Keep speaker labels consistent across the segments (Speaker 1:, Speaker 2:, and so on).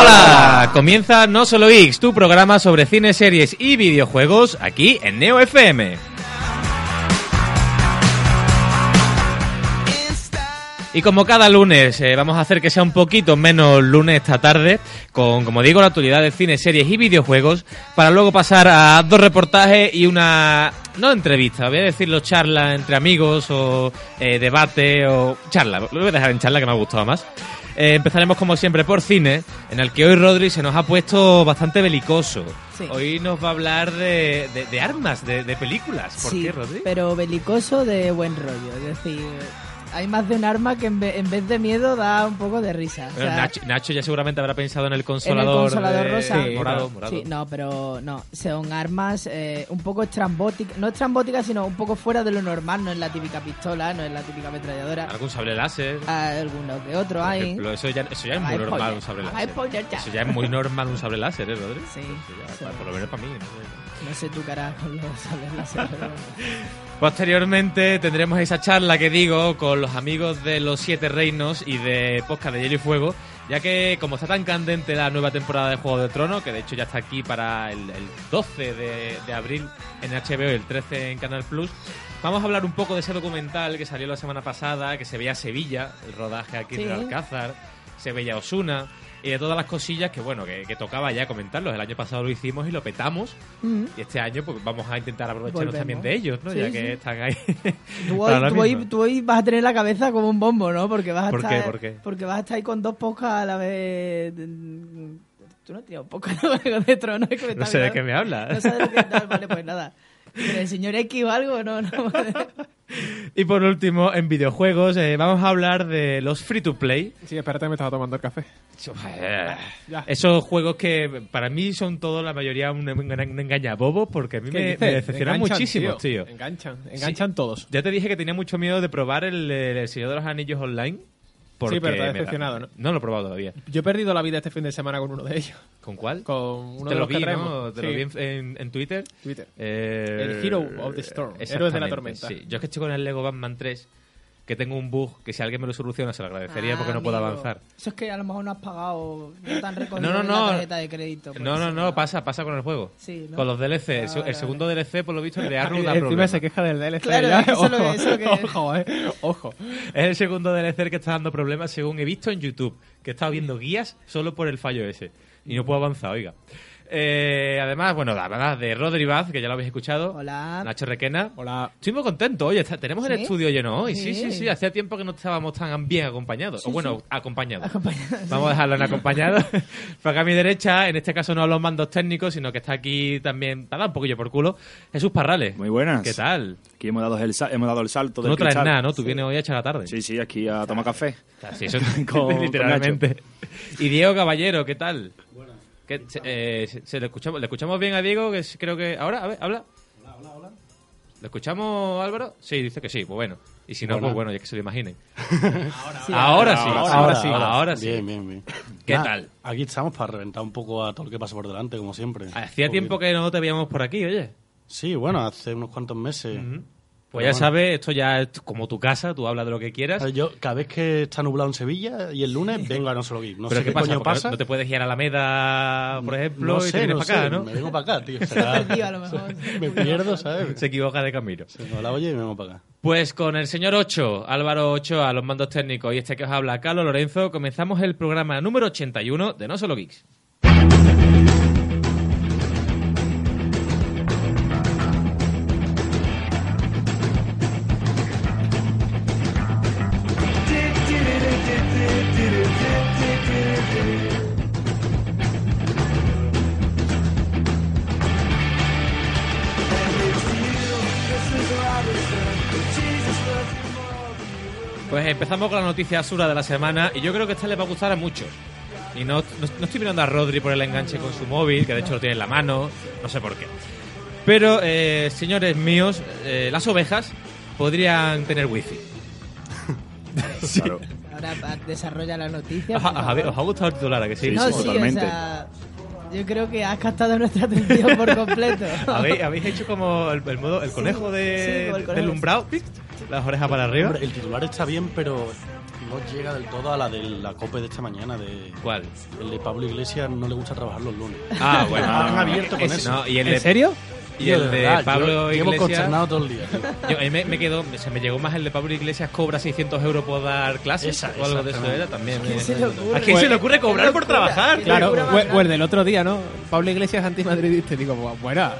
Speaker 1: Hola, comienza No Solo X, tu programa sobre cine, series y videojuegos aquí en Neo FM. Y como cada lunes, eh, vamos a hacer que sea un poquito menos lunes esta tarde, con, como digo, la actualidad de cine, series y videojuegos, para luego pasar a dos reportajes y una, no entrevista, voy a decirlo charla entre amigos o eh, debate o charla, lo voy a dejar en charla que me ha gustado más. Eh, empezaremos como siempre por cine, en el que hoy Rodri se nos ha puesto bastante belicoso.
Speaker 2: Sí.
Speaker 1: Hoy nos va a hablar de, de- de armas, de, de películas. ¿Por
Speaker 2: sí,
Speaker 1: qué, Rodri?
Speaker 2: pero belicoso de buen rollo. Es decir, hay más de un arma que en, ve- en vez de miedo da un poco de risa. O
Speaker 1: Bueno,
Speaker 2: sea,
Speaker 1: Nacho, Nacho ya seguramente habrá pensado en el
Speaker 2: en el
Speaker 1: consolador,
Speaker 2: consolador
Speaker 1: de-
Speaker 2: rosa.
Speaker 1: morado,
Speaker 2: Sí,
Speaker 1: morado.
Speaker 2: no, pero no. Son armas eh, un poco estrambóticas. No estrambóticas, sino un poco fuera de lo normal. No es la típica pistola, no es la típica ametralladora.
Speaker 1: Algún sable láser.
Speaker 2: Alguno que otro
Speaker 1: por
Speaker 2: hay.
Speaker 1: ejemplo. eso ya, eso ya es
Speaker 2: Ah,
Speaker 1: muy
Speaker 2: spoiler.
Speaker 1: normal un sable
Speaker 2: Ah,
Speaker 1: láser.
Speaker 2: spoiler ya.
Speaker 1: Eso ya es muy normal un sable láser, ¿eh, Rodri?
Speaker 2: Sí,
Speaker 1: Eso ya,
Speaker 2: sí.
Speaker 1: pa- Por lo menos para mí. no sé.
Speaker 2: No sé tu cara con los sables láser, pero bueno.
Speaker 1: Posteriormente tendremos esa charla que digo con los amigos de los Siete Reinos y de Posca de Hielo y Fuego, ya que como está tan candente la nueva temporada de Juego de Tronos, que de hecho ya está aquí para el, el 12 de, de abril en HBO y el 13 en Canal Plus, vamos a hablar un poco de ese documental que salió la semana pasada, que se veía Sevilla, el rodaje aquí en
Speaker 2: Sí.
Speaker 1: el Alcázar, se veía Osuna y de todas las cosillas que bueno que, que tocaba ya comentarlos. El año pasado lo hicimos y lo petamos.
Speaker 2: Mm.
Speaker 1: Y este año pues vamos a intentar aprovecharnos
Speaker 2: Volvemos.
Speaker 1: también de ellos, ¿no?
Speaker 2: Sí,
Speaker 1: ya
Speaker 2: sí.
Speaker 1: que están ahí.
Speaker 2: Tú
Speaker 1: para
Speaker 2: hoy,
Speaker 1: lo
Speaker 2: tú hoy-
Speaker 1: mismo.
Speaker 2: tú hoy vas a tener la cabeza como un bombo, ¿no? Porque vas a
Speaker 1: ¿Por
Speaker 2: estar,
Speaker 1: qué? ¿Por qué?
Speaker 2: Porque vas a estar ahí con dos pocas a la vez. mm, Tú no has tenido pocas a la vez de trono. es que me
Speaker 1: No
Speaker 2: está
Speaker 1: sé de
Speaker 2: mirando.
Speaker 1: qué me habla.
Speaker 2: No sabes de qué tal, vale, pues nada. Pero el señor X o algo, no, no.
Speaker 1: Y por último, en videojuegos, eh, vamos a hablar de los free to play. eh,
Speaker 3: Sí, espérate, me estaba tomando el café. Ya.
Speaker 1: Esos juegos que para mí son todos, la mayoría, un, un, un engañabobos, porque a mí me, me decepcionan muchísimo, tío.
Speaker 3: Enganchan, enganchan todos.
Speaker 1: Ya te dije que tenía mucho miedo de probar el, eh, el Señor de los Anillos online. Porque
Speaker 3: pero te has
Speaker 1: me da-
Speaker 3: decepcionado, ¿no?
Speaker 1: No lo he probado todavía.
Speaker 3: Yo he perdido la vida este fin de semana con uno de ellos.
Speaker 1: ¿Con cuál?
Speaker 3: Con uno
Speaker 1: te
Speaker 3: de
Speaker 1: lo
Speaker 3: los
Speaker 1: vi,
Speaker 3: que traemos.
Speaker 1: ¿no? Te lo
Speaker 3: Sí,
Speaker 1: vi en, en- en Twitter.
Speaker 3: Twitter.
Speaker 1: Eh,
Speaker 3: El Hero of the Storm,
Speaker 1: exactamente,
Speaker 3: Héroes de la Tormenta.
Speaker 1: sí. Yo es que estoy con el Lego Batman 3, que tengo un bug que si alguien me lo soluciona se lo agradecería
Speaker 3: Ah,
Speaker 1: porque no puedo
Speaker 2: Amigo,
Speaker 1: avanzar.
Speaker 2: Eso es que a lo mejor no has pagado, no te han recogido
Speaker 1: No, no,
Speaker 2: en
Speaker 1: no.
Speaker 2: la tarjeta de crédito. pues por
Speaker 1: No,
Speaker 2: eso,
Speaker 1: no, no, pasa, pasa con el juego.
Speaker 2: Sí, ¿no?
Speaker 1: Con los DLC.
Speaker 2: Ah,
Speaker 1: El se-
Speaker 2: vale,
Speaker 1: el segundo DLC, por lo visto, el de
Speaker 3: Ah,
Speaker 1: Arrow
Speaker 3: y
Speaker 1: da
Speaker 3: Encima
Speaker 1: problemas.
Speaker 3: se queja del DLC.
Speaker 2: Claro,
Speaker 3: ya.
Speaker 2: eso
Speaker 3: ojo,
Speaker 2: es lo que- eso es lo que-
Speaker 3: ojo, eh, ojo.
Speaker 1: Es el segundo DLC que está dando problemas, según he visto en YouTube, que he estado viendo guías solo por el fallo ese. Y no puedo avanzar, oiga. Eh, además, bueno, además de Rodri Vaz, que ya lo habéis escuchado.
Speaker 2: Hola.
Speaker 1: Nacho Requena.
Speaker 3: Hola.
Speaker 1: Estoy muy contento, oye, está- tenemos el
Speaker 2: ¿Sí?
Speaker 1: estudio lleno hoy. Sí, sí,
Speaker 2: Sí.
Speaker 1: sí, hacía tiempo que no estábamos tan bien acompañados. o bueno, acompañados.
Speaker 2: Acompañados, sí.
Speaker 1: Vamos a dejarlo en acompañados. Pero acá a mi derecha, en este caso no a los mandos técnicos, sino que está aquí también, para dar un poquillo por culo, Jesús Parrales.
Speaker 4: Muy buenas.
Speaker 1: ¿Qué tal?
Speaker 4: Aquí hemos dado el, sal- hemos dado el salto
Speaker 1: Tú
Speaker 4: del
Speaker 1: no traes
Speaker 4: cristal.
Speaker 1: nada, ¿no? Tú vienes hoy a echar la tarde.
Speaker 4: Sí, sí, aquí a tomar café.
Speaker 1: Ah, sí, eso
Speaker 4: Con- con
Speaker 1: literalmente. Y Diego Caballero, ¿qué tal? ¿Qué- se, eh, se- se le escuchamos, le escuchamos bien a Diego, que es- creo que ahora, a ver, habla. ¿Le escuchamos, Álvaro? Sí, dice que sí, pues bueno. Y si no, pues bueno, ya que se lo imaginen.
Speaker 2: Sí,
Speaker 1: ahora, sí,
Speaker 5: ahora,
Speaker 1: ahora,
Speaker 5: ahora
Speaker 1: sí,
Speaker 5: sí.
Speaker 1: ahora sí.
Speaker 5: Bien, bien, bien.
Speaker 1: ¿Qué
Speaker 5: Nada,
Speaker 1: tal?
Speaker 5: Aquí estamos para reventar un poco a todo el que pasa por delante, como siempre.
Speaker 1: Hacía tiempo que no te veíamos por aquí, oye.
Speaker 5: Sí, bueno, hace unos cuantos meses.
Speaker 1: Pues
Speaker 5: Pero
Speaker 1: ya
Speaker 5: bueno.
Speaker 1: sabes, esto ya es como tu casa, tú hablas de lo que quieras.
Speaker 5: Claro, Yo, cada vez que está nublado en Sevilla y el lunes, vengo a no solo Geek. No
Speaker 1: pero
Speaker 5: sé
Speaker 1: ¿qué
Speaker 5: qué
Speaker 1: pasa?
Speaker 5: coño
Speaker 1: Porque no-
Speaker 5: pasa.
Speaker 1: No te puedes ir a Alameda, por ejemplo,
Speaker 5: No
Speaker 1: y
Speaker 5: sé,
Speaker 1: te vienes
Speaker 5: no
Speaker 1: para acá,
Speaker 5: sé,
Speaker 1: ¿no?
Speaker 5: Me vengo para acá, tío.
Speaker 2: perdido a lo mejor.
Speaker 5: me pierdo, ¿sabes?
Speaker 1: Se equivoca de camino.
Speaker 5: Se me va la olla y me vengo para acá.
Speaker 1: Pues con el señor 8, Álvaro Ochoa, los mandos técnicos y este que os habla, Carlos Lorenzo, comenzamos el programa número 81 de No Solo Geeks. Pues empezamos con la noticia Asura de la semana y yo creo que esta les va a gustar a muchos. Y no, no- no estoy mirando a Rodri por el enganche con su móvil, que de hecho lo tiene en la mano, no sé por qué. Pero, eh, señores míos, eh, las ovejas podrían tener wifi.
Speaker 4: Claro.
Speaker 2: Ahora pa- desarrolla la noticia.
Speaker 1: ¿Os,
Speaker 2: por
Speaker 1: ha-
Speaker 2: favor.
Speaker 1: os ha gustado el titular, ¿a que sí?
Speaker 4: Sí,
Speaker 2: No,
Speaker 4: sí,
Speaker 2: sí,
Speaker 4: totalmente.
Speaker 2: o sea, yo creo que has captado nuestra atención por completo.
Speaker 1: ¿Habéis, habéis hecho como el, el modo, el conejo
Speaker 2: sí,
Speaker 1: de,
Speaker 2: como el conejo. este.
Speaker 1: del umbrao, las orejas Ah, para arriba.
Speaker 5: Hombre, el titular está bien, pero no llega del todo a la de la COPE de esta mañana. De,
Speaker 1: ¿Cuál?
Speaker 5: El de Pablo Iglesias no le gusta trabajar los lunes.
Speaker 1: Ah, bueno.
Speaker 5: Ah, han abierto con
Speaker 1: Ese,
Speaker 5: eso.
Speaker 1: no, y el
Speaker 3: ¿En
Speaker 1: de-
Speaker 3: serio?
Speaker 1: Y
Speaker 5: Tío,
Speaker 1: el de
Speaker 5: verdad, yo
Speaker 1: Pablo
Speaker 5: Llevo
Speaker 1: Iglesias.
Speaker 5: consternado todo el día. tío.
Speaker 1: Yo, a mí me, me quedó, se me llegó más el de Pablo Iglesias cobra 600 euros por dar clases
Speaker 5: Esa,
Speaker 1: o algo de eso
Speaker 5: exactamente.
Speaker 1: era también.
Speaker 2: quién
Speaker 1: eh.
Speaker 2: se le ocurre?
Speaker 1: ¿A quién se le ocurre cobrar por
Speaker 2: Qué
Speaker 1: trabajar?
Speaker 2: locura,
Speaker 3: Claro,
Speaker 2: Locura
Speaker 3: o,
Speaker 2: bacana.
Speaker 3: o el del otro día, ¿no? Pablo Iglesias antimadridista. Y Digo, bu- bueno.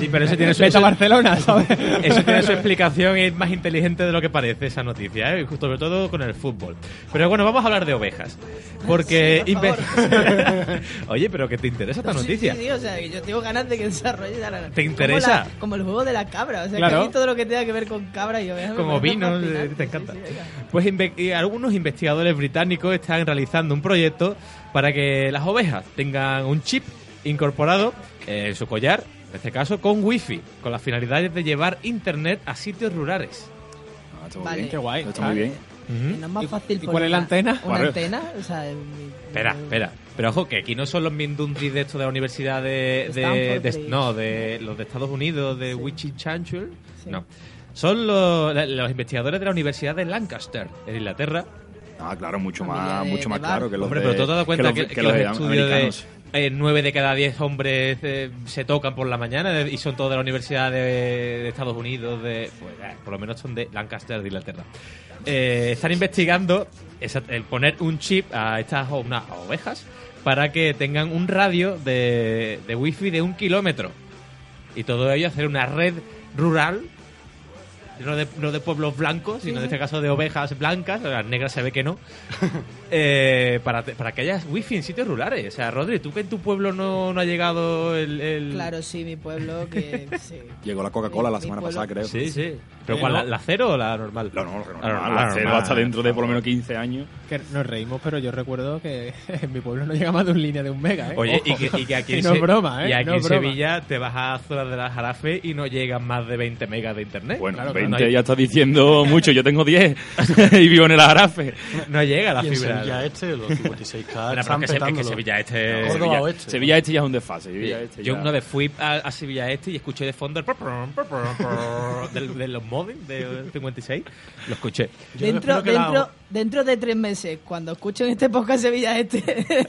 Speaker 1: Sí, pero ese tiene su-
Speaker 3: Vete a
Speaker 1: ese-
Speaker 3: Barcelona, ¿sabes?
Speaker 1: Eso tiene su explicación y es más inteligente de lo que parece esa noticia, ¿eh? Justo sobre todo con el fútbol. Pero bueno, vamos a hablar de ovejas. Porque...
Speaker 2: Sí, por
Speaker 1: inve- Oye, pero que te interesa esta noticia.
Speaker 2: Sí, sí, sí, o sea, que yo tengo ganas de que desarrolle la la-
Speaker 1: ¿Te
Speaker 2: como
Speaker 1: interesa?
Speaker 2: la- Como, el juego de la cabra, o sea,
Speaker 3: Claro.
Speaker 2: que a mí todo lo que tenga que ver con cabra y ovejas. me
Speaker 1: Como
Speaker 2: parece
Speaker 1: vino,
Speaker 2: fascinante.
Speaker 1: eh, te
Speaker 2: Sí,
Speaker 1: encanta.
Speaker 2: sí, venga.
Speaker 1: Pues inve- y algunos investigadores británicos están realizando un proyecto para que las ovejas tengan un chip incorporado eh, en su collar, en este caso con wifi, con la finalidad de llevar internet a sitios rurales.
Speaker 4: Ah, está muy
Speaker 2: Vale.
Speaker 4: bien.
Speaker 2: Qué
Speaker 3: guay,
Speaker 4: Está muy
Speaker 3: ¿sabes?
Speaker 4: bien.
Speaker 1: Ujú.
Speaker 2: Que no es más
Speaker 3: ¿Y-
Speaker 2: fácil
Speaker 3: y
Speaker 2: poner
Speaker 3: cuál es la
Speaker 2: una-
Speaker 3: antena?
Speaker 2: Una
Speaker 4: Vale.
Speaker 2: antena, o sea... el-
Speaker 1: Espera, espera. Pero ojo, que aquí no son los mindundis de esto de la universidad de... de-
Speaker 2: Stanford
Speaker 1: de-
Speaker 2: Bridge.
Speaker 1: no, de los de Estados Unidos, de Wichita,
Speaker 2: Sí.
Speaker 1: No. Son los, la- los investigadores de la Universidad de Lancaster, en Inglaterra,
Speaker 4: Ah, claro, mucho
Speaker 2: Familia
Speaker 4: más,
Speaker 2: de-
Speaker 4: mucho más
Speaker 2: de bar.
Speaker 4: claro que los
Speaker 1: Hombre,
Speaker 4: de-
Speaker 1: pero tú te has dado cuenta
Speaker 4: los-
Speaker 1: que, que
Speaker 4: los de
Speaker 1: los estudios
Speaker 4: americanos.
Speaker 1: de eh, nueve de cada 10 hombres eh, se tocan por la mañana eh, y son todos de la Universidad de, de Estados Unidos, de pues, eh, por lo menos son de Lancaster, de Inglaterra. Eh, están investigando esa- el poner un chip a estas o- unas ovejas para que tengan un radio de, de wifi de un kilómetro. Y todo ello hacer una red rural no de, no de pueblos blancos, sino en este caso de ovejas blancas, las negras se ve que no, eh, para, te- para que haya wifi en sitios rurales. O sea, Rodri, tú que en tu pueblo no, no ha llegado el... el-
Speaker 2: Claro, sí, mi pueblo que... sí.
Speaker 4: Llegó la Coca-Cola la
Speaker 2: Mi
Speaker 4: semana
Speaker 2: pueblo-
Speaker 4: pasada, creo.
Speaker 1: Sí, sí. ¿Pero
Speaker 3: Eh,
Speaker 1: cuál?
Speaker 3: no.
Speaker 1: La, la cero o la normal?
Speaker 4: No, no, no,
Speaker 1: La normal, la
Speaker 4: la cero
Speaker 1: normal.
Speaker 4: hasta dentro de por lo menos 15 años.
Speaker 3: Que nos reímos, pero yo recuerdo que en mi pueblo no llega más de un línea de un mega, ¿eh?
Speaker 1: Oye,
Speaker 3: Ojo.
Speaker 1: y que, y que aquí, en
Speaker 3: no
Speaker 1: Se-
Speaker 3: es broma, ¿eh?
Speaker 1: y aquí
Speaker 3: no
Speaker 1: en
Speaker 3: es broma.
Speaker 1: Sevilla te vas a zonas de las Jarafe y no llegan más de 20 megas de internet.
Speaker 4: Bueno,
Speaker 1: Claro,
Speaker 4: 20
Speaker 1: no, hay-
Speaker 4: ya está diciendo mucho. Yo tengo 10 y vivo en el Arafe.
Speaker 1: no llega la
Speaker 5: y en
Speaker 1: fibra.
Speaker 5: Sevilla Este, los 56K
Speaker 1: Bueno, pero
Speaker 5: están
Speaker 1: es que Se- es que
Speaker 5: petándolo.
Speaker 1: Sevilla Este...
Speaker 5: Córdoba
Speaker 4: Sevilla,
Speaker 5: Oeste.
Speaker 4: Sevilla este ya es un desfase. Sevilla
Speaker 1: Sí.
Speaker 4: este
Speaker 1: Yo
Speaker 4: ya-
Speaker 1: una vez fui a, a Sevilla Este y escuché de fondo el prr, prr, prr, prr, prr del- de, los móviles de 56. Lo escuché.
Speaker 5: Yo
Speaker 2: Dentro,
Speaker 5: espero que la-
Speaker 2: dentro, dentro de tres meses, cuando escuchen este podcast Sevilla Este,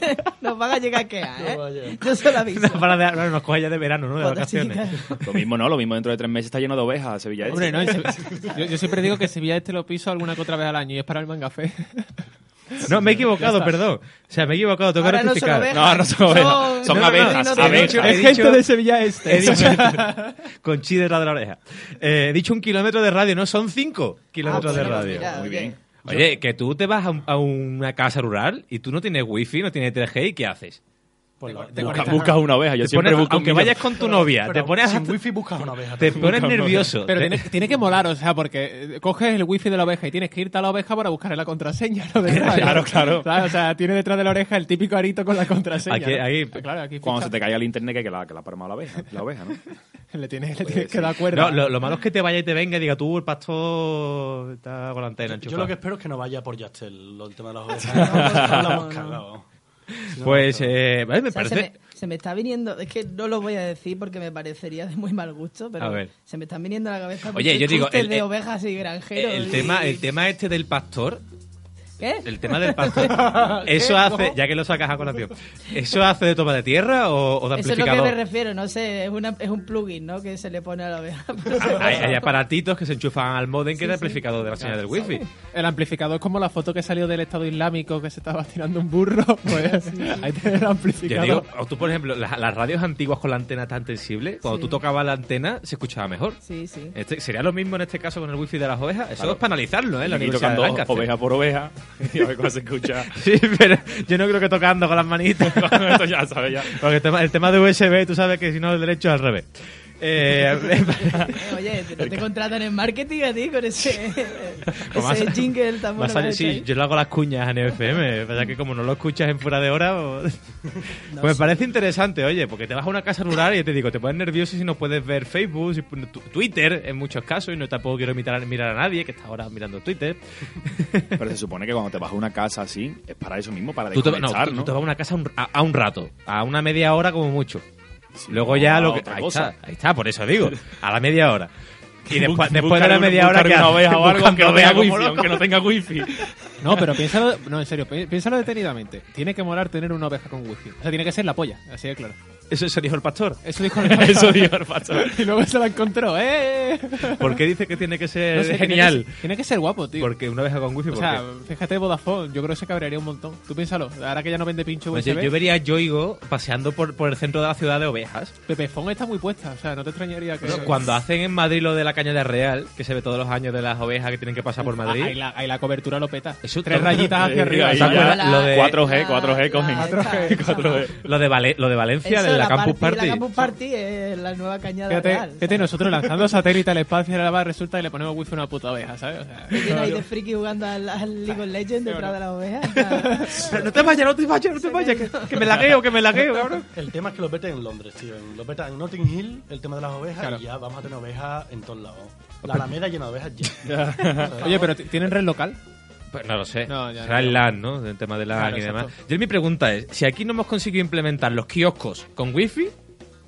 Speaker 2: nos van a llegar que a,
Speaker 5: No vaya.
Speaker 2: ¿eh? Yo se lo aviso.
Speaker 1: Para de, bueno, nos coge ya de verano, ¿no? De
Speaker 2: Cuando sí,
Speaker 1: vacaciones.
Speaker 2: claro.
Speaker 4: Lo mismo no, lo mismo dentro de tres meses está lleno de ovejas Sevilla este.
Speaker 3: Hombre, no, en Sevilla- yo, yo siempre digo que Sevilla este lo piso alguna que otra vez al año y es para el mangafé.
Speaker 1: No, me he equivocado, perdón. O sea, me he equivocado, este tengo
Speaker 2: Ahora
Speaker 1: que
Speaker 2: no son
Speaker 1: rectificar.
Speaker 2: ovejas.
Speaker 4: No, no son ovejas,
Speaker 2: Son-
Speaker 4: son
Speaker 2: no, no, no,
Speaker 4: abejas,
Speaker 2: no, no,
Speaker 4: abejas.
Speaker 1: He
Speaker 3: Es
Speaker 1: dicho-
Speaker 3: gente de Sevilla
Speaker 1: He
Speaker 3: este.
Speaker 1: dicho, con chi detrás de la oreja. Eh, he dicho un kilómetro de radio, no son cinco kilómetros
Speaker 2: Ah,
Speaker 1: de
Speaker 2: bueno,
Speaker 1: radio.
Speaker 2: mira,
Speaker 4: Muy
Speaker 2: oye.
Speaker 4: bien.
Speaker 1: Oye, que tú te vas a, un- a una casa rural y tú no tienes wifi, no tienes 3G y ¿qué haces?
Speaker 5: Pues la-
Speaker 4: Busca- buscas una oveja. Yo
Speaker 1: Te
Speaker 4: siempre
Speaker 1: pones-
Speaker 4: busco un
Speaker 1: aunque
Speaker 4: niño.
Speaker 1: vayas con tu novia,
Speaker 5: Pero
Speaker 1: te pones,
Speaker 5: sin
Speaker 1: hasta-
Speaker 5: wifi buscas una oveja.
Speaker 1: te
Speaker 5: también.
Speaker 1: pones nervioso.
Speaker 3: Pero
Speaker 1: te-
Speaker 3: tiene, tiene que molar, o sea, porque eh, coges el wifi de la oveja y tienes que irte a la oveja para buscarle la contraseña. ¿no? De radio.
Speaker 4: Claro, claro.
Speaker 3: O sea, tiene detrás de la oreja el típico arito con la contraseña.
Speaker 1: Ah, Aquí-
Speaker 3: ¿no?
Speaker 1: ahí-
Speaker 3: claro, aquí
Speaker 4: Cuando
Speaker 3: ficha.
Speaker 4: se te caiga el internet, que, que la, que la palma la oveja, la oveja, ¿no?
Speaker 3: le tienes, le
Speaker 5: Pues,
Speaker 3: tienes que dar cuerda.
Speaker 1: No, lo, lo malo es que te vaya y te venga y diga tú, el pastor está con la antena.
Speaker 5: Yo
Speaker 1: enchufada".
Speaker 5: lo que espero es que no vaya por Yastel lo- el tema de las
Speaker 2: No, no,
Speaker 5: ovejas.
Speaker 2: no,
Speaker 5: La hemos
Speaker 2: no.
Speaker 5: cagado.
Speaker 1: Pues, eh, vale, me
Speaker 2: O sea, se,
Speaker 1: parece.
Speaker 2: me, se me está viniendo, es que no lo voy a decir porque me parecería de muy mal gusto, pero
Speaker 1: A ver.
Speaker 2: se me están viniendo a la cabeza
Speaker 1: Oye,
Speaker 2: muchos
Speaker 1: yo digo,
Speaker 2: chistes
Speaker 1: el-
Speaker 2: de
Speaker 1: el-
Speaker 2: ovejas y granjeros.
Speaker 1: El
Speaker 2: y-
Speaker 1: tema, el tema este del pastor,
Speaker 2: ¿Qué?
Speaker 1: el tema del pastor,
Speaker 2: ¿Eh?
Speaker 1: eso hace, ya que lo sacas a colación, ¿eso hace de toma de tierra o, o de
Speaker 2: Eso es lo que me
Speaker 1: amplificador?
Speaker 2: refiero, no sé, es, una, es un plugin, ¿no? Que se le pone a la oveja. pero se
Speaker 1: hay,
Speaker 2: pasa
Speaker 1: hay
Speaker 2: todo.
Speaker 1: aparatitos que se enchufan al modem que es el amplificador de la señal del wifi.
Speaker 3: El amplificador es como la foto que salió del Estado Islámico que se estaba tirando un burro. Pues ahí tienes el
Speaker 1: Yo
Speaker 3: amplificador.
Speaker 1: digo, o tú, por ejemplo, las, las radios antiguas con la antena tan sensible, cuando
Speaker 2: Sí.
Speaker 1: tú tocabas la antena se escuchaba mejor.
Speaker 2: Sí, sí.
Speaker 1: Este- ¿Sería lo mismo en este caso con el wifi de las ovejas? Eso
Speaker 4: Claro.
Speaker 1: es para analizarlo, ¿eh? La
Speaker 4: y
Speaker 1: Universidad de
Speaker 4: tocando
Speaker 1: Lancaster.
Speaker 4: oveja por oveja. Y a ver cómo se escucha.
Speaker 1: Sí, pero yo no creo que tocando con las manitas.
Speaker 4: Esto ya sabes, ya.
Speaker 1: Porque el tema, el tema de USB, tú sabes que si no el derecho es al revés. Eh,
Speaker 2: Eh, Oye, ¿no te contratan en marketing a ti con ese,
Speaker 1: Pues
Speaker 2: ese
Speaker 1: vas-
Speaker 2: jingle tan bueno?
Speaker 1: vas a-
Speaker 2: que has
Speaker 1: sí,
Speaker 2: hecho ahí?
Speaker 1: yo le hago las cuñas a NFM. Pasa que como no lo escuchas en fuera de hora, o- pues me parece interesante, oye, porque te vas a una casa rural y yo te digo, te pones nervioso si no puedes ver Facebook, si- tu- Twitter en muchos casos, y no tampoco quiero mirar, mirar a nadie que está ahora mirando Twitter.
Speaker 4: Pero se supone que cuando te vas a una casa así, es para eso mismo, para
Speaker 1: Tú te, no,
Speaker 4: desconectar,
Speaker 1: tú-
Speaker 4: ¿no?
Speaker 1: tú te vas a una casa un- a, a un rato, a una media hora como mucho.
Speaker 4: Sí,
Speaker 1: Luego
Speaker 4: no,
Speaker 1: ya
Speaker 4: a
Speaker 1: lo que.
Speaker 4: otra
Speaker 1: Ahí
Speaker 4: cosa.
Speaker 1: está, ahí está, por eso digo. A la media hora. Y después,
Speaker 4: Busca-
Speaker 1: después de la
Speaker 4: buscar
Speaker 1: media
Speaker 4: un-
Speaker 1: hora
Speaker 4: buscar
Speaker 1: que
Speaker 4: una oveja o algo aunque no tenga wifi,
Speaker 1: que
Speaker 4: aunque no tenga wifi.
Speaker 3: No, pero piénsalo, no, en serio, pi- piénsalo detenidamente. Tiene que molar tener una oveja con wifi. O sea, tiene que ser la polla, así de claro.
Speaker 6: Eso, eso dijo el pastor.
Speaker 3: Eso dijo el
Speaker 6: Eso dijo el pastor.
Speaker 3: Y luego se la encontró, ¡eh!
Speaker 6: ¿Por qué dice que tiene que ser
Speaker 3: No sé, tiene
Speaker 6: genial?
Speaker 3: que ser- Tiene que ser guapo, tío.
Speaker 6: Porque una vez con wifi,
Speaker 3: O
Speaker 6: ¿por
Speaker 3: sea,
Speaker 6: qué?
Speaker 3: fíjate Vodafone, yo creo que se cabrearía un montón. Tú piénsalo, ahora que ya no vende pincho
Speaker 1: Pues
Speaker 3: USB,
Speaker 1: yo, yo vería a Yoigo paseando por, por el centro de la ciudad de ovejas.
Speaker 3: Pepefón está muy puesta, o sea, no te extrañaría que...
Speaker 1: Bueno, cuando hacen en Madrid lo de la caña de real, que se ve todos los años de las ovejas que tienen que pasar por
Speaker 3: Ah, Ahí
Speaker 1: Madrid.
Speaker 3: la, ahí la cobertura lo peta.
Speaker 1: Eso
Speaker 3: Tres
Speaker 1: está-
Speaker 3: rayitas hacia arriba.
Speaker 4: ahí
Speaker 3: ¿sabes?
Speaker 4: ya.
Speaker 1: acuerdas lo de-
Speaker 4: 4G, 4G, cogen.
Speaker 2: 4G,
Speaker 4: 4G.
Speaker 1: Lo de, Vale- lo de Valencia, de la, Campus Party.
Speaker 2: La Campus Party es la nueva cañada
Speaker 3: Fíjate,
Speaker 2: real.
Speaker 3: fíjate, nosotros lanzando satélite al espacio y ahora va, resulta que le ponemos wifi a una puta oveja, ¿sabes? O sea,
Speaker 2: Tiene ahí de friki jugando al, al League of Legends detrás de las ovejas.
Speaker 1: Pero no te vayas, no te vayas, no te vayas, que, que me lagueo, que me lagueo, cabrón.
Speaker 5: El tema es que lo peten en Londres, tío. En- Lo petan en Notting Hill, el tema de las ovejas,
Speaker 3: Claro.
Speaker 5: y ya vamos a tener ovejas en todos lados.
Speaker 1: Pues-
Speaker 5: La Alameda llena de ovejas ya.
Speaker 3: Oye, pero t- ¿tienen red local?
Speaker 1: Pues no lo sé.
Speaker 3: No, ya,
Speaker 1: Será
Speaker 3: ya.
Speaker 1: el LAN, ¿no? El tema de LAN
Speaker 3: Claro,
Speaker 1: y demás.
Speaker 3: exacto.
Speaker 1: Yo mi pregunta es, si aquí no hemos conseguido implementar los kioscos con wifi,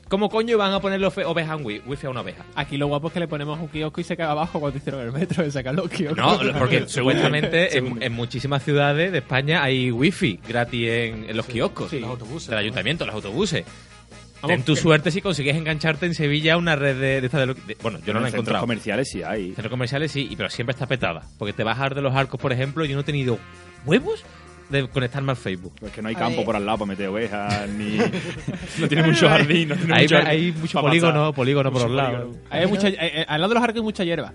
Speaker 1: ¿cómo coño van a poner los fe- ovejas en wi- wifi a una oveja?
Speaker 3: Aquí lo guapo es que le ponemos un kiosco y se cae abajo cuando hicieron el metro de sacar los kioscos.
Speaker 1: No, porque supuestamente en, en muchísimas ciudades de España hay wifi gratis en, en los kioscos.
Speaker 5: los autobuses,
Speaker 1: Del
Speaker 5: ¿no?
Speaker 1: ayuntamiento, los autobuses.
Speaker 3: Vamos,
Speaker 1: Ten tu
Speaker 3: que-
Speaker 1: suerte si consigues engancharte en Sevilla a una red de, de esta de, lo- de- Bueno, yo no la he
Speaker 4: en centros
Speaker 1: encontrado.
Speaker 4: comerciales sí hay.
Speaker 1: Centros comerciales sí, y- pero siempre está petada. Porque te vas a de los arcos, por ejemplo, yo no he tenido huevos de conectarme al Facebook.
Speaker 4: Pues que no hay
Speaker 2: A
Speaker 4: campo
Speaker 2: ver.
Speaker 4: por al lado para meter ovejas, ni... no tiene mucho jardín, no tiene
Speaker 1: Hay,
Speaker 4: mucho
Speaker 1: hay mucho polígono, polígono por los lados.
Speaker 4: polígono.
Speaker 3: Hay mucha- hay- hay- al lado de los arcos hay mucha hierba.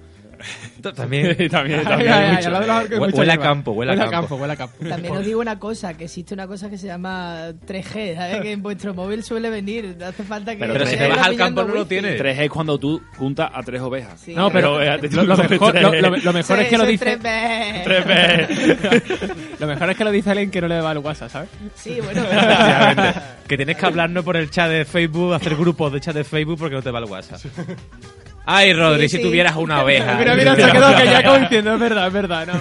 Speaker 1: Ta- También.
Speaker 4: también,
Speaker 3: Ay,
Speaker 4: también
Speaker 3: ay,
Speaker 4: hay
Speaker 3: ay,
Speaker 4: mucho.
Speaker 3: al lado de los arcos hay
Speaker 1: Hue-
Speaker 3: mucha
Speaker 1: huele a
Speaker 3: hierba.
Speaker 1: campo, huele a campo.
Speaker 3: Huele a campo, huele a campo.
Speaker 2: También os digo una cosa, que existe una cosa que se llama 3G, ¿sabes? Que en vuestro móvil suele venir, hace falta que...
Speaker 4: Pero
Speaker 1: Pero si te
Speaker 4: Pero
Speaker 1: vas al campo no
Speaker 2: pillando
Speaker 1: lo
Speaker 2: wifi.
Speaker 1: tienes.
Speaker 4: 3G es cuando tú juntas a tres ovejas.
Speaker 2: Sí.
Speaker 3: No, pero
Speaker 4: Pero, eh,
Speaker 3: lo, lo mejor, lo, lo- lo mejor
Speaker 2: Soy-
Speaker 3: es que lo
Speaker 2: soy
Speaker 3: dice,
Speaker 2: 3B.
Speaker 3: lo mejor es que lo dice alguien que no le va el WhatsApp, ¿sabes?
Speaker 2: Sí, bueno.
Speaker 1: Efectivamente. que tienes que hablarnos por el chat de Facebook, hacer grupos de chat de Facebook porque no te va el WhatsApp. Ay, Rodri,
Speaker 2: Sí,
Speaker 1: si
Speaker 2: sí.
Speaker 1: tuvieras una oveja.
Speaker 3: Mira, mira, se ha quedado que ya como diciendo, es verdad, es verdad, no.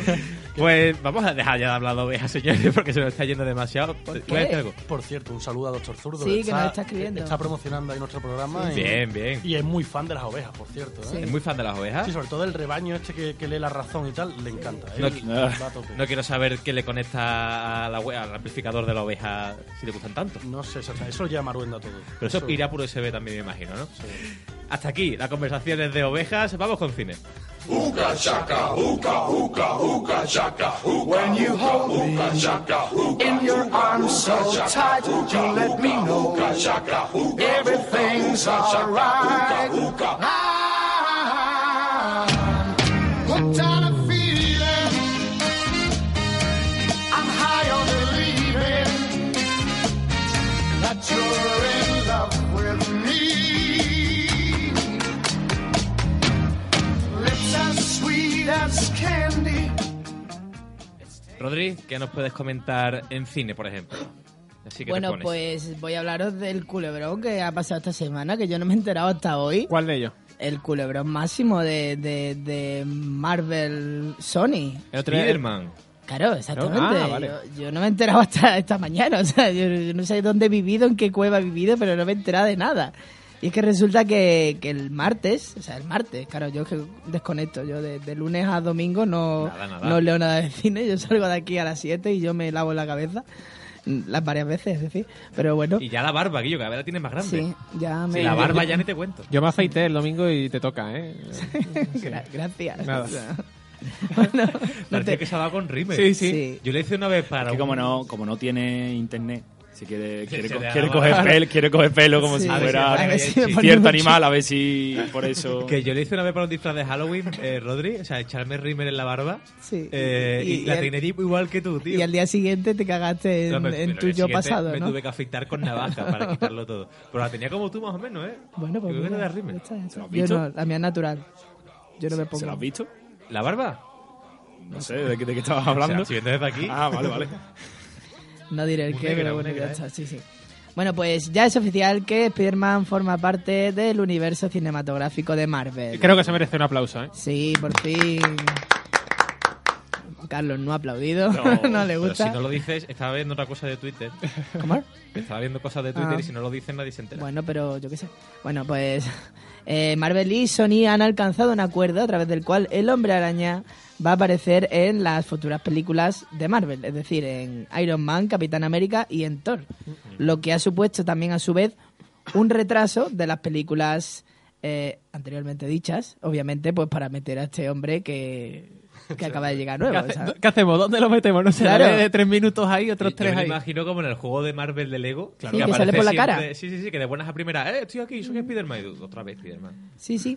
Speaker 1: Pues vamos a dejar ya de hablar de ovejas, señores, porque se nos está yendo demasiado.
Speaker 2: qué?
Speaker 1: Voy a decir algo.
Speaker 5: Por cierto, un saludo a Doctor Zurdo.
Speaker 2: Sí,
Speaker 5: que
Speaker 2: que nos está escribiendo.
Speaker 5: Está promocionando ahí nuestro programa. y-
Speaker 1: Bien, bien.
Speaker 5: Y es muy fan de las ovejas, por cierto. ¿eh?
Speaker 2: Sí.
Speaker 1: Es muy fan de las ovejas.
Speaker 5: Sí, sobre todo el rebaño este que, que lee la razón y tal, le encanta.
Speaker 1: No,
Speaker 5: Él va a tope.
Speaker 1: No quiero saber qué le conecta a la oveja- al amplificador de la oveja si le gustan tanto.
Speaker 5: No sé, exacta- eso ya maruenda todo.
Speaker 1: Pero eso irá por USB también, me imagino, ¿no? Hasta aquí, las conversaciones de ovejas. Vamos con cine.
Speaker 7: When you hold me in your arms so tight, you let me know everything's alright. Ah, I'm hooked on a feeling. I'm high on believing that you're in love with me. Lips as sweet as candy.
Speaker 1: Rodri, ¿qué nos puedes comentar en cine, por ejemplo? Así que
Speaker 2: Bueno, pues voy a hablaros del culebrón que ha pasado esta semana, que yo no me he enterado hasta hoy.
Speaker 3: ¿Cuál de ellos?
Speaker 2: El culebrón máximo de, de, de Marvel Sony.
Speaker 3: El otro día-
Speaker 1: Spiderman.
Speaker 2: Claro, exactamente.
Speaker 3: Ah, vale.
Speaker 2: yo, yo no me he enterado hasta esta mañana. O sea, yo, yo no sé dónde he vivido, en qué cueva he vivido, pero no me he enterado de nada. Y es que resulta que, que el martes, o sea, el martes, claro, yo es que desconecto. Yo de, de lunes a domingo no,
Speaker 1: Nada, nada.
Speaker 2: no leo nada de cine. Yo salgo de aquí a las 7 y yo me lavo la cabeza. mm, Las varias veces, es decir. Pero bueno,
Speaker 1: Y ya la barba, Guillo, cada vez la tienes más grande.
Speaker 2: sí, ya me.
Speaker 1: Si la barba ya ni te cuento.
Speaker 3: Yo me afeité el domingo y te toca, ¿eh?
Speaker 2: Gra- gracias.
Speaker 3: Nada.
Speaker 2: O sea, bueno, no
Speaker 1: Parecía
Speaker 2: te-
Speaker 1: que se ha dado con rímel.
Speaker 3: Sí, sí.
Speaker 2: sí.
Speaker 1: Yo le hice una vez para.
Speaker 4: Es que como
Speaker 1: un-
Speaker 4: no, como no tiene internet, si quiere, quiere,
Speaker 1: se
Speaker 4: co-
Speaker 1: le da
Speaker 4: quiere
Speaker 1: la
Speaker 4: coger
Speaker 1: mano.
Speaker 4: pelo, quiere coger pelo como
Speaker 2: Sí.
Speaker 4: si
Speaker 1: A ver si
Speaker 4: fuera
Speaker 1: le da la
Speaker 2: si me
Speaker 1: leche.
Speaker 2: pone
Speaker 4: cierto
Speaker 2: mucho.
Speaker 4: animal, a ver si por eso...
Speaker 1: Que yo le hice una vez para un disfraz de Halloween, eh, Rodri, o sea, echarme rímel en la barba.
Speaker 2: Sí.
Speaker 1: Eh, y,
Speaker 2: Y- y
Speaker 1: la
Speaker 2: el-
Speaker 1: tenía igual que tú, tío.
Speaker 2: Y al día siguiente te cagaste en,
Speaker 1: No, pero-
Speaker 2: en
Speaker 1: pero
Speaker 2: tu
Speaker 1: el
Speaker 2: yo
Speaker 1: siguiente
Speaker 2: pasado,
Speaker 1: Me
Speaker 2: ¿no?
Speaker 1: tuve que afeitar con navaja para quitarlo todo. Pero la tenía como tú más o menos, ¿eh?
Speaker 2: Bueno, pues
Speaker 1: Creo que
Speaker 2: mira,
Speaker 1: era de rímel.
Speaker 2: ya está, ya está.
Speaker 4: ¿Se lo has
Speaker 2: Yo
Speaker 4: visto?
Speaker 2: no, la mía es natural. Yo no me pongo.
Speaker 4: ¿Se lo has visto?
Speaker 1: ¿La barba?
Speaker 4: No sé, ¿de qué, de qué estabas
Speaker 1: O sea,
Speaker 4: hablando?
Speaker 1: si vienes desde aquí.
Speaker 4: Ah, vale, vale.
Speaker 2: No diré el
Speaker 1: Muy
Speaker 2: qué,
Speaker 1: negra,
Speaker 2: pero
Speaker 1: muy
Speaker 2: bueno,
Speaker 1: negra,
Speaker 2: ya
Speaker 1: ¿eh?
Speaker 2: está, sí, sí. Bueno, pues ya es oficial que Spider-Man forma parte del universo cinematográfico de Marvel.
Speaker 3: Creo que se merece un aplauso, ¿eh?
Speaker 2: Sí, por fin. Carlos no ha aplaudido, no,
Speaker 4: No,
Speaker 2: le
Speaker 1: Pero si
Speaker 2: gusta.
Speaker 1: no lo dices, estaba viendo otra cosa de Twitter.
Speaker 2: ¿Cómo?
Speaker 1: Estaba viendo cosas de Twitter
Speaker 2: Ah.
Speaker 1: y si no lo dices nadie se entera.
Speaker 2: Bueno, pero yo qué sé. Bueno, pues eh, Marvel y Sony han alcanzado un acuerdo a través del cual el hombre araña va a aparecer en las futuras películas de Marvel, es decir, en Iron Man, Capitán América y en Thor. Lo que ha supuesto también a su vez un retraso de las películas eh, anteriormente dichas, obviamente, pues para meter a este hombre que, que acaba de llegar nuevo.
Speaker 3: ¿Qué,
Speaker 2: o sea.
Speaker 3: hace- qué hacemos? ¿Dónde lo metemos? No sé,
Speaker 2: Claro.
Speaker 3: dale de tres minutos ahí, otros
Speaker 1: Yo-
Speaker 3: tres
Speaker 1: yo me
Speaker 3: ahí.
Speaker 1: imagino como en el juego de Marvel de Lego.
Speaker 2: Claro. Sí, que sale por la
Speaker 1: siempre-
Speaker 2: cara. Mm.
Speaker 1: Sí, sí, sí, que de buenas a primeras. Eh, estoy aquí, soy Spider-Man. Y tú, Otra vez Spider-Man.
Speaker 2: Sí, sí.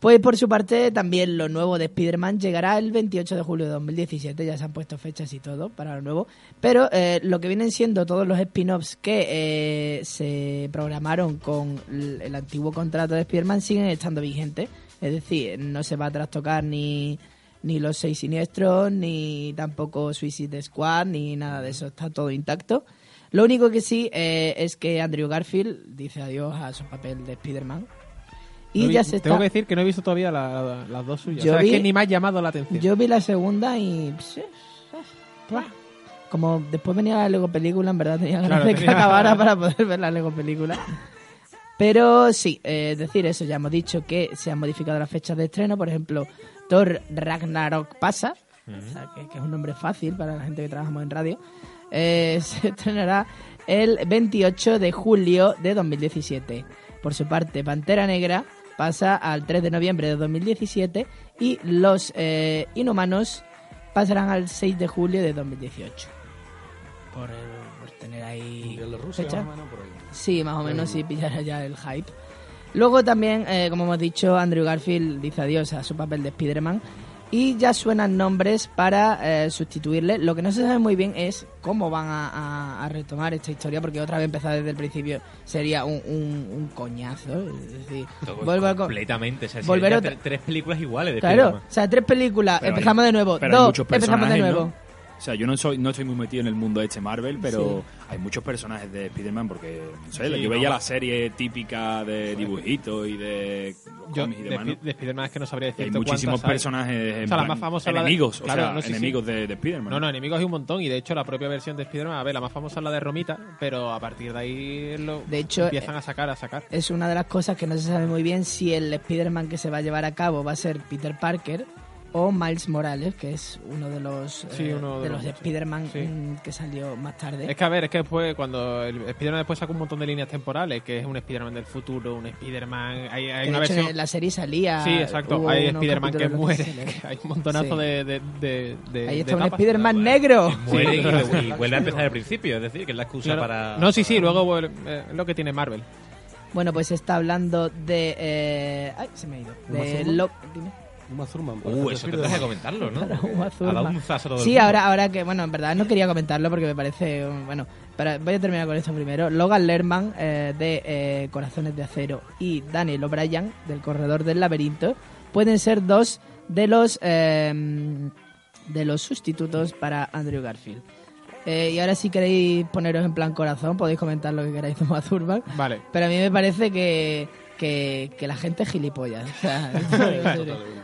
Speaker 2: Pues por su parte, también lo nuevo de Spider-Man llegará el 28 de julio de 2017. Ya se han puesto fechas y todo para lo nuevo. Pero eh, lo que vienen siendo todos los spin-offs que eh, se programaron con l- el antiguo contrato de Spider-Man siguen estando vigentes. Es decir, no se va a trastocar ni, ni Los Seis Siniestros, ni tampoco Suicide Squad, ni nada de eso. Está todo intacto. Lo único que sí eh, es que Andrew Garfield dice adiós a su papel de Spider-Man. Y
Speaker 3: No vi-
Speaker 2: ya se
Speaker 3: Tengo
Speaker 2: está.
Speaker 3: que decir que no he visto todavía la- la- las dos suyas.
Speaker 2: Yo
Speaker 3: o sea,
Speaker 2: vi-
Speaker 3: es que ni me ha llamado la atención.
Speaker 2: Yo vi la segunda y. pues, sí, bah. Como después venía la Lego película, en verdad tenía ganas
Speaker 3: Claro,
Speaker 2: de que
Speaker 3: tenía-
Speaker 2: acabara para poder ver la Lego película. Pero sí, eh, decir eso, ya hemos dicho que se han modificado las fechas de estreno. Por ejemplo, Thor Ragnarok pasa, o sea, que, que es un nombre fácil para la gente que trabajamos en radio. eh, se estrenará el 28 de julio de 2017. Por su parte, Pantera Negra pasa al 3 de noviembre de 2017 y los eh, Inhumanos pasarán al 6 de julio de 2018. Por, eh, por tener ahí
Speaker 5: Mundial de Rusia,
Speaker 2: fecha.
Speaker 5: más o menos, por ahí.
Speaker 2: Sí, más o menos, si pillara ya el hype. Luego también, eh, como hemos dicho, Andrew Garfield dice adiós a su papel de Spider-Man. Y ya suenan nombres para eh, sustituirle. Lo que no se sabe muy bien es cómo van a, a- a retomar esta historia, porque otra vez empezar desde el principio sería un, un- un coñazo. Es decir, vuelvo al co-
Speaker 1: Completamente. O sea,
Speaker 2: Volver
Speaker 1: serían
Speaker 2: otra-
Speaker 1: tre- tres películas iguales de
Speaker 2: Claro,
Speaker 1: Spider-Man.
Speaker 2: o sea, tres películas,
Speaker 4: Pero hay-
Speaker 2: empezamos de nuevo.
Speaker 4: pero hay
Speaker 2: Dos,
Speaker 4: muchos
Speaker 2: empezamos de
Speaker 4: personajes,
Speaker 2: nuevo.
Speaker 4: ¿no? O sea, yo no soy no estoy muy metido en el mundo de este Marvel, pero hay muchos personajes de Spider-Man porque, no sé,
Speaker 1: Sí,
Speaker 4: yo veía
Speaker 1: no.
Speaker 4: la serie típica de dibujitos y de los
Speaker 3: Yo,
Speaker 4: cómics y
Speaker 3: de,
Speaker 4: demás, ¿no?
Speaker 3: Spi- de Spider-Man es que no sabría
Speaker 4: Y
Speaker 3: decir
Speaker 4: hay muchísimos personajes en
Speaker 3: O sea, la
Speaker 4: plan
Speaker 3: más famosa es la de-
Speaker 4: enemigos, o
Speaker 3: claro,
Speaker 4: sea,
Speaker 3: no, sí, sí.
Speaker 4: enemigos de, de Spider-Man.
Speaker 3: No, no, enemigos hay un montón y de hecho la propia versión de Spider-Man, a ver, la más famosa es la de Romita, pero a partir de ahí lo
Speaker 2: De hecho, eh,
Speaker 3: empiezan a sacar, a sacar.
Speaker 2: es una de las cosas que no se sabe muy bien si el Spider-Man que se va a llevar a cabo va a ser Peter Parker o Miles Morales, que es uno de los,
Speaker 3: Sí,
Speaker 2: eh,
Speaker 3: uno de
Speaker 2: de
Speaker 3: los
Speaker 2: los
Speaker 3: muchos.
Speaker 2: Spider-Man
Speaker 3: Sí.
Speaker 2: mm, que salió más tarde.
Speaker 3: Es que a ver, es que después, cuando el Spider-Man después saca un montón de líneas temporales, que es un Spider-Man del futuro, un Spider-Man. Hay, hay
Speaker 2: Que
Speaker 3: una
Speaker 2: de hecho,
Speaker 3: versión.
Speaker 2: en la serie salía.
Speaker 3: Sí, exacto.
Speaker 2: hubo
Speaker 3: Hay
Speaker 2: unos
Speaker 3: Spider-man que
Speaker 2: capítulos en los
Speaker 3: muere.
Speaker 2: salía.
Speaker 3: que hay un montonazo
Speaker 2: Sí.
Speaker 3: de, de, de, de-
Speaker 2: Ahí
Speaker 3: de
Speaker 2: está un
Speaker 3: etapas.
Speaker 2: Spider-Man negro.
Speaker 1: eh, Muere y, y vuelve a empezar al principio. Es decir, que es la excusa
Speaker 3: Claro.
Speaker 1: para.
Speaker 3: No, sí, sí, luego vuelve- eh, es lo que tiene Marvel.
Speaker 2: Bueno, pues se está hablando de. eh, Ay, se me ha ido.
Speaker 5: ¿Uma
Speaker 2: De
Speaker 5: Thurman?
Speaker 2: Lo- dime.
Speaker 5: Uma Thurman,
Speaker 1: Uh,
Speaker 5: por ejemplo,
Speaker 1: eso
Speaker 5: sirve
Speaker 1: tendrás
Speaker 5: de-
Speaker 1: que comentarlo, ¿no?
Speaker 2: Claro, Uma
Speaker 1: Porque Ha dado
Speaker 2: Thurman.
Speaker 1: un zazo a todo el
Speaker 2: Sí,
Speaker 1: mundo.
Speaker 2: ahora, ahora que, bueno, en verdad no quería comentarlo porque me parece, um, bueno, para- voy a terminar con esto primero. Logan Lerman eh, de eh, Corazones de Acero y Daniel O'Brien del Corredor del Laberinto pueden ser dos de los eh, de los sustitutos para Andrew Garfield. Eh, y ahora si queréis poneros en plan corazón podéis comentar lo que queráis de Mazurban.
Speaker 3: Vale.
Speaker 2: Pero a mí me parece que, que, que la gente es gilipollas. o sea,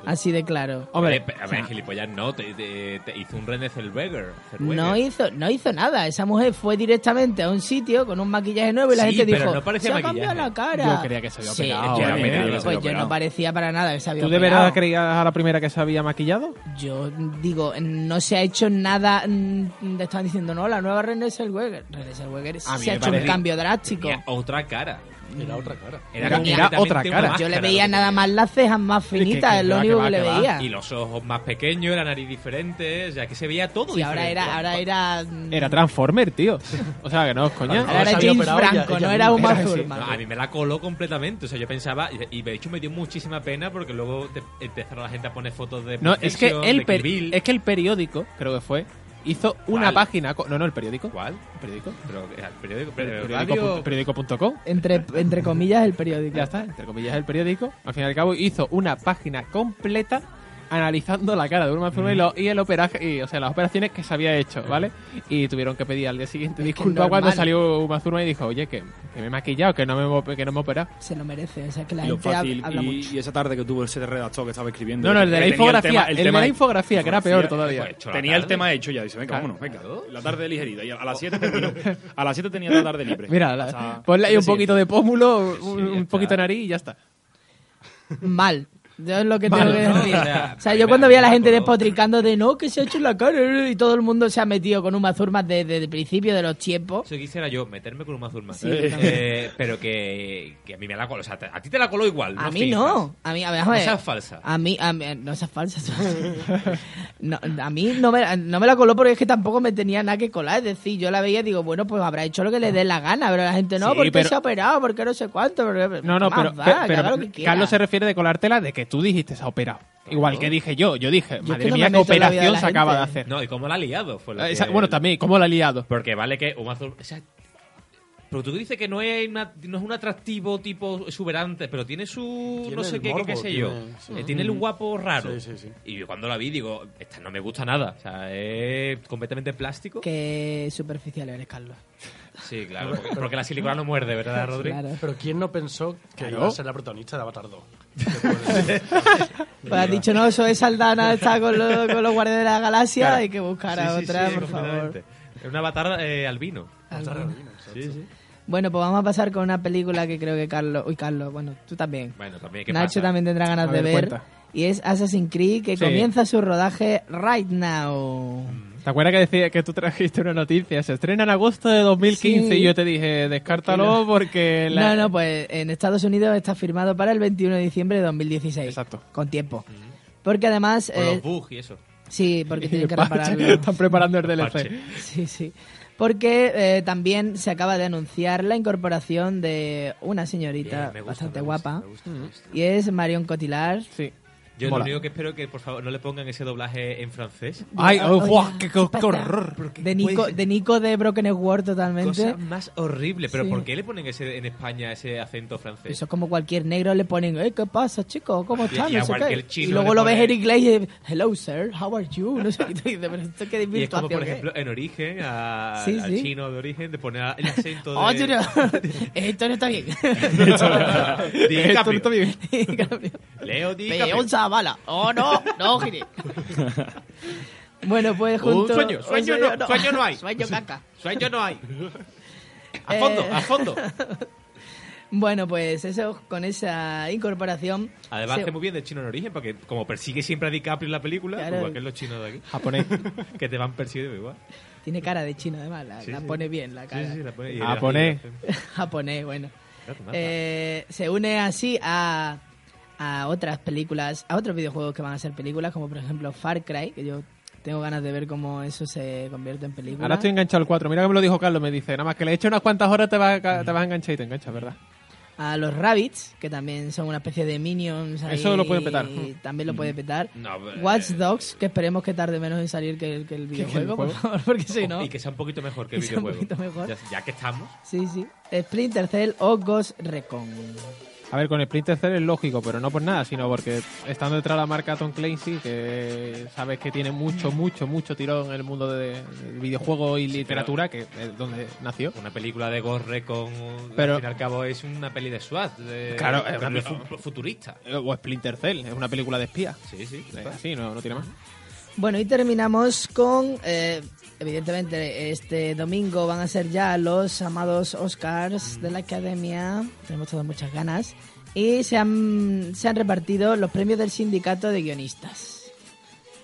Speaker 2: así de claro.
Speaker 3: Hombre,
Speaker 1: Hombre, a ver, gilipollas, no. Te, te- te hizo un René Zellweger. Zellweger.
Speaker 2: No hizo, no hizo nada. Esa mujer fue directamente a un sitio con un maquillaje nuevo y la
Speaker 1: Sí,
Speaker 2: gente
Speaker 1: pero
Speaker 2: dijo,
Speaker 1: no parecía
Speaker 2: se ha cambiado
Speaker 1: maquillaje".
Speaker 2: la cara.
Speaker 3: Yo creía que se había
Speaker 2: Sí,
Speaker 3: operado,
Speaker 2: yo
Speaker 4: eh.
Speaker 2: también,
Speaker 4: Yo creía que se
Speaker 2: pues
Speaker 4: había
Speaker 2: yo no
Speaker 4: operado.
Speaker 2: parecía para nada que se había
Speaker 3: ¿tú de verdad
Speaker 2: operado.
Speaker 3: creías a la primera que se había maquillado?
Speaker 2: Yo digo, no se ha hecho nada. mm, Te están diciendo, no, la nueva René Zellweger. René Zellweger
Speaker 3: A mí
Speaker 2: se ha
Speaker 3: me
Speaker 2: hecho un
Speaker 3: parece-
Speaker 2: cambio drástico.
Speaker 1: Tenía otra cara.
Speaker 5: Era otra cara.
Speaker 3: Era-
Speaker 1: completamente
Speaker 3: era otra
Speaker 1: una
Speaker 3: cara.
Speaker 2: Yo le
Speaker 1: máscara
Speaker 2: veía
Speaker 1: lo que
Speaker 2: nada
Speaker 1: tenía.
Speaker 2: más las cejas más finitas,
Speaker 3: que-
Speaker 2: es lo
Speaker 3: que
Speaker 2: único
Speaker 3: va,
Speaker 2: que le
Speaker 3: que va.
Speaker 2: veía.
Speaker 1: Y los ojos más pequeños, la nariz diferente, o sea, que se veía todo
Speaker 2: Y ahora
Speaker 1: diferente.
Speaker 2: era, ahora era. mm,
Speaker 3: Era Transformer, tío. O sea, que no os coña.
Speaker 2: Ahora
Speaker 5: Se
Speaker 2: era
Speaker 5: había
Speaker 2: James
Speaker 5: operado ella-
Speaker 2: Franco,
Speaker 5: ella
Speaker 2: no era
Speaker 5: misma.
Speaker 2: Uma
Speaker 5: Era así.
Speaker 1: No,
Speaker 2: Thurman.
Speaker 1: a mí me la coló completamente, o sea, yo pensaba, y y de hecho me dio muchísima pena porque luego te- empezaron la gente a poner fotos de...
Speaker 3: No,
Speaker 1: Pulp
Speaker 3: es que,
Speaker 1: Fiction,
Speaker 3: el
Speaker 1: de Kill
Speaker 3: peri-
Speaker 1: Bill.
Speaker 3: es que el periódico, creo que fue, hizo una
Speaker 1: ¿Cuál?
Speaker 3: página. co- No, no, el periódico.
Speaker 1: ¿Cuál?
Speaker 3: ¿El periódico?
Speaker 1: Pero era el periódico... pero
Speaker 3: Periódico
Speaker 1: radio-
Speaker 3: punto- Periódico.com.
Speaker 2: Entre, entre comillas, el periódico.
Speaker 3: Ya está, entre comillas el periódico. Al fin y al cabo hizo una página completa analizando la cara de Urban Thurman y lo- y, el operaje, y, o sea, las operaciones que se había hecho, ¿vale? Y tuvieron que pedir al día siguiente
Speaker 2: Es que
Speaker 3: disculpa cuando
Speaker 2: normal.
Speaker 3: salió Urban Thurman y dijo, oye, que, que me he maquillado, que no me, he mo- que no me he operado.
Speaker 2: Se lo merece. O sea, que la
Speaker 4: Y lo
Speaker 2: gente hab-
Speaker 4: fácil,
Speaker 2: habla
Speaker 4: y,
Speaker 2: mucho.
Speaker 4: y esa tarde que tuvo ese redactor que estaba escribiendo.
Speaker 3: No, no, el de la
Speaker 4: Tenía
Speaker 3: infografía,
Speaker 4: tema-
Speaker 3: el de la infografía, que era peor todavía.
Speaker 4: pues, tenía el tema hecho ya, dice, venga,
Speaker 3: Claro.
Speaker 4: vámonos, venga. La tarde ligerita, y a las 7 terminó. A las 7 tenía la tarde libre.
Speaker 3: Mira, la-
Speaker 4: Hasta-
Speaker 3: ponle ahí un
Speaker 4: Sí,
Speaker 3: poquito de pómulo, un,
Speaker 1: ya
Speaker 3: un
Speaker 1: está.
Speaker 3: poquito de nariz y ya está.
Speaker 2: Mal. Yo es lo que tengo
Speaker 1: Vale,
Speaker 2: que
Speaker 1: ¿no?
Speaker 2: decir.
Speaker 1: O sea,
Speaker 2: O sea, yo cuando vi a la gente despotricando de no, que se ha hecho en la cara y todo el mundo se ha metido con un mazurma desde el principio de los tiempos.
Speaker 1: Eso quisiera yo, meterme con un mazurma.
Speaker 2: Sí,
Speaker 1: Eh,
Speaker 2: yo
Speaker 1: pero que, que a mí me la coló. O sea, te- a ti te la coló igual.
Speaker 2: A
Speaker 1: no
Speaker 2: mí
Speaker 1: finjas.
Speaker 2: no. A mí, a ver, a
Speaker 1: No
Speaker 2: ver.
Speaker 1: seas falsa.
Speaker 2: A mí, a mí- no seas falsa. tú. No, a mí no me, no me la coló porque es que tampoco me tenía nada que colar. Es decir, yo la veía y digo, bueno, pues habrá hecho lo que le dé la gana, pero la gente no,
Speaker 3: Sí,
Speaker 2: porque
Speaker 3: pero-
Speaker 2: se ha operado, porque no sé cuánto. Porque,
Speaker 3: No, no,
Speaker 2: más
Speaker 3: pero,
Speaker 2: da,
Speaker 3: pero-
Speaker 2: que
Speaker 3: pero
Speaker 2: haga lo que quiera.
Speaker 3: Carlos se refiere de colártela de que tú dijiste se ha operado. Igual que dije yo, yo dije,
Speaker 2: que
Speaker 3: madre
Speaker 2: no me
Speaker 3: mía, qué
Speaker 2: meto en la vida de
Speaker 3: operación
Speaker 2: la
Speaker 3: se acaba de
Speaker 2: gente. Ah,
Speaker 3: hacer.
Speaker 1: No, y cómo la ha liado. Fue lo
Speaker 3: Eh,
Speaker 1: que-
Speaker 3: esa- bueno, también, ¿cómo la ha liado?
Speaker 1: Porque vale que un mazurma. o sea, pero tú dices que no es, una- no es un atractivo tipo exuberante, pero tiene su
Speaker 5: Tiene
Speaker 1: no sé
Speaker 5: el
Speaker 1: qué,
Speaker 5: morbo,
Speaker 1: qué sé
Speaker 5: tiene-
Speaker 1: yo.
Speaker 5: sí.
Speaker 1: Eh, tiene el guapo raro.
Speaker 5: Sí, sí, sí.
Speaker 1: Y yo cuando la vi digo, esta no me gusta nada. O sea, es completamente plástico.
Speaker 2: Qué superficial eres, Carlos.
Speaker 1: Sí, claro, porque, porque la silicona no muerde, ¿verdad, Rodri?
Speaker 2: Claro.
Speaker 5: Pero ¿quién no pensó que
Speaker 3: Claro.
Speaker 5: iba a ser la protagonista de Avatar 2?
Speaker 2: Pues has dicho, no, eso es Saldana, está con, lo- con los guardias de la galaxia,
Speaker 1: Claro.
Speaker 2: hay que buscar a
Speaker 1: Sí, sí,
Speaker 2: otra,
Speaker 1: sí,
Speaker 2: por favor.
Speaker 1: completamente. Es un avatar eh, albino.
Speaker 2: Bueno, pues vamos a pasar con una película que creo que Carlos, uy, Carlos, bueno, tú también.
Speaker 1: Bueno, también ¿qué
Speaker 2: Nacho
Speaker 1: pasa?
Speaker 2: también tendrá ganas
Speaker 3: A
Speaker 2: de
Speaker 3: ver,
Speaker 2: ver.
Speaker 3: cuenta.
Speaker 2: Y es Assassin's Creed que
Speaker 3: Sí.
Speaker 2: comienza su rodaje right now.
Speaker 3: ¿Te acuerdas que decía que tú trajiste una noticia? Se estrena en agosto de 2015
Speaker 2: Sí.
Speaker 3: y yo te dije, descártalo porque... La...
Speaker 2: No, no, pues en Estados Unidos está firmado para el 21 de diciembre de 2016.
Speaker 3: Exacto.
Speaker 2: Con tiempo. Porque además...
Speaker 1: Con
Speaker 2: eh,
Speaker 1: los bugs y eso.
Speaker 2: sí, porque tienen que
Speaker 3: Parche,
Speaker 2: repararlo.
Speaker 3: Están preparando el DLC.
Speaker 1: Parche.
Speaker 2: Sí, sí. Porque eh, también se acaba de anunciar la incorporación de una señorita
Speaker 1: Bien, me gusta,
Speaker 2: bastante
Speaker 1: me gusta,
Speaker 2: guapa. mm,
Speaker 1: me gusta, me gusta.
Speaker 2: Y es Marion Cotillard.
Speaker 3: Sí.
Speaker 1: Yo
Speaker 3: Mola.
Speaker 1: lo único que espero es que, por favor, no le pongan ese doblaje en francés.
Speaker 3: Ay,
Speaker 2: Digo,
Speaker 3: oh,
Speaker 2: Ah, oye,
Speaker 3: guau, qué, co-
Speaker 2: pasa?
Speaker 3: qué horror.
Speaker 2: De Nico, de Nico de Broken Sword totalmente.
Speaker 1: Cosa más horrible. Pero
Speaker 2: Sí.
Speaker 1: ¿por qué le ponen ese, en España ese acento francés?
Speaker 2: Eso es como cualquier negro le ponen, "Eh, ¿qué pasa, chico? ¿Cómo
Speaker 1: Y-
Speaker 2: estás?
Speaker 1: y
Speaker 2: No
Speaker 1: a
Speaker 2: sé
Speaker 1: cualquier
Speaker 2: qué.
Speaker 1: chino
Speaker 2: Y luego
Speaker 1: le
Speaker 2: lo ves
Speaker 1: ponen-
Speaker 2: en inglés y hello, sir, how are you? No sé qué te dice, pero esto qué
Speaker 1: Y es como, por
Speaker 2: ¿qué?
Speaker 1: ejemplo, en origen, a-
Speaker 2: ¿eh? Sí,
Speaker 1: al
Speaker 2: sí.
Speaker 1: chino de origen, de poner el acento de...
Speaker 2: Oye, no, Oh, esto no está bien.
Speaker 3: Esto no
Speaker 1: DiCaprio.
Speaker 3: está bien.
Speaker 1: Leo
Speaker 2: Pegué
Speaker 1: DiCaprio.
Speaker 2: un zabala. Oh, no, no, gire. Bueno, pues junto...
Speaker 1: sueño, sueño no, sueño no hay.
Speaker 2: Sueño caca.
Speaker 1: Sueño no hay. A fondo,
Speaker 2: Eh.
Speaker 1: a fondo.
Speaker 2: Bueno, pues eso, con esa incorporación...
Speaker 1: Además,
Speaker 2: se-
Speaker 1: hace muy bien de chino en origen, porque como persigue siempre a DiCaprio en la película,
Speaker 2: Claro.
Speaker 1: igual que los chinos de aquí,
Speaker 3: Japonés.
Speaker 1: que te van persiguiendo igual.
Speaker 2: Tiene cara de chino, además, la, la pone bien, la
Speaker 1: Sí,
Speaker 2: cara.
Speaker 1: sí, sí, la pone- y
Speaker 3: A
Speaker 1: la-
Speaker 3: poner.
Speaker 2: Japonés, bueno.
Speaker 1: Ya te mata.
Speaker 2: Eh, se une así a, a otras películas, a otros videojuegos que van a ser películas, como por ejemplo Far Cry, que yo tengo ganas de ver cómo eso se convierte en película.
Speaker 3: Ahora estoy enganchado al 4. Mira que me lo dijo Carlos. Me dice, nada más que le eche unas cuantas horas te vas, a, te vas a enganchar y te enganchas, ¿verdad?
Speaker 2: A los Rabbits, que también son una especie de minions. ahí,
Speaker 3: Eso lo puede petar. Mm.
Speaker 2: y También lo puede petar.
Speaker 1: No, pero-
Speaker 2: Watch Dogs, que esperemos que tarde menos en salir que el, que el videojuego, por
Speaker 3: videojuego?
Speaker 2: favor, porque si no.
Speaker 1: Oh, Y que sea un poquito mejor que el
Speaker 2: Que sea un
Speaker 1: videojuego.
Speaker 2: poquito mejor.
Speaker 1: Ya, ya que estamos.
Speaker 2: Sí, sí. Splinter Cell o Ghost Recon.
Speaker 3: A ver, con Splinter Cell es lógico, pero no por nada, sino porque estando detrás de la marca Tom Clancy, que sabes que tiene mucho, mucho, mucho tirón en el mundo de, del videojuego y literatura, que es donde Eh, nació.
Speaker 1: Una película de Ghost Recon,
Speaker 3: Pero-
Speaker 1: al fin y al cabo, es una peli de SWAT. de-
Speaker 3: Claro,
Speaker 1: de
Speaker 3: es una-
Speaker 1: cambio fu- futurista.
Speaker 3: Eh, O Splinter Cell, es una película de espía.
Speaker 1: Sí, sí.
Speaker 3: Eh, Así, no, no tiene más.
Speaker 2: Bueno, y terminamos con. eh, evidentemente, este domingo van a ser ya los amados Oscars de la Academia. Tenemos todas muchas ganas. Y se han, se han repartido los premios del Sindicato de Guionistas.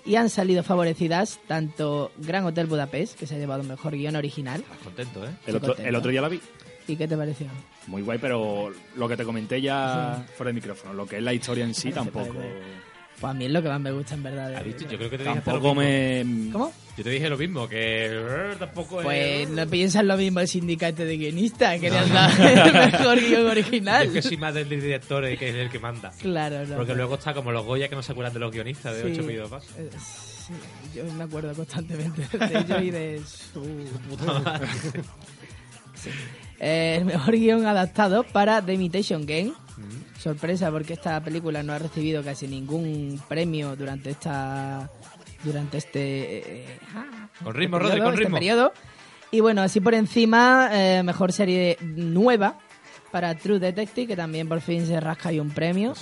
Speaker 2: Y han salido favorecidas tanto Gran Hotel Budapest, que se ha llevado mejor guión original.
Speaker 1: Estás contento, ¿eh?
Speaker 4: El otro,
Speaker 2: contento.
Speaker 4: el otro día la vi.
Speaker 2: ¿Y qué te pareció?
Speaker 4: Muy guay, pero lo que te comenté ya fuera de micrófono, lo que es la historia en sí tampoco.
Speaker 2: Pues a mí es lo que más me gusta, en verdad. de-
Speaker 1: Ha dicho- Yo creo que te dije hasta lo
Speaker 4: Tampoco
Speaker 1: mismo.
Speaker 4: me.
Speaker 2: ¿Cómo?
Speaker 1: Yo te dije lo mismo, que eh, tampoco
Speaker 2: Pues
Speaker 1: es...
Speaker 2: no piensan lo mismo el sindicato de guionistas, que le han dado el mejor guión original.
Speaker 1: Yo que soy más del director eh, que es el que manda.
Speaker 2: Claro, no.
Speaker 1: Porque luego está como los Goya que no se acuerdan de los guionistas de
Speaker 2: Sí.
Speaker 1: 8 pedidos más.
Speaker 2: Eh, sí, yo me acuerdo constantemente de ello y de su puta madre. Sí. Eh, el mejor guión adaptado para The Imitation Game.
Speaker 1: Mm.
Speaker 2: Sorpresa porque esta película no ha recibido casi ningún premio durante esta durante este eh,
Speaker 1: Con ritmo,
Speaker 2: este
Speaker 1: Rodri, con
Speaker 2: este
Speaker 1: ritmo.
Speaker 2: periodo. Y bueno, así por encima, eh, mejor serie nueva para True Detective, que también por fin se rasca y un premio.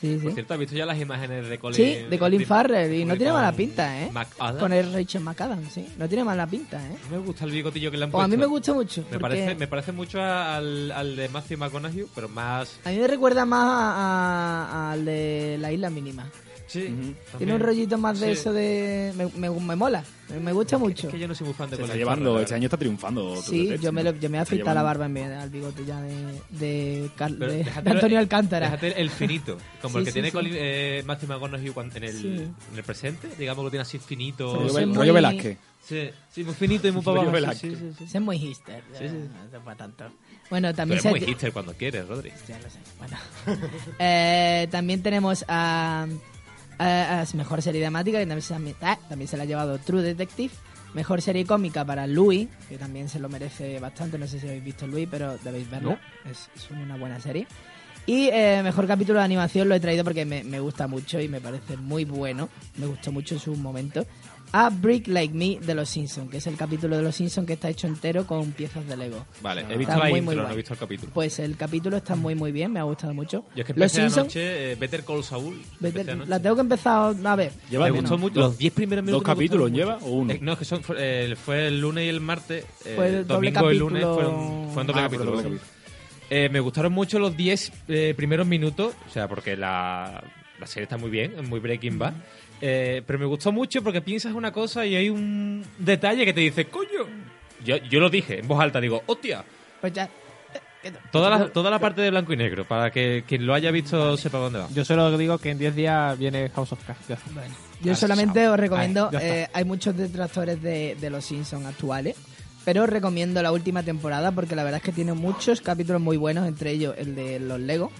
Speaker 2: Sí,
Speaker 1: Por
Speaker 2: sí.
Speaker 1: cierto, ¿has visto ya las imágenes de Colin
Speaker 2: Sí, de Colin Farrell, y no
Speaker 1: Colin
Speaker 2: tiene mala
Speaker 1: Farrell.
Speaker 2: pinta, ¿eh?
Speaker 1: McAdams.
Speaker 2: Con el Rachel McAdams, sí. No tiene mala pinta, ¿eh?
Speaker 1: Me gusta el bigotillo que le han
Speaker 2: O
Speaker 1: puesto.
Speaker 2: Oh, a mí me gusta mucho.
Speaker 1: Me
Speaker 2: porque
Speaker 1: parece, me parece mucho a- al, al de Matthew McConaughey, pero más...
Speaker 2: A mí me recuerda más a- a- al de La Isla Mínima.
Speaker 1: Sí.
Speaker 2: Tiene
Speaker 1: también.
Speaker 2: un rollito más de
Speaker 1: Sí.
Speaker 2: eso de... Me, me- me mola, me, me gusta mucho.
Speaker 1: Es que yo no soy muy fan de
Speaker 4: Se está
Speaker 1: Colin
Speaker 4: llevando,
Speaker 1: Farrell,
Speaker 4: este año está triunfando. True
Speaker 2: Sí,
Speaker 4: Detective,
Speaker 2: yo me, lo, yo me he
Speaker 4: Está
Speaker 2: afeitado la
Speaker 4: llevando-
Speaker 2: barba en vez de- al bigote ya de, de, Car-
Speaker 1: Pero
Speaker 2: de-
Speaker 1: déjate-
Speaker 2: de Antonio Alcántara.
Speaker 1: Déjate el finito, como
Speaker 2: Sí,
Speaker 1: el que
Speaker 2: sí,
Speaker 1: tiene
Speaker 2: sí.
Speaker 1: Colin, eh, Matthew McConaughey cuando- en el,
Speaker 2: Sí.
Speaker 1: en el presente, digamos que lo tiene así finito.
Speaker 2: Pero
Speaker 4: Rollo,
Speaker 2: soy
Speaker 4: Vel-
Speaker 2: muy-
Speaker 4: rollo Velázquez.
Speaker 1: Sí, sí, muy finito y muy para
Speaker 4: Rollo
Speaker 1: abajo. Sí,
Speaker 4: Velázquez.
Speaker 1: sí, sí, sí.
Speaker 2: Ese es muy hipster. No es para tanto. Bueno,
Speaker 1: Tú
Speaker 2: también
Speaker 1: eres
Speaker 2: se...
Speaker 1: muy hipster cuando quieres, Rodri.
Speaker 2: Ya lo sé. Bueno. Eh, también tenemos a, a- a Mejor Serie Dramática, que también se, ha- ah, también se la ha llevado True Detective. Mejor Serie Cómica para Louis, que también se lo merece bastante. No sé si habéis visto Louis, pero debéis verlo. Es, es una buena serie. Y eh, mejor capítulo de animación lo he traído porque me, me gusta mucho y me parece muy bueno. Me gustó mucho en su momento. A Brick Like Me de Los Simpsons, que es el capítulo de Los Simpsons que está hecho entero con piezas de Lego.
Speaker 1: Vale, he
Speaker 2: Está
Speaker 1: visto la
Speaker 2: muy, muy
Speaker 1: intro, no
Speaker 2: guay.
Speaker 1: he visto el capítulo.
Speaker 2: Pues el capítulo está muy muy bien, me ha gustado mucho.
Speaker 1: Yo es que empecé
Speaker 2: Los Simpsons,
Speaker 1: anoche eh, Better Call Saul.
Speaker 2: vete-
Speaker 1: empecé anoche.
Speaker 2: la tengo que empezar a ver.
Speaker 4: Lleva
Speaker 1: me
Speaker 4: uno,
Speaker 1: gustó mucho.
Speaker 4: dos-
Speaker 1: Los 10 primeros
Speaker 4: dos
Speaker 1: minutos. me
Speaker 4: capítulos
Speaker 1: gustaron
Speaker 4: lleva
Speaker 1: mucho.
Speaker 4: o uno.
Speaker 1: Eh, no, es que son, fue, eh, fue el lunes y el martes. eh,
Speaker 2: Fue el doble
Speaker 1: domingo y lunes
Speaker 2: capítulo.
Speaker 1: fueron, fueron doble
Speaker 4: Ah,
Speaker 1: capítulos.
Speaker 4: doble capítulo.
Speaker 1: Eh, me gustaron mucho los 10 eh, primeros minutos, o sea, porque la, la serie está muy bien, es muy Breaking Bad. Eh, pero me gustó mucho porque piensas una cosa y hay un detalle que te dice, coño. Yo, yo lo dije en voz alta, digo, hostia.
Speaker 2: Pues ya.
Speaker 1: Toda la, toda la parte de blanco y negro, para que quien lo haya visto sepa dónde va.
Speaker 3: Yo solo digo que en 10 días viene House of Cards. ya está. Ah,
Speaker 2: Yo solamente os recomiendo,
Speaker 3: ya está.
Speaker 2: eh, hay muchos detractores de, de los Simpsons actuales, pero os recomiendo la última temporada porque la verdad es que tiene muchos capítulos muy buenos, entre ellos el de los Lego,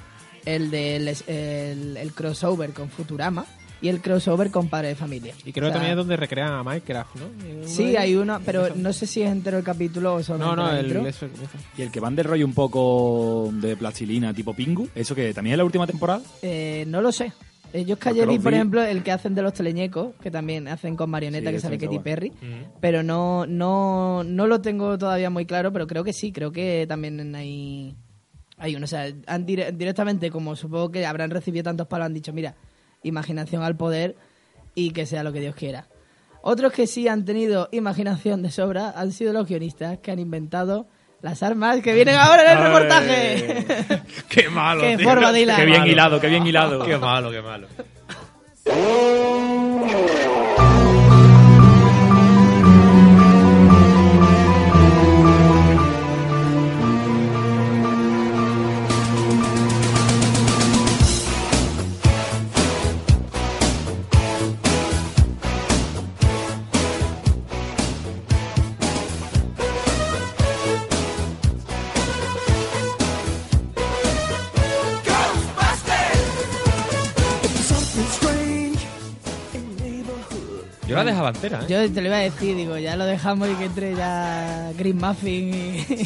Speaker 2: el del el, el crossover con Futurama y el crossover con Padre de Familia.
Speaker 3: Y creo
Speaker 2: O
Speaker 3: que
Speaker 2: sea,
Speaker 3: también es donde recrean a Minecraft, ¿no? Uno de
Speaker 2: Sí,
Speaker 3: ellos.
Speaker 2: hay uno, pero no sé si es entero el capítulo o solo
Speaker 3: No, no,
Speaker 2: entero
Speaker 3: el,
Speaker 2: intro.
Speaker 3: eso, eso.
Speaker 4: Y el que van del rollo un poco de plastilina tipo Pingu, eso que también es la última temporada.
Speaker 2: Eh, no lo sé. Eh, Yo es
Speaker 4: Porque
Speaker 2: que ayer vi,
Speaker 4: los
Speaker 2: por
Speaker 4: vi.
Speaker 2: ejemplo, el que hacen de los teleñecos, que también hacen con marioneta
Speaker 4: Sí,
Speaker 2: que
Speaker 4: eso
Speaker 2: sale
Speaker 4: está
Speaker 2: Katy
Speaker 4: guay.
Speaker 2: Perry, pero no, no, no lo tengo todavía muy claro, pero creo que sí, creo que también hay, hay uno. O sea, han dire- directamente, como supongo que habrán recibido tantos palos, han dicho, mira, imaginación al poder y que sea lo que Dios quiera. Otros que sí han tenido imaginación de sobra han sido los guionistas que han inventado las armas que vienen ahora en el reportaje.
Speaker 1: Qué malo,
Speaker 2: Qué tío. forma de hilar. Qué bien
Speaker 1: hilado, qué bien hilado. qué malo, qué malo. Yo la dejaba entera, ¿eh?
Speaker 2: Yo te lo iba a decir, digo, ya lo dejamos y que entre ya Green Muffin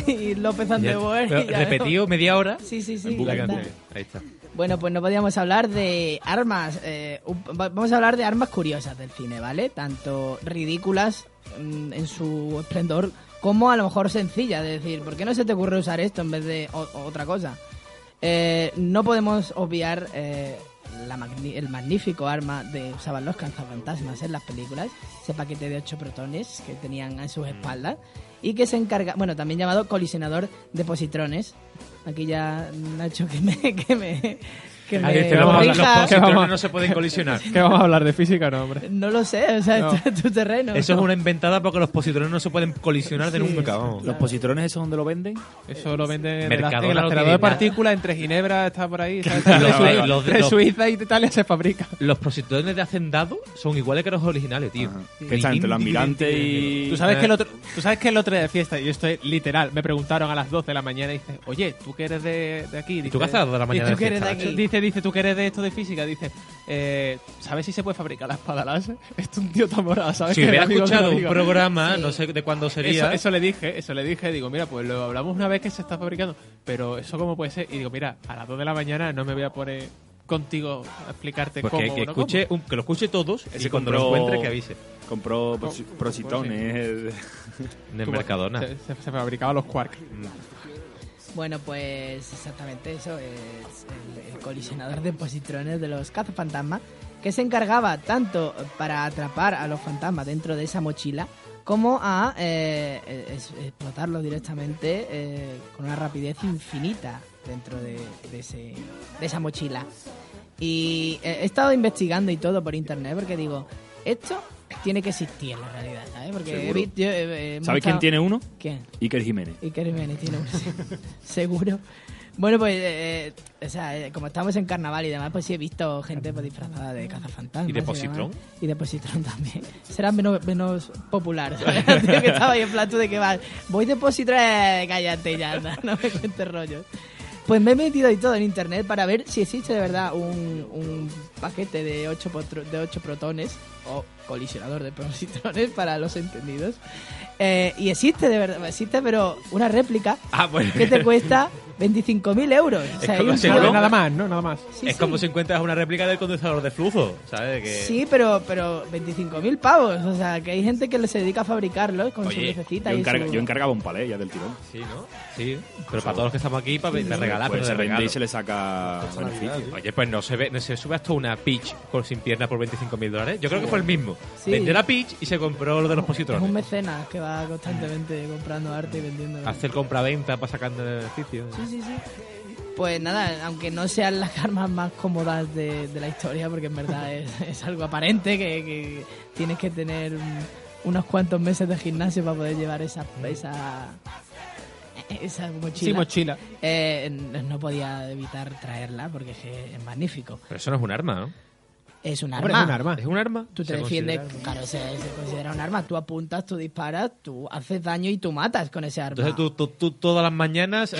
Speaker 2: y, y López
Speaker 1: Ya-
Speaker 2: Andeboer.
Speaker 1: pero
Speaker 2: y ya
Speaker 1: repetido media hora.
Speaker 2: vemos. Sí, sí, sí.
Speaker 1: La
Speaker 2: ya está.
Speaker 1: canción. Ahí está.
Speaker 2: Bueno, pues no podíamos hablar de armas. eh, un- va- vamos a hablar de armas curiosas del cine, ¿vale? Tanto ridículas mm, en su esplendor como a lo mejor sencillas. Es decir, ¿por qué no se te ocurre usar esto en vez de o- o otra cosa? Eh, no podemos obviar eh, la magni- el magnífico arma de usaban los cazafantasmas en las películas, ese paquete de ocho protones que tenían en sus espaldas y que se encarga, bueno, también llamado colisionador de positrones. Aquí ya Nacho que me que me que
Speaker 3: Ahí
Speaker 2: me
Speaker 3: te vamos a hablar.
Speaker 2: corrija.
Speaker 3: Los positrones
Speaker 1: no se pueden colisionar.
Speaker 3: ¿Qué vamos a hablar de física, no, hombre?
Speaker 2: No lo sé, o sea,
Speaker 3: No.
Speaker 2: esto es tu terreno.
Speaker 1: Eso es una inventada porque los positrones no se pueden colisionar de
Speaker 2: Sí.
Speaker 1: nunca, vamos.
Speaker 4: Los positrones esos donde lo venden.
Speaker 3: Eso lo venden en el
Speaker 1: Mercadona
Speaker 3: en el
Speaker 1: no
Speaker 3: acelerador
Speaker 1: tiene nada.
Speaker 3: de partículas entre Ginebra, está por ahí. ¿sabes?
Speaker 1: Los-
Speaker 3: Entre Suiza-
Speaker 1: los-
Speaker 3: entre
Speaker 1: los-
Speaker 3: Suiza y Italia se fabrica.
Speaker 1: Los positrones de Hacendado son iguales que los originales, tío.
Speaker 4: Ajá. Que está entre el almirante y.
Speaker 3: Tú
Speaker 1: Eh,
Speaker 3: sabes, que el otro, tú sabes que el otro día de fiesta, yo estoy literal, me preguntaron a las 12 de la mañana y dice, oye, tú que eres de, de aquí. Dice,
Speaker 1: tú qué haces a las 2 de la mañana
Speaker 3: dice,
Speaker 1: de fiesta,
Speaker 3: "Tú que eres
Speaker 2: Nacho?"
Speaker 3: Dice, dice, tú que eres de esto de física. Dice, eh, ¿sabes si se puede fabricar la espada láser? Esto es un tío tan morado, ¿sabes?
Speaker 1: Si
Speaker 3: Que
Speaker 1: hubiera
Speaker 3: el amigo que lo
Speaker 1: escuchado un
Speaker 3: diga.
Speaker 1: programa,
Speaker 2: Sí.
Speaker 1: no sé de cuándo
Speaker 3: Eso,
Speaker 1: sería.
Speaker 3: eso le dije, eso le dije, digo, mira, pues lo hablamos una vez que se está fabricando, pero eso cómo puede ser, y digo, mira, a las 2 de la mañana no me voy a poner contigo a explicarte
Speaker 1: Pues
Speaker 3: cómo.
Speaker 1: que, que
Speaker 3: ¿no?
Speaker 1: escuche, un- que lo escuche todos y
Speaker 4: Ese
Speaker 1: cuando lo
Speaker 4: compró-
Speaker 1: encuentre que avise.
Speaker 2: Oh,
Speaker 4: Compró pues, eh, posi-
Speaker 3: ¿Cómo?
Speaker 4: positones.
Speaker 1: En el
Speaker 3: Cómo.
Speaker 4: pues,
Speaker 2: eh,
Speaker 1: Mercadona. Mm.
Speaker 3: Se, se- se fabricaba los quarks.
Speaker 2: Bueno, pues exactamente eso es el, el colisionador de positrones de los cazafantasmas que se encargaba tanto para atrapar a los fantasmas dentro de esa mochila como a eh, es- explotarlos directamente eh, con una rapidez infinita dentro de, de ese- de esa mochila. Y eh, he estado investigando y todo por internet porque digo, esto tiene que existir en la realidad, ¿sabes? Porque he
Speaker 4: Seguro.
Speaker 2: visto- yo, eh, eh, he
Speaker 4: ¿Sabes quién
Speaker 2: buscado-
Speaker 4: tiene uno?
Speaker 2: ¿Quién?
Speaker 4: Iker Jiménez.
Speaker 2: Y que Jiménez tiene uno, sí. seguro. Bueno, pues, eh, o sea, eh, como estamos en carnaval y demás, pues sí he visto gente pues, disfrazada de cazafantasmas.
Speaker 1: ¿Y de
Speaker 2: demás.
Speaker 1: positrón?
Speaker 2: Y de positrón también. Será menos, menos popular. ¿sabes? Tío, que estaba ahí en plan tú de que vas, voy de positrón, eh, cállate ya, anda, no me cuentes rollo. Pues me he metido y todo en internet para ver si existe de verdad un, un paquete de 8, de ocho protones o colisionador de positrones para los entendidos. Eh, y existe de verdad, existe, pero una réplica
Speaker 1: Ah, bueno.
Speaker 2: que te cuesta 25.000 euros. O sea, hay
Speaker 1: como
Speaker 2: un
Speaker 1: si
Speaker 2: solo-
Speaker 1: no-
Speaker 3: Nada más, ¿no? Nada más.
Speaker 2: Sí,
Speaker 1: es
Speaker 2: sí.
Speaker 1: como si encuentras una réplica del condensador de flujo, ¿sabes? Que...
Speaker 2: Sí, pero, pero 25.000 pavos. O sea, que hay gente que se dedica a fabricarlo con su
Speaker 1: Oye,
Speaker 2: lucecita
Speaker 4: Yo,
Speaker 2: y
Speaker 4: encarga-
Speaker 2: su-
Speaker 4: yo encargaba un palé ya del tirón.
Speaker 1: Sí, ¿no? Sí. Pero para todos los que estamos aquí, para me regalar,
Speaker 4: Pues
Speaker 1: pero
Speaker 4: se
Speaker 1: de
Speaker 4: vende
Speaker 1: regalo.
Speaker 4: y se le saca beneficio.
Speaker 1: Oye, pues no se, ve, no se sube hasta una Peach por sin pierna por 25 mil dólares. Yo creo que fue el mismo.
Speaker 2: Sí.
Speaker 1: Vendió la Peach y se compró lo de los
Speaker 2: Es un
Speaker 1: positrones.
Speaker 2: mecenas que va constantemente comprando arte y vendiendo.
Speaker 3: Ah.
Speaker 1: Hace el compraventa para sacando beneficios.
Speaker 2: Sí, sí, sí. Pues nada, aunque no sean las armas más cómodas de, de la historia, porque en verdad es, es algo aparente que, que tienes que tener un- unos cuantos meses de gimnasio para poder llevar esa esa, esa mochila.
Speaker 3: Mm. Sí, mochila.
Speaker 2: Eh, n- no podía evitar traerla porque es, que es magnífico.
Speaker 1: Pero eso no es un arma, ¿no?
Speaker 2: Es un
Speaker 3: Hombre,
Speaker 2: arma.
Speaker 3: es un arma.
Speaker 1: ¿Es un arma?
Speaker 2: Tú te
Speaker 1: Se
Speaker 2: defiendes,
Speaker 1: considera-
Speaker 2: claro, se, se considera un arma. Tú apuntas, tú disparas, tú haces daño y tú matas con ese arma.
Speaker 1: Entonces tú, tú, tú todas las mañanas. eh,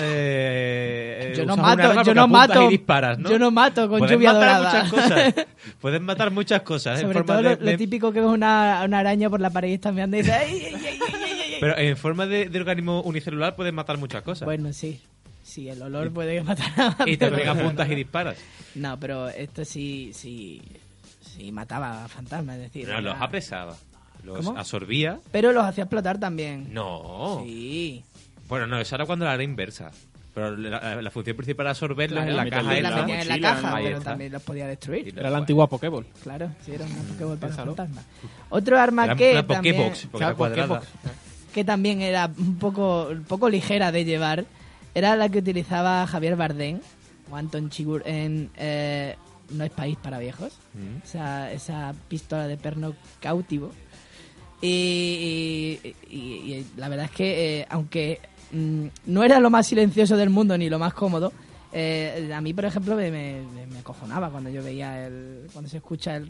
Speaker 1: eh,
Speaker 2: Yo no
Speaker 1: usas un
Speaker 2: mato,
Speaker 1: arma
Speaker 2: yo
Speaker 1: porque
Speaker 2: no
Speaker 1: apuntas
Speaker 2: mato.
Speaker 1: Y disparas, ¿no?
Speaker 2: Yo no mato con
Speaker 1: Puedes
Speaker 2: lluvia
Speaker 1: matar
Speaker 2: dorada.
Speaker 1: Muchas cosas. Puedes matar muchas cosas. ¿eh? en
Speaker 2: Sobre
Speaker 1: forma
Speaker 2: todo
Speaker 1: de-
Speaker 2: lo, lo
Speaker 1: de-
Speaker 2: típico que ves una, una araña por la pared y estás mirando y dices, ¡ay, ay, ay, ay, ay, ay, ay".
Speaker 1: Pero en forma de, de organismo unicelular puedes matar muchas cosas.
Speaker 2: Bueno, sí. Sí, el olor puede matar a
Speaker 1: y también apuntas y disparas.
Speaker 2: No, pero esto sí, sí, sí mataba a fantasmas, es decir.
Speaker 1: No, los
Speaker 2: era-
Speaker 1: apresaba. Los
Speaker 2: ¿Cómo?
Speaker 1: absorbía.
Speaker 2: Pero los hacía explotar también.
Speaker 1: No.
Speaker 2: Sí.
Speaker 1: Bueno, no, eso era cuando la era inversa. Pero la, la- la función principal era absorberlos
Speaker 2: Claro,
Speaker 1: en la
Speaker 4: meterlo
Speaker 1: caja.
Speaker 2: la,
Speaker 4: en
Speaker 1: esa.
Speaker 2: metían en la
Speaker 4: mochila,
Speaker 2: caja,
Speaker 1: ahí
Speaker 2: pero
Speaker 1: está.
Speaker 2: también los podía
Speaker 1: Y
Speaker 2: destruir.
Speaker 3: Era la antigua Pokéball.
Speaker 2: Claro, sí, era una Pokéball para los
Speaker 3: Piénsalo.
Speaker 2: fantasmas. Otro arma
Speaker 1: Mm, Era
Speaker 2: que
Speaker 1: una
Speaker 2: también...
Speaker 1: Pokébox, porque era
Speaker 3: Claro, Pokébox.
Speaker 1: cuadrada.
Speaker 2: que también era un poco, un poco ligera de llevar, era la que utilizaba Javier Bardem o Anton Chigur en eh, No es país para viejos.
Speaker 1: Mm.
Speaker 2: O sea, esa pistola de perno cautivo. Y, y- y- y la verdad es que, eh, aunque mm, no era lo más silencioso del mundo ni lo más cómodo, eh, a mí, por ejemplo, me, me, me acojonaba cuando yo veía el. cuando se escucha el.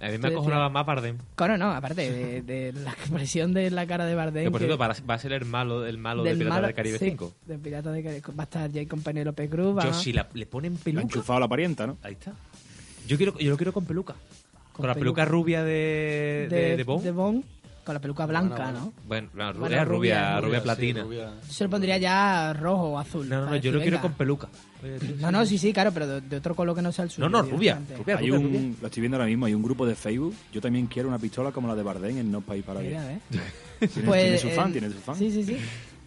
Speaker 1: A mí
Speaker 2: Tú
Speaker 1: me acojonaba más Bardem.
Speaker 2: Claro, no, aparte de, de la expresión de la cara de Bardem.
Speaker 1: Que por
Speaker 2: que-
Speaker 1: cierto, va a- va a ser el malo, el malo de
Speaker 2: del
Speaker 1: Piratas
Speaker 2: malo-
Speaker 1: del Caribe
Speaker 2: sí,
Speaker 1: 5.
Speaker 2: del Pirata del Caribe. Va a estar Jacob Penélope Cruz. va-
Speaker 1: Yo, si la- le ponen
Speaker 4: Le ha
Speaker 1: peluca.
Speaker 4: enchufado la parienta, ¿no?
Speaker 1: Ahí está. Yo, quiero, yo lo quiero con peluca. Con, la
Speaker 2: peluca.
Speaker 1: peluca rubia de, de, de Bond.
Speaker 2: Con la peluca blanca, ¿no?
Speaker 1: Bueno, no, ru-
Speaker 2: Bueno,
Speaker 1: era
Speaker 2: rubia,
Speaker 1: rubia, rubia,
Speaker 5: Rubia, sí,
Speaker 1: platina.
Speaker 5: rubia.
Speaker 2: Yo se lo pondría ya rojo o azul.
Speaker 1: No, no, no,
Speaker 2: para
Speaker 1: yo
Speaker 2: decir,
Speaker 1: lo quiero
Speaker 2: venga.
Speaker 1: con peluca.
Speaker 2: No, no, sí, sí, claro, pero de, de otro color que no sea el suyo.
Speaker 1: No, no, rubia.
Speaker 2: directamente.
Speaker 1: Rubia,
Speaker 4: Hay
Speaker 1: rubia, rubia.
Speaker 4: un, lo estoy viendo ahora mismo, hay un grupo de Facebook. Yo también quiero una pistola como la de Bardem en No País para
Speaker 2: Mira,
Speaker 4: Bien.
Speaker 2: ¿eh?
Speaker 4: Tiene, tiene su fan,
Speaker 2: eh,
Speaker 4: tiene su fan.
Speaker 2: Sí, sí, sí.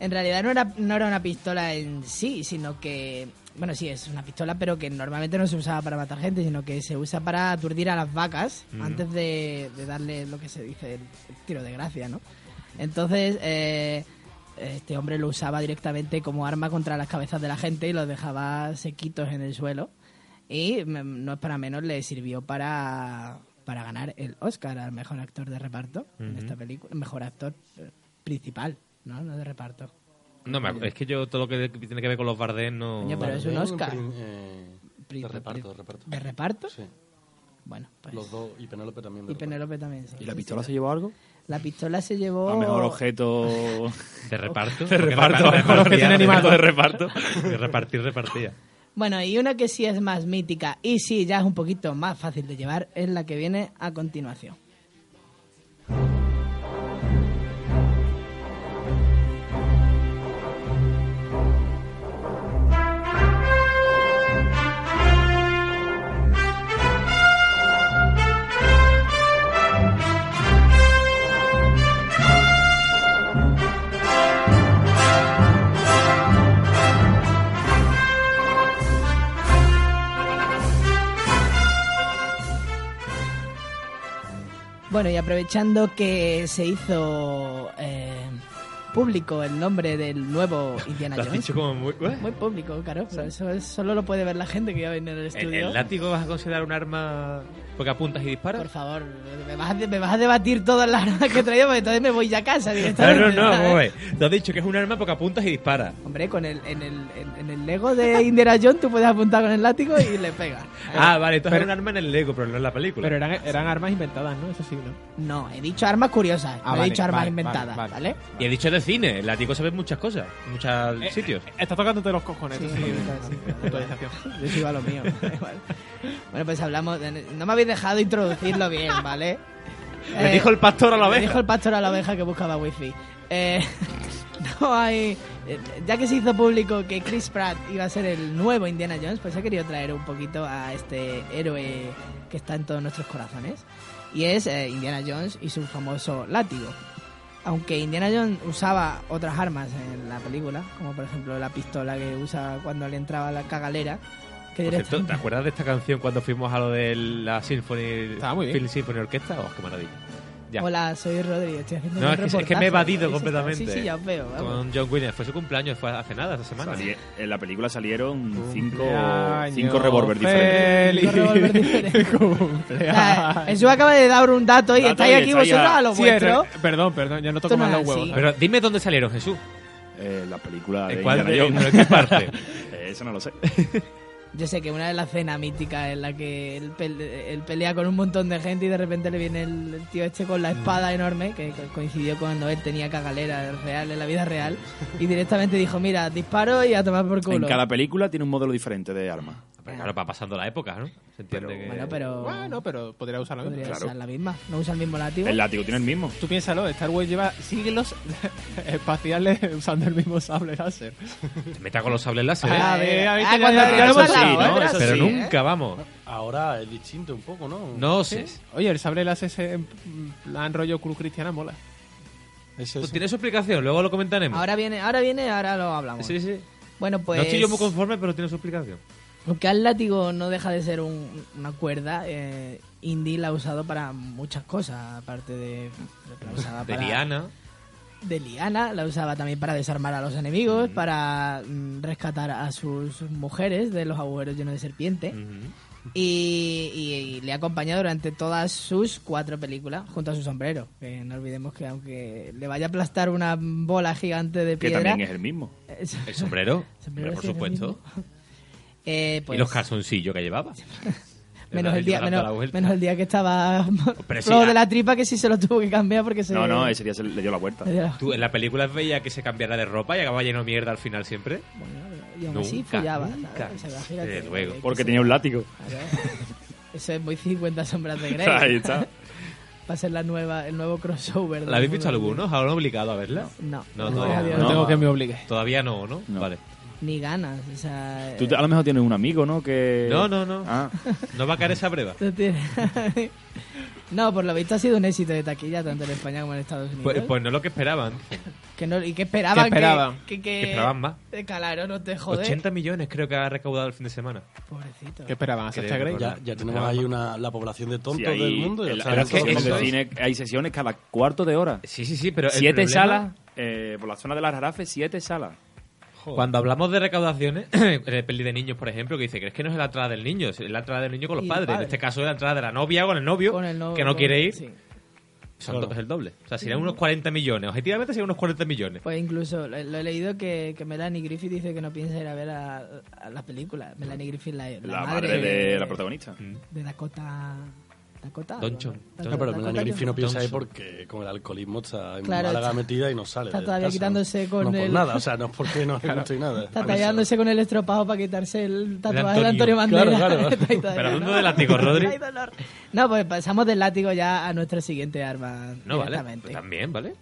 Speaker 2: En realidad no era, no era una pistola en sí, sino que. Bueno, sí, es una pistola, pero que normalmente no se usaba para matar gente, sino que se usa para aturdir a las vacas
Speaker 1: Mm.
Speaker 2: antes de, de darle lo que se dice el, el tiro de gracia, ¿no? Entonces, eh, este hombre lo usaba directamente como arma contra las cabezas de la gente y los dejaba sequitos en el suelo. Y me- no es para menos, le sirvió para, para ganar el Oscar al mejor actor de reparto en esta película. Mejor actor eh, principal, ¿no? No de reparto.
Speaker 1: No, me acu- es que yo todo lo que tiene que ver con los Bardem no...
Speaker 2: Coño, pero es un Oscar.
Speaker 5: Prim- eh,
Speaker 2: Pri-
Speaker 5: de
Speaker 2: pri-
Speaker 5: reparto, de reparto.
Speaker 2: ¿De reparto?
Speaker 5: Sí,
Speaker 2: Bueno, pues.
Speaker 5: los dos. Y Penélope también. de
Speaker 2: Y
Speaker 5: reparto.
Speaker 2: Penélope también. sí,
Speaker 4: ¿Y la
Speaker 2: sí,
Speaker 4: pistola
Speaker 2: sí.
Speaker 4: se llevó algo?
Speaker 2: La pistola se llevó.
Speaker 4: A mejor objeto.
Speaker 1: De reparto.
Speaker 4: De reparto, mejor
Speaker 1: Porque
Speaker 4: objeto
Speaker 1: repartía,
Speaker 4: inanimado de reparto.
Speaker 1: De repartir, repartía.
Speaker 2: Bueno, y una que sí es más mítica y sí ya es un poquito más fácil de llevar es la que viene a continuación. Bueno, y aprovechando que se hizo eh, público el nombre del nuevo Indiana
Speaker 1: Lo has
Speaker 2: Jones.
Speaker 1: dicho como muy... ¿eh?
Speaker 2: Muy público, claro. pero eso es- solo lo puede ver la gente que ya viene en el
Speaker 1: ¿El,
Speaker 2: estudio.
Speaker 1: el látigo vas a considerar un arma porque apuntas y disparas?
Speaker 2: Por favor, me vas, a, me vas a debatir todas las armas que traía porque entonces me voy ya a casa
Speaker 1: No,
Speaker 2: directamente.
Speaker 1: no, no,
Speaker 2: ¿sabes?
Speaker 1: vamos a ver. Te has dicho que es un arma porque apuntas y disparas.
Speaker 2: Hombre, con el, en, el, en, en el Lego de Indiana Jones tú puedes apuntar con el látigo y le pegas.
Speaker 1: Ah, vale, entonces es un arma en el Lego, pero no en la película.
Speaker 3: Pero eran, eran armas inventadas, ¿no? Eso sí, ¿no?
Speaker 2: No, he dicho armas curiosas,
Speaker 3: Ah,
Speaker 2: no he
Speaker 3: vale,
Speaker 2: dicho armas
Speaker 3: vale,
Speaker 2: inventadas,
Speaker 3: vale,
Speaker 2: ¿vale?
Speaker 3: vale.
Speaker 1: Y he dicho de cine, el látigo se ve en muchas cosas, en muchos sitios.
Speaker 3: Estás Eh, tocándote los cojones.
Speaker 2: Sí,
Speaker 3: eso
Speaker 2: un
Speaker 3: sí,
Speaker 2: poquito, sí.
Speaker 3: puntualización.
Speaker 2: Yo sigo a lo mío. da igual. bueno, pues hablamos. de- No me habéis dejado introducirlo bien, ¿vale?
Speaker 1: Le dijo el pastor a la
Speaker 2: me
Speaker 1: oveja.
Speaker 2: dijo el pastor a la oveja que buscaba wifi. Eh, no hay. eh, Ya que se hizo público que Chris Pratt iba a ser el nuevo Indiana Jones, pues he querido traer un poquito a este héroe que está en todos nuestros corazones. Y es eh, Indiana Jones y su famoso látigo. Aunque Indiana Jones usaba otras armas en la película, como por ejemplo la pistola que usa cuando le entraba la cagalera. Que
Speaker 1: Por cierto, ¿te
Speaker 2: directamente-
Speaker 1: acuerdas de esta canción cuando fuimos a lo de la Symphony,
Speaker 3: Estaba muy bien.
Speaker 1: Phil Symphony Orquesta? Oh, qué maravilla. Ya.
Speaker 2: Hola, soy Rodrigo. Estoy haciendo
Speaker 1: No,
Speaker 2: un
Speaker 1: es que- es que me he
Speaker 2: reportaje.
Speaker 1: evadido
Speaker 2: Sí, sí,
Speaker 1: completamente.
Speaker 2: Sí, sí, ya os veo. vamos.
Speaker 1: Con John Williams, fue Pues su cumpleaños, fue hace nada, esta semana.
Speaker 4: Sali- en la película salieron cinco,
Speaker 3: Cumpleaños
Speaker 4: cinco revólver diferentes.
Speaker 3: feliz.
Speaker 2: Cinco revólver diferentes. O sea,
Speaker 3: Cumpleaños.
Speaker 2: Jesús acaba de dar un dato y
Speaker 4: Dato
Speaker 2: estáis
Speaker 4: y
Speaker 2: aquí
Speaker 4: estáis
Speaker 2: vosotros
Speaker 4: a-
Speaker 2: a lo
Speaker 3: Sí,
Speaker 2: vuestro.
Speaker 3: re- perdón, perdón, yo no toco
Speaker 2: Esto no
Speaker 3: más los
Speaker 2: es
Speaker 3: huevos.
Speaker 2: así.
Speaker 1: Pero dime dónde salieron, Jesús.
Speaker 4: Eh, la película de
Speaker 1: ¿En cuál de-
Speaker 4: Indiana
Speaker 1: en qué
Speaker 4: Jones.
Speaker 1: parte?
Speaker 4: Eh, eso no lo sé.
Speaker 2: Yo sé que una de las cenas míticas en la que él, pele- él pelea con un montón de gente y de repente le viene el, el tío este con la espada enorme, que co- coincidió cuando él tenía cagalera real, en la vida real, y directamente dijo, mira, disparo y a tomar por
Speaker 4: En
Speaker 2: culo.
Speaker 4: cada película tiene un modelo diferente de arma.
Speaker 1: Pero claro, va pasando la época, ¿no? Se entiende que...
Speaker 2: Bueno, pero
Speaker 3: Bueno, pero podría usarlo.
Speaker 2: podría
Speaker 4: claro.
Speaker 2: usar la misma, no usa el mismo látigo.
Speaker 4: El látigo tiene el mismo.
Speaker 3: Tú piénsalo, Star Wars lleva siglos espaciales usando el mismo sable láser.
Speaker 1: Se meta con los sables láser.
Speaker 2: Ah,
Speaker 3: Ah,
Speaker 2: eh,
Speaker 3: ah,
Speaker 2: ah,
Speaker 3: viste,
Speaker 2: cuando-
Speaker 3: ya-
Speaker 2: ya lo
Speaker 4: eso
Speaker 2: hemos
Speaker 4: sí,
Speaker 2: hablado,
Speaker 4: ¿no?
Speaker 2: ¿eh?
Speaker 4: Eso
Speaker 1: pero
Speaker 4: sí,
Speaker 2: ¿eh?
Speaker 1: nunca, vamos.
Speaker 5: Ahora es distinto un poco, ¿no?
Speaker 1: No sé.
Speaker 3: Oye, el sable láser ese en plan rollo cruz cristiana mola.
Speaker 5: Es
Speaker 1: Pues
Speaker 5: ese.
Speaker 1: tiene su explicación, luego lo comentaremos.
Speaker 2: Ahora viene, ahora viene, ahora lo hablamos.
Speaker 1: Sí, sí.
Speaker 2: Bueno, pues...
Speaker 1: No estoy yo muy conforme, pero tiene su explicación.
Speaker 2: Aunque el látigo no deja de ser un- una cuerda, eh, Indy la ha usado para muchas cosas, aparte de... la usaba
Speaker 1: De
Speaker 2: Pues para-
Speaker 1: Diana.
Speaker 2: De liana, la usaba también para desarmar a los enemigos, para mm, rescatar a sus mujeres de los agujeros llenos de serpiente. Y, y- y le ha acompañado durante todas sus cuatro películas, junto a su sombrero. Que no olvidemos que aunque le vaya a aplastar una bola gigante de
Speaker 4: Que
Speaker 2: piedra...
Speaker 4: también es el mismo.
Speaker 2: es-
Speaker 1: El sombrero.
Speaker 2: sombrero
Speaker 1: hombre, por
Speaker 2: sí es el
Speaker 1: supuesto.
Speaker 2: mismo. Eh, pues-
Speaker 1: Y los calzoncillos que llevaba.
Speaker 2: Menos el, día,
Speaker 1: Dando la
Speaker 2: menos,
Speaker 1: vuelta.
Speaker 2: menos el día que estaba
Speaker 1: Pero sí,
Speaker 2: flojo
Speaker 1: ah.
Speaker 2: de la tripa que sí se lo tuvo que cambiar porque se...
Speaker 4: No, no, ese día se le dio la vuelta.
Speaker 2: se dio la-
Speaker 1: Tú en la película veía que se cambiara de ropa y acababa lleno de mierda al final siempre.
Speaker 2: Y aún así
Speaker 1: Nunca,
Speaker 2: follaba.
Speaker 1: nunca.
Speaker 2: ¿sabes? O sea, imagínate,
Speaker 1: Desde luego.
Speaker 2: que
Speaker 4: Porque
Speaker 2: se-
Speaker 4: tenía un látigo.
Speaker 2: Eso es muy 50 sombras de
Speaker 4: Ahí
Speaker 2: Grey.
Speaker 4: está.
Speaker 2: Va a ser la nueva, el nuevo crossover. del
Speaker 1: ¿La habéis visto
Speaker 2: mundo.
Speaker 1: algunos? ¿Ahora obligado a verla?
Speaker 2: No.
Speaker 1: No,
Speaker 2: Gracias a
Speaker 1: todavía
Speaker 2: Dios.
Speaker 3: No
Speaker 4: No.
Speaker 3: tengo que me obligue.
Speaker 1: Todavía no, ¿no?
Speaker 4: No.
Speaker 1: Vale.
Speaker 2: Ni ganas. O sea,
Speaker 4: Tú te- a lo mejor tienes un amigo, ¿no? Que...
Speaker 1: No, no, no.
Speaker 4: Ah,
Speaker 1: No va a caer esa prueba.
Speaker 2: tú tienes- eh, no, por lo visto ha sido un éxito de taquilla tanto en España como en Estados Unidos.
Speaker 1: Pues, pues no lo que esperaban.
Speaker 2: que no, y que esperaban.
Speaker 3: Que esperaban.
Speaker 2: Que, que,
Speaker 1: Que esperaban más.
Speaker 2: Eh, Claro, no te jodes.
Speaker 1: 80 millones creo que ha recaudado el fin de semana.
Speaker 2: Pobrecito.
Speaker 3: ¿Qué esperaban? ¿A Sacha
Speaker 1: Creo
Speaker 3: Grey?
Speaker 1: que-
Speaker 5: Ya, ya tenemos ahí una, la población de tontos
Speaker 4: sí, hay-
Speaker 5: del mundo. ya
Speaker 4: en la- en
Speaker 5: saben
Speaker 4: las
Speaker 1: que
Speaker 5: todos
Speaker 4: sesiones de
Speaker 5: dónde-
Speaker 4: cine hay sesiones cada cuarto de hora.
Speaker 1: Sí, sí, sí, pero. el
Speaker 4: siete
Speaker 1: problema-
Speaker 4: salas, eh, por la zona de las Jarafes, siete salas.
Speaker 1: Cuando hablamos de recaudaciones, en el peli de niños, por ejemplo, que dice que es que no es la entrada del niño, es la entrada del niño con los
Speaker 2: Y el
Speaker 1: padres. En
Speaker 2: padre.
Speaker 1: este caso es la entrada de la novia con el novio,
Speaker 2: Con el novio-
Speaker 1: que no quiere ir.
Speaker 2: sí.
Speaker 1: Son dos- es el doble. O sea, serían unos 40 millones. Objetivamente serían unos 40 millones.
Speaker 2: Pues incluso lo, lo he leído que, que Melanie Griffith dice que no piensa ir a ver a, a la película. Melanie Griffith, la, la
Speaker 4: La, madre, de
Speaker 5: Eh,
Speaker 4: la protagonista.
Speaker 5: mm.
Speaker 2: De Dakota. Dakota.
Speaker 1: Doncho.
Speaker 2: Dakota-
Speaker 5: No, pero Melanie
Speaker 2: Dakota
Speaker 5: Griffith no
Speaker 2: Johnson.
Speaker 5: piensa ahí porque con el alcoholismo está en
Speaker 2: Claro,
Speaker 5: Málaga
Speaker 2: está-
Speaker 5: metida y no sale.
Speaker 2: está
Speaker 5: de
Speaker 2: todavía
Speaker 5: casa.
Speaker 2: quitándose con
Speaker 5: no
Speaker 2: el-
Speaker 5: por nada, o sea, no es porque no le guste ni nada.
Speaker 2: Está tallándose con el estropajo para quitarse el tatuaje de
Speaker 1: Antonio.
Speaker 2: Antonio Banderas.
Speaker 5: Claro, claro.
Speaker 2: Está ahí todavía,
Speaker 1: Pero hablando
Speaker 2: ¿no?
Speaker 1: de látigo, Rodri.
Speaker 2: Ay, dolor. No, pues pasamos del látigo ya a nuestra siguiente arma.
Speaker 1: No, vale.
Speaker 2: directamente.
Speaker 1: Pues también, ¿vale?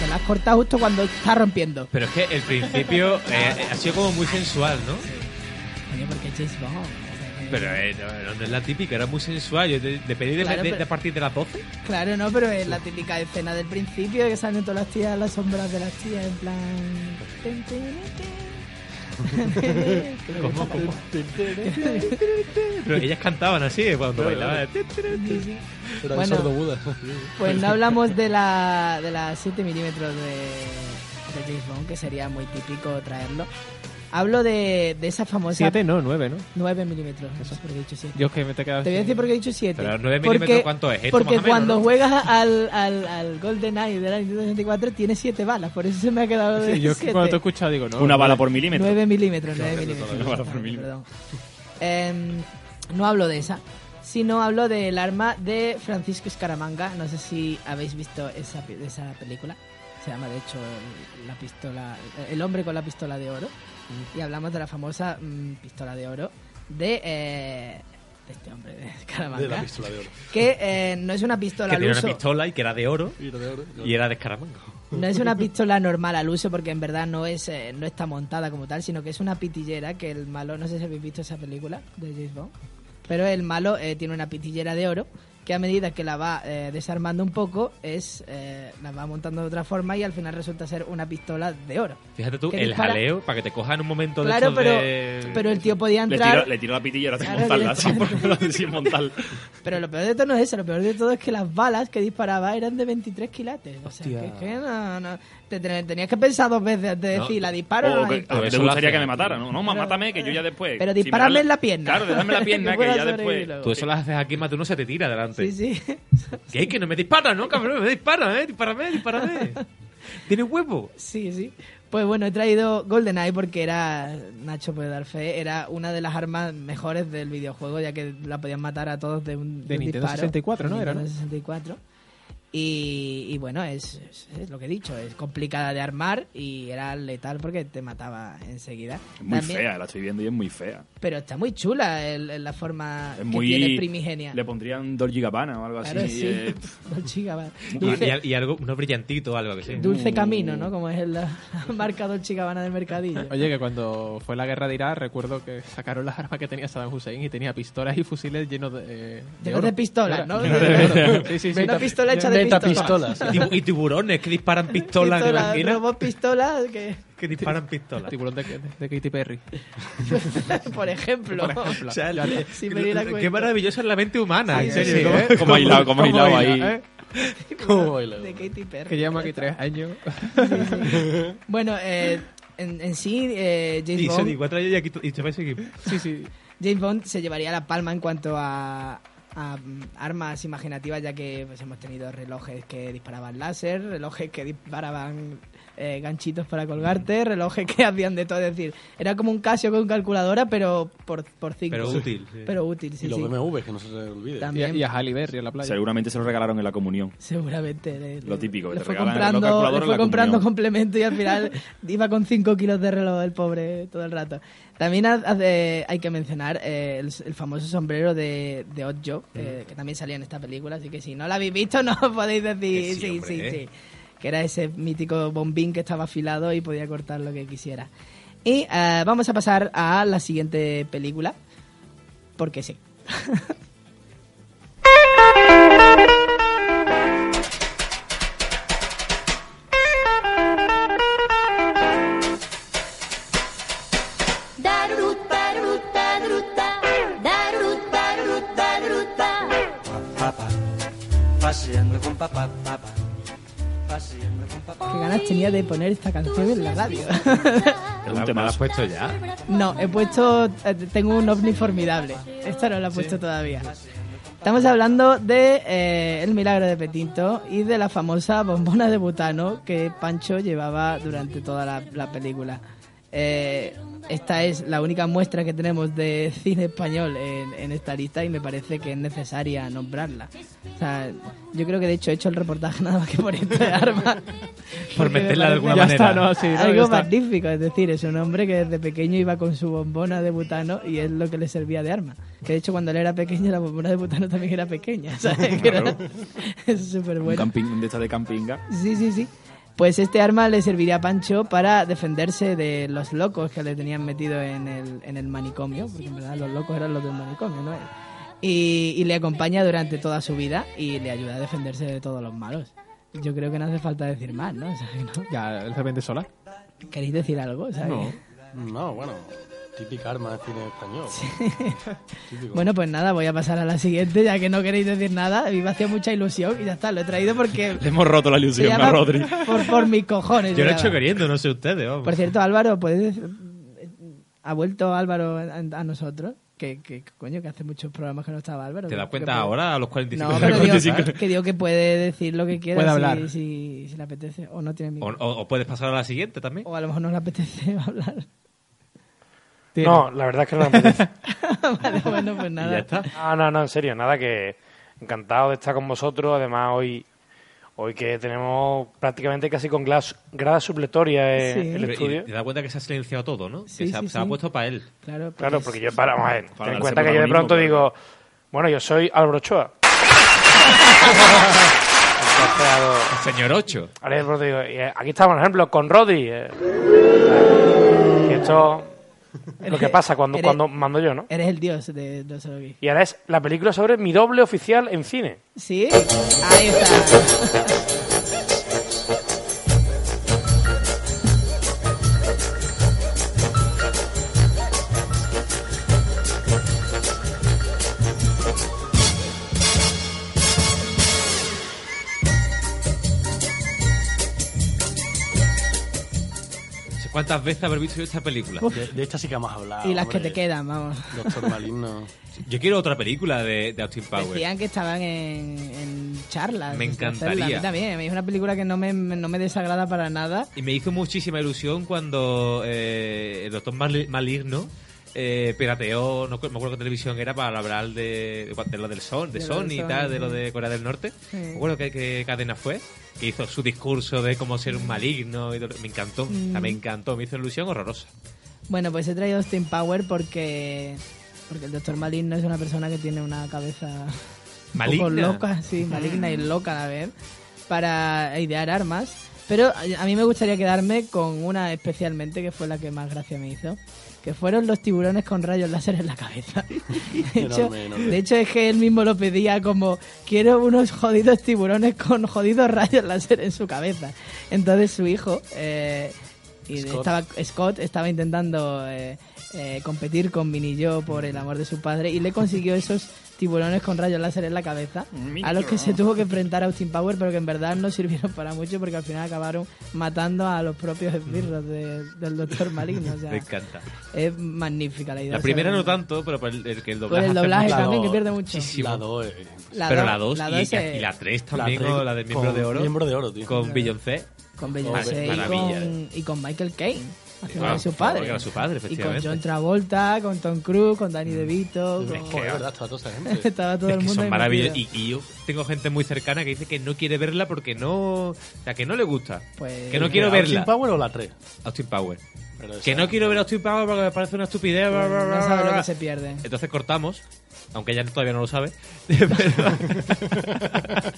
Speaker 2: Me la has cortado justo cuando está rompiendo.
Speaker 1: Pero es que el principio eh, eh, ha sido como muy sensual, ¿no?
Speaker 2: Coño, porque James Bond. o sea, que-
Speaker 1: Pero eh, no, no es la típica, era muy sensual. Yo de, de pedir de-
Speaker 2: Claro,
Speaker 1: de-
Speaker 2: pero-
Speaker 1: de a partir de las 12.
Speaker 2: Claro, no, pero es la típica escena del principio que salen todas las tías, las sombras de las tías, en plan. tin, tin, tin.
Speaker 1: Pero ellas cantaban así eh, cuando bailaban.
Speaker 5: Era
Speaker 2: Bueno.
Speaker 5: el sordo Buda.
Speaker 2: Pues no hablamos de la, de las 7 milímetros de, de James Bond, que sería muy típico traerlo. Hablo de, de esa famosa
Speaker 3: Siete, no, nueve, ¿no?
Speaker 2: 9 milímetros. No sé por qué he dicho 7.
Speaker 3: Yo es que me te he quedado
Speaker 2: Te voy a
Speaker 3: sin-
Speaker 2: decir por qué he dicho 7.
Speaker 1: Pero 9
Speaker 2: Porque-
Speaker 1: milímetros, ¿cuánto es? Esto
Speaker 2: Porque
Speaker 1: más o menos,
Speaker 2: cuando
Speaker 1: ¿no?
Speaker 2: juegas al, al, al Golden Eye del año 64 tiene 7 balas, por eso se me ha quedado de
Speaker 3: Sí, yo es que cuando te he
Speaker 2: 7.
Speaker 3: escuchado digo, no.
Speaker 4: Una
Speaker 3: no,
Speaker 4: bala por milímetro.
Speaker 2: 9 milímetros, 9 milímetros.
Speaker 4: Una bala por milímetro.
Speaker 2: Perdón. Em, no hablo de esa, sino hablo del arma de Francisco Escaramanga. No sé si habéis visto esa, pe- esa película. Se llama, de hecho, el- la pistola, El hombre con la pistola de oro. Y hablamos de la famosa mm, pistola de oro de, eh, de este hombre, de
Speaker 5: De la
Speaker 2: Escaramanga.
Speaker 5: pistola de oro.
Speaker 2: Que eh, no es una pistola
Speaker 1: Que
Speaker 2: al
Speaker 1: tenía una
Speaker 2: uso.
Speaker 1: pistola y que era de oro
Speaker 5: Y la de oro.
Speaker 1: y era de escaramanga.
Speaker 2: No es una pistola normal al uso porque en verdad no es eh, no está montada como tal, sino que es una pitillera que el malo, no sé si habéis visto esa película de James Bond, pero el malo eh, tiene una pitillera de oro que a medida que la va eh, desarmando un poco es eh, la va montando de otra forma y al final resulta ser una pistola de oro.
Speaker 1: Fíjate tú,
Speaker 2: Que
Speaker 1: el
Speaker 2: dispara-
Speaker 1: jaleo para que te cojan un momento de
Speaker 2: Claro,
Speaker 1: estos
Speaker 2: pero,
Speaker 1: de...
Speaker 2: pero el tío podía
Speaker 4: Le
Speaker 2: entrar
Speaker 4: tiro, le tiro la pitillera sin
Speaker 2: Claro,
Speaker 4: montarla,
Speaker 2: le-
Speaker 4: sin, por- sin montarla.
Speaker 2: Pero lo peor de todo no es eso, lo peor de todo es que las balas que disparaba eran de 23 quilates. O sea, que, que no, no, te ten- tenías que pensar dos veces antes de
Speaker 1: No,
Speaker 2: decir, la disparo o no
Speaker 4: O
Speaker 2: la
Speaker 4: que,
Speaker 2: disparo.
Speaker 4: a mí te
Speaker 1: eso lo
Speaker 4: gustaría
Speaker 1: hacen.
Speaker 4: que me matara, ¿no? No, ma- mátame, que yo ya después.
Speaker 2: Pero
Speaker 4: Si me
Speaker 2: dispárame
Speaker 4: das
Speaker 2: en la pierna.
Speaker 4: Claro, déjame la pierna,
Speaker 2: Que
Speaker 4: que,
Speaker 2: pueda
Speaker 4: ya después.
Speaker 2: sobrevivir.
Speaker 1: Tú eso lo haces aquí, más tú no se te tira delante.
Speaker 2: Sí, sí.
Speaker 1: ¿Qué? Que no me disparan, ¿no, cabrón? Me disparan, ¿eh? Dispárame, dispárame. Tiene huevo.
Speaker 2: Sí, sí. Pues bueno, he traído GoldenEye porque era, Nacho puede dar fe, era una de las armas mejores del videojuego, ya que la podían matar a todos de un,
Speaker 3: De
Speaker 2: un
Speaker 3: Nintendo
Speaker 2: disparo.
Speaker 3: 64, ¿no?
Speaker 2: De
Speaker 3: Era, ¿no?
Speaker 2: Nintendo 64. Y, y bueno, es, es- es lo que he dicho, es complicada de armar y era letal porque te mataba enseguida.
Speaker 4: Es Muy
Speaker 2: También-
Speaker 4: fea, la estoy viendo y es muy fea.
Speaker 2: Pero está muy chula el- el- la forma
Speaker 4: Es
Speaker 2: Ah, que
Speaker 4: muy.
Speaker 2: tiene primigenia.
Speaker 4: Le pondrían Dolce Gabbana o algo así.
Speaker 2: Claro, sí.
Speaker 4: eh,
Speaker 2: Dolce y Gabbana.
Speaker 1: Y,
Speaker 2: Dulce,
Speaker 1: y- y algo, unos brillantitos, algo que sí.
Speaker 2: Dulce
Speaker 4: Mm.
Speaker 2: Camino, ¿no? Como es el- la marca Dolce y Gabbana del mercadillo.
Speaker 3: Oye, que cuando fue la guerra de Irak, recuerdo que sacaron las armas que tenía Saddam Hussein y tenía pistolas y fusiles llenos de. eh,
Speaker 2: Llenos
Speaker 3: oro.
Speaker 2: de pistolas, ¿no?
Speaker 3: Llenos de oro. Sí, sí, sí.
Speaker 2: Una pistola hecha de
Speaker 5: Meta
Speaker 2: pistolas.
Speaker 5: pistolas.
Speaker 1: Y, tibu- y tiburones que disparan pistolas. ¿te
Speaker 2: Pistola,
Speaker 1: imaginas?
Speaker 2: robot pistola, que,
Speaker 1: Que disparan pistolas.
Speaker 3: Tiburón de, de Katy Perry.
Speaker 2: por ejemplo.
Speaker 1: O sea, el- el-
Speaker 2: Si me diera
Speaker 1: qué
Speaker 2: cuenta.
Speaker 1: maravillosa es la mente humana. en serio,
Speaker 3: sí,
Speaker 1: ¿no?
Speaker 3: ¿eh?
Speaker 4: Como aislado, como
Speaker 3: ¿Cómo
Speaker 4: aislado ahí.
Speaker 3: baila, eh?
Speaker 5: ¿Cómo baila?
Speaker 2: De Katy Perry.
Speaker 3: Que llevamos aquí tres años.
Speaker 2: Bueno, eh, en, en sí, eh, James,
Speaker 1: Y son
Speaker 2: Bond,
Speaker 1: y cuatro años y aquí y te vais a seguir.
Speaker 3: Sí, sí.
Speaker 2: James Bond se llevaría la palma en cuanto a, a, mm, armas imaginativas, ya que pues, hemos tenido relojes que disparaban láser, relojes que disparaban eh, ganchitos para
Speaker 1: Mm.
Speaker 2: colgarte, relojes que hacían de todo. Es decir, era como un Casio con calculadora, pero por, por cinco.
Speaker 1: Pero útil. sí.
Speaker 2: Pero útil, sí,
Speaker 5: Y los
Speaker 2: sí.
Speaker 5: BMW, que no se te olvide.
Speaker 3: Y a,
Speaker 2: También.
Speaker 3: y a Halle Berry en la playa.
Speaker 4: Seguramente se lo regalaron en la comunión.
Speaker 2: Seguramente. le-
Speaker 4: Lo típico, que
Speaker 2: le
Speaker 4: te
Speaker 2: fue
Speaker 4: regalan el reloj
Speaker 2: comprando,
Speaker 4: calculador
Speaker 2: le
Speaker 4: en
Speaker 2: fue
Speaker 4: la
Speaker 2: comprando
Speaker 4: comunión.
Speaker 2: complemento y al final iba con 5 kilos de reloj el pobre todo el rato. También ha- hace- hay que mencionar eh, el, el famoso sombrero de, de Odd Job,
Speaker 4: Mm.
Speaker 2: eh, que también salía en esta película, así que si no la habéis visto no os podéis decir
Speaker 1: Que
Speaker 2: sí,
Speaker 1: sí,
Speaker 2: sí,
Speaker 1: hombre,
Speaker 2: sí,
Speaker 1: ¿eh?
Speaker 2: Que era ese mítico bombín que estaba afilado y podía cortar lo que quisiera. Y eh, vamos a pasar a la siguiente película, porque sí.
Speaker 8: Papá, paseando con papá, papá, paseando con papá.
Speaker 2: Qué ganas tenía de poner esta canción en la radio.
Speaker 4: Es un tema.
Speaker 1: puesto ya?
Speaker 2: No, he puesto. eh, Tengo un ovni formidable. Esta no la he puesto todavía. Estamos hablando de eh, El milagro de Petinto y de la famosa bombona de butano que Pancho llevaba durante toda la, la película. Eh, esta es la única muestra que tenemos de cine español en, en esta lista y me parece que es necesaria nombrarla. O sea, yo creo que de hecho he hecho el reportaje nada más que por este arma.
Speaker 1: Por
Speaker 2: Porque me
Speaker 1: meterla de
Speaker 2: parece-
Speaker 1: alguna
Speaker 3: ya
Speaker 1: manera.
Speaker 3: está, ¿no? Sí, ¿no? Ya
Speaker 2: algo
Speaker 3: está.
Speaker 2: magnífico, es decir, es un hombre que desde pequeño iba con su bombona de butano y es lo que le servía de arma. Que de hecho cuando él era pequeño la bombona de butano también era pequeña, ¿sabes? Que era- es súper
Speaker 4: Un
Speaker 2: bueno.
Speaker 4: camping, un de estas de campinga.
Speaker 2: Sí, sí, sí. Pues este arma le serviría a Pancho para defenderse de los locos que le tenían metido en el, en el manicomio, porque en verdad los locos eran los del manicomio, ¿no? Y, y le acompaña durante toda su vida y le ayuda a defenderse de todos los malos. Yo creo que no hace falta decir más, ¿no? O sea, ¿no?
Speaker 3: Ya, el repente solar.
Speaker 2: ¿Queréis decir algo? O sea,
Speaker 3: No.
Speaker 2: que-
Speaker 5: No, bueno, típica arma de cine español. Típico.
Speaker 2: Bueno, pues nada, voy a pasar a la siguiente, ya que no queréis decir nada. A mí me hacía mucha ilusión y ya está, lo he traído porque...
Speaker 4: Le hemos roto la
Speaker 2: se
Speaker 4: ilusión
Speaker 2: llama
Speaker 4: a Rodri.
Speaker 2: Por, por mis cojones.
Speaker 1: Yo lo he
Speaker 2: se
Speaker 1: hecho
Speaker 2: llama.
Speaker 1: queriendo, no sé ustedes, vamos.
Speaker 2: Por cierto, Álvaro, ¿puedes decir- Ha vuelto Álvaro a, a nosotros. Que, que, coño, que hace muchos programas que no estaba Álvaro.
Speaker 1: ¿Te das
Speaker 2: Que-
Speaker 1: cuenta
Speaker 2: que-
Speaker 1: ahora a los 45
Speaker 2: No, pero digo, que digo que puede decir lo que quiera
Speaker 3: Puede
Speaker 2: si-
Speaker 3: hablar.
Speaker 2: Si, si le apetece. O no tiene
Speaker 1: O,
Speaker 2: micro.
Speaker 1: o- o puedes pasar a la siguiente también.
Speaker 2: O a lo mejor no le apetece hablar.
Speaker 3: Tiene.
Speaker 9: No, la verdad es que no me apetece.
Speaker 2: vale, bueno, pues nada.
Speaker 1: Y ya está.
Speaker 9: No, no, no, en serio, nada, que encantado de estar con vosotros. Además, hoy hoy que tenemos prácticamente casi con glas- grada supletoria en
Speaker 2: Sí.
Speaker 9: Eh, el
Speaker 1: Pero- Y
Speaker 9: estudio.
Speaker 1: te das cuenta que se ha silenciado todo, ¿no?
Speaker 2: Sí,
Speaker 1: que se, ha,
Speaker 2: sí,
Speaker 1: se ha
Speaker 2: sí.
Speaker 1: puesto para él.
Speaker 2: Claro, porque
Speaker 9: Claro,
Speaker 2: es-
Speaker 9: porque yo, para, vamos a ver, ten
Speaker 4: darse
Speaker 9: en cuenta que yo de
Speaker 4: protagonismo,
Speaker 9: pronto
Speaker 4: pero-
Speaker 9: digo, bueno, yo soy Álvaro Ochoa. Entonces hago-
Speaker 1: Señor 8.
Speaker 9: Ahora de pronto digo, y, eh, aquí estamos, por ejemplo, con Rodri. eh. Y esto es lo que pasa cuando,
Speaker 2: Eres-
Speaker 9: cuando mando yo, ¿no?
Speaker 2: Eres el dios de No Solo Geek.
Speaker 9: Y ahora es la película sobre mi doble oficial en cine.
Speaker 2: Sí, ahí está.
Speaker 1: ¿Cuántas veces haber visto yo esta película?
Speaker 5: De, de esta sí que hemos
Speaker 1: Ah,
Speaker 5: hablado.
Speaker 2: Y las que
Speaker 5: hombre.
Speaker 2: te quedan, vamos.
Speaker 5: Doctor Maligno.
Speaker 1: Yo quiero otra película de, de Austin Powers.
Speaker 2: Decían que estaban en, en charlas.
Speaker 1: Me
Speaker 2: en hacerla.
Speaker 1: encantaría.
Speaker 2: A mí también. Es una película que no me, no me desagrada para nada.
Speaker 1: Y me hizo muchísima ilusión cuando eh, el doctor Mali- Maligno eh, pirateó, no cu- me acuerdo qué televisión era, para hablar de, de lo del son, de,
Speaker 2: De lo
Speaker 1: Sony
Speaker 2: del
Speaker 1: y
Speaker 2: Sony,
Speaker 1: tal, de
Speaker 2: sí.
Speaker 1: lo de Corea del Norte.
Speaker 2: Sí.
Speaker 1: Me acuerdo qué, qué cadena fue, que hizo su discurso de cómo ser
Speaker 2: Mm.
Speaker 1: un maligno. Y todo- me encantó, o sea, me encantó, me hizo ilusión horrorosa.
Speaker 2: Bueno, pues he traído Steam Power porque, porque el Doctor Maligno es una persona que tiene una cabeza
Speaker 1: Maligna.
Speaker 2: un poco loca, sí, maligna y loca a la vez, para idear armas. Pero a a mí me gustaría quedarme con una especialmente que fue la que más gracia me hizo, que fueron los tiburones con rayos láser en la cabeza. De hecho,
Speaker 5: Enorme, enorme.
Speaker 2: de hecho es que él mismo lo pedía como quiero unos jodidos tiburones con jodidos rayos láser en su cabeza. Entonces su hijo eh, y
Speaker 5: Scott.
Speaker 2: estaba Scott estaba intentando eh, eh, competir con Mini Yo por el amor de su padre y le consiguió esos tiburones con rayos láser en la cabeza a los que se tuvo que enfrentar Austin Power pero que en verdad no sirvieron para mucho porque al final acabaron matando a los propios esbirros de- del Doctor Maligno. O sea,
Speaker 1: Mm. Me encanta.
Speaker 2: es magnífica la idea.
Speaker 1: La primera no
Speaker 2: seguramente.
Speaker 1: tanto, pero por el, el que el
Speaker 2: Con
Speaker 1: doblaje.
Speaker 2: Pues el
Speaker 1: hace
Speaker 2: doblaje
Speaker 1: mucho-
Speaker 2: también, que
Speaker 5: do-
Speaker 2: pierde mucho.
Speaker 1: muchísimo.
Speaker 5: La 2 eh.
Speaker 1: pero
Speaker 2: do-
Speaker 1: la 2 y, y-
Speaker 2: es-
Speaker 1: y la 3
Speaker 5: La
Speaker 1: también,
Speaker 5: tres
Speaker 1: o la de Miembro
Speaker 5: con
Speaker 1: de Oro.
Speaker 5: Miembro de Oro, tío.
Speaker 1: Con Beyoncé.
Speaker 2: con Beyoncé y
Speaker 1: Maravilla.
Speaker 2: con, y con Michael Caine, haciendo
Speaker 1: Ah,
Speaker 2: de su
Speaker 1: por favor,
Speaker 2: padre.
Speaker 1: que era su padre,
Speaker 2: y con
Speaker 1: efectivamente. Mm.
Speaker 2: John Travolta, con Tom Cruise, con Danny DeVito. con-
Speaker 5: Joder, verdad, está toda esa gente.
Speaker 2: Estaba todo
Speaker 1: Es
Speaker 2: el
Speaker 1: que
Speaker 2: mundo
Speaker 1: son
Speaker 2: ahí
Speaker 1: maravillosos. Y,
Speaker 2: metido.
Speaker 1: y yo tengo gente muy cercana que dice que no quiere verla porque no. O sea, que no le gusta.
Speaker 2: Pues-
Speaker 1: que no quiero
Speaker 5: ¿Austin
Speaker 1: verla.
Speaker 5: Power o la 3?
Speaker 1: Austin Power.
Speaker 5: Pero esa-
Speaker 1: Que no quiero ver a Austin Power porque me parece una estupidez. bla, bla, bla,
Speaker 2: Pues, No sabe
Speaker 1: bla,
Speaker 2: lo
Speaker 1: bla.
Speaker 2: que se pierde.
Speaker 1: Entonces cortamos, aunque ella todavía no lo sabe. Pero-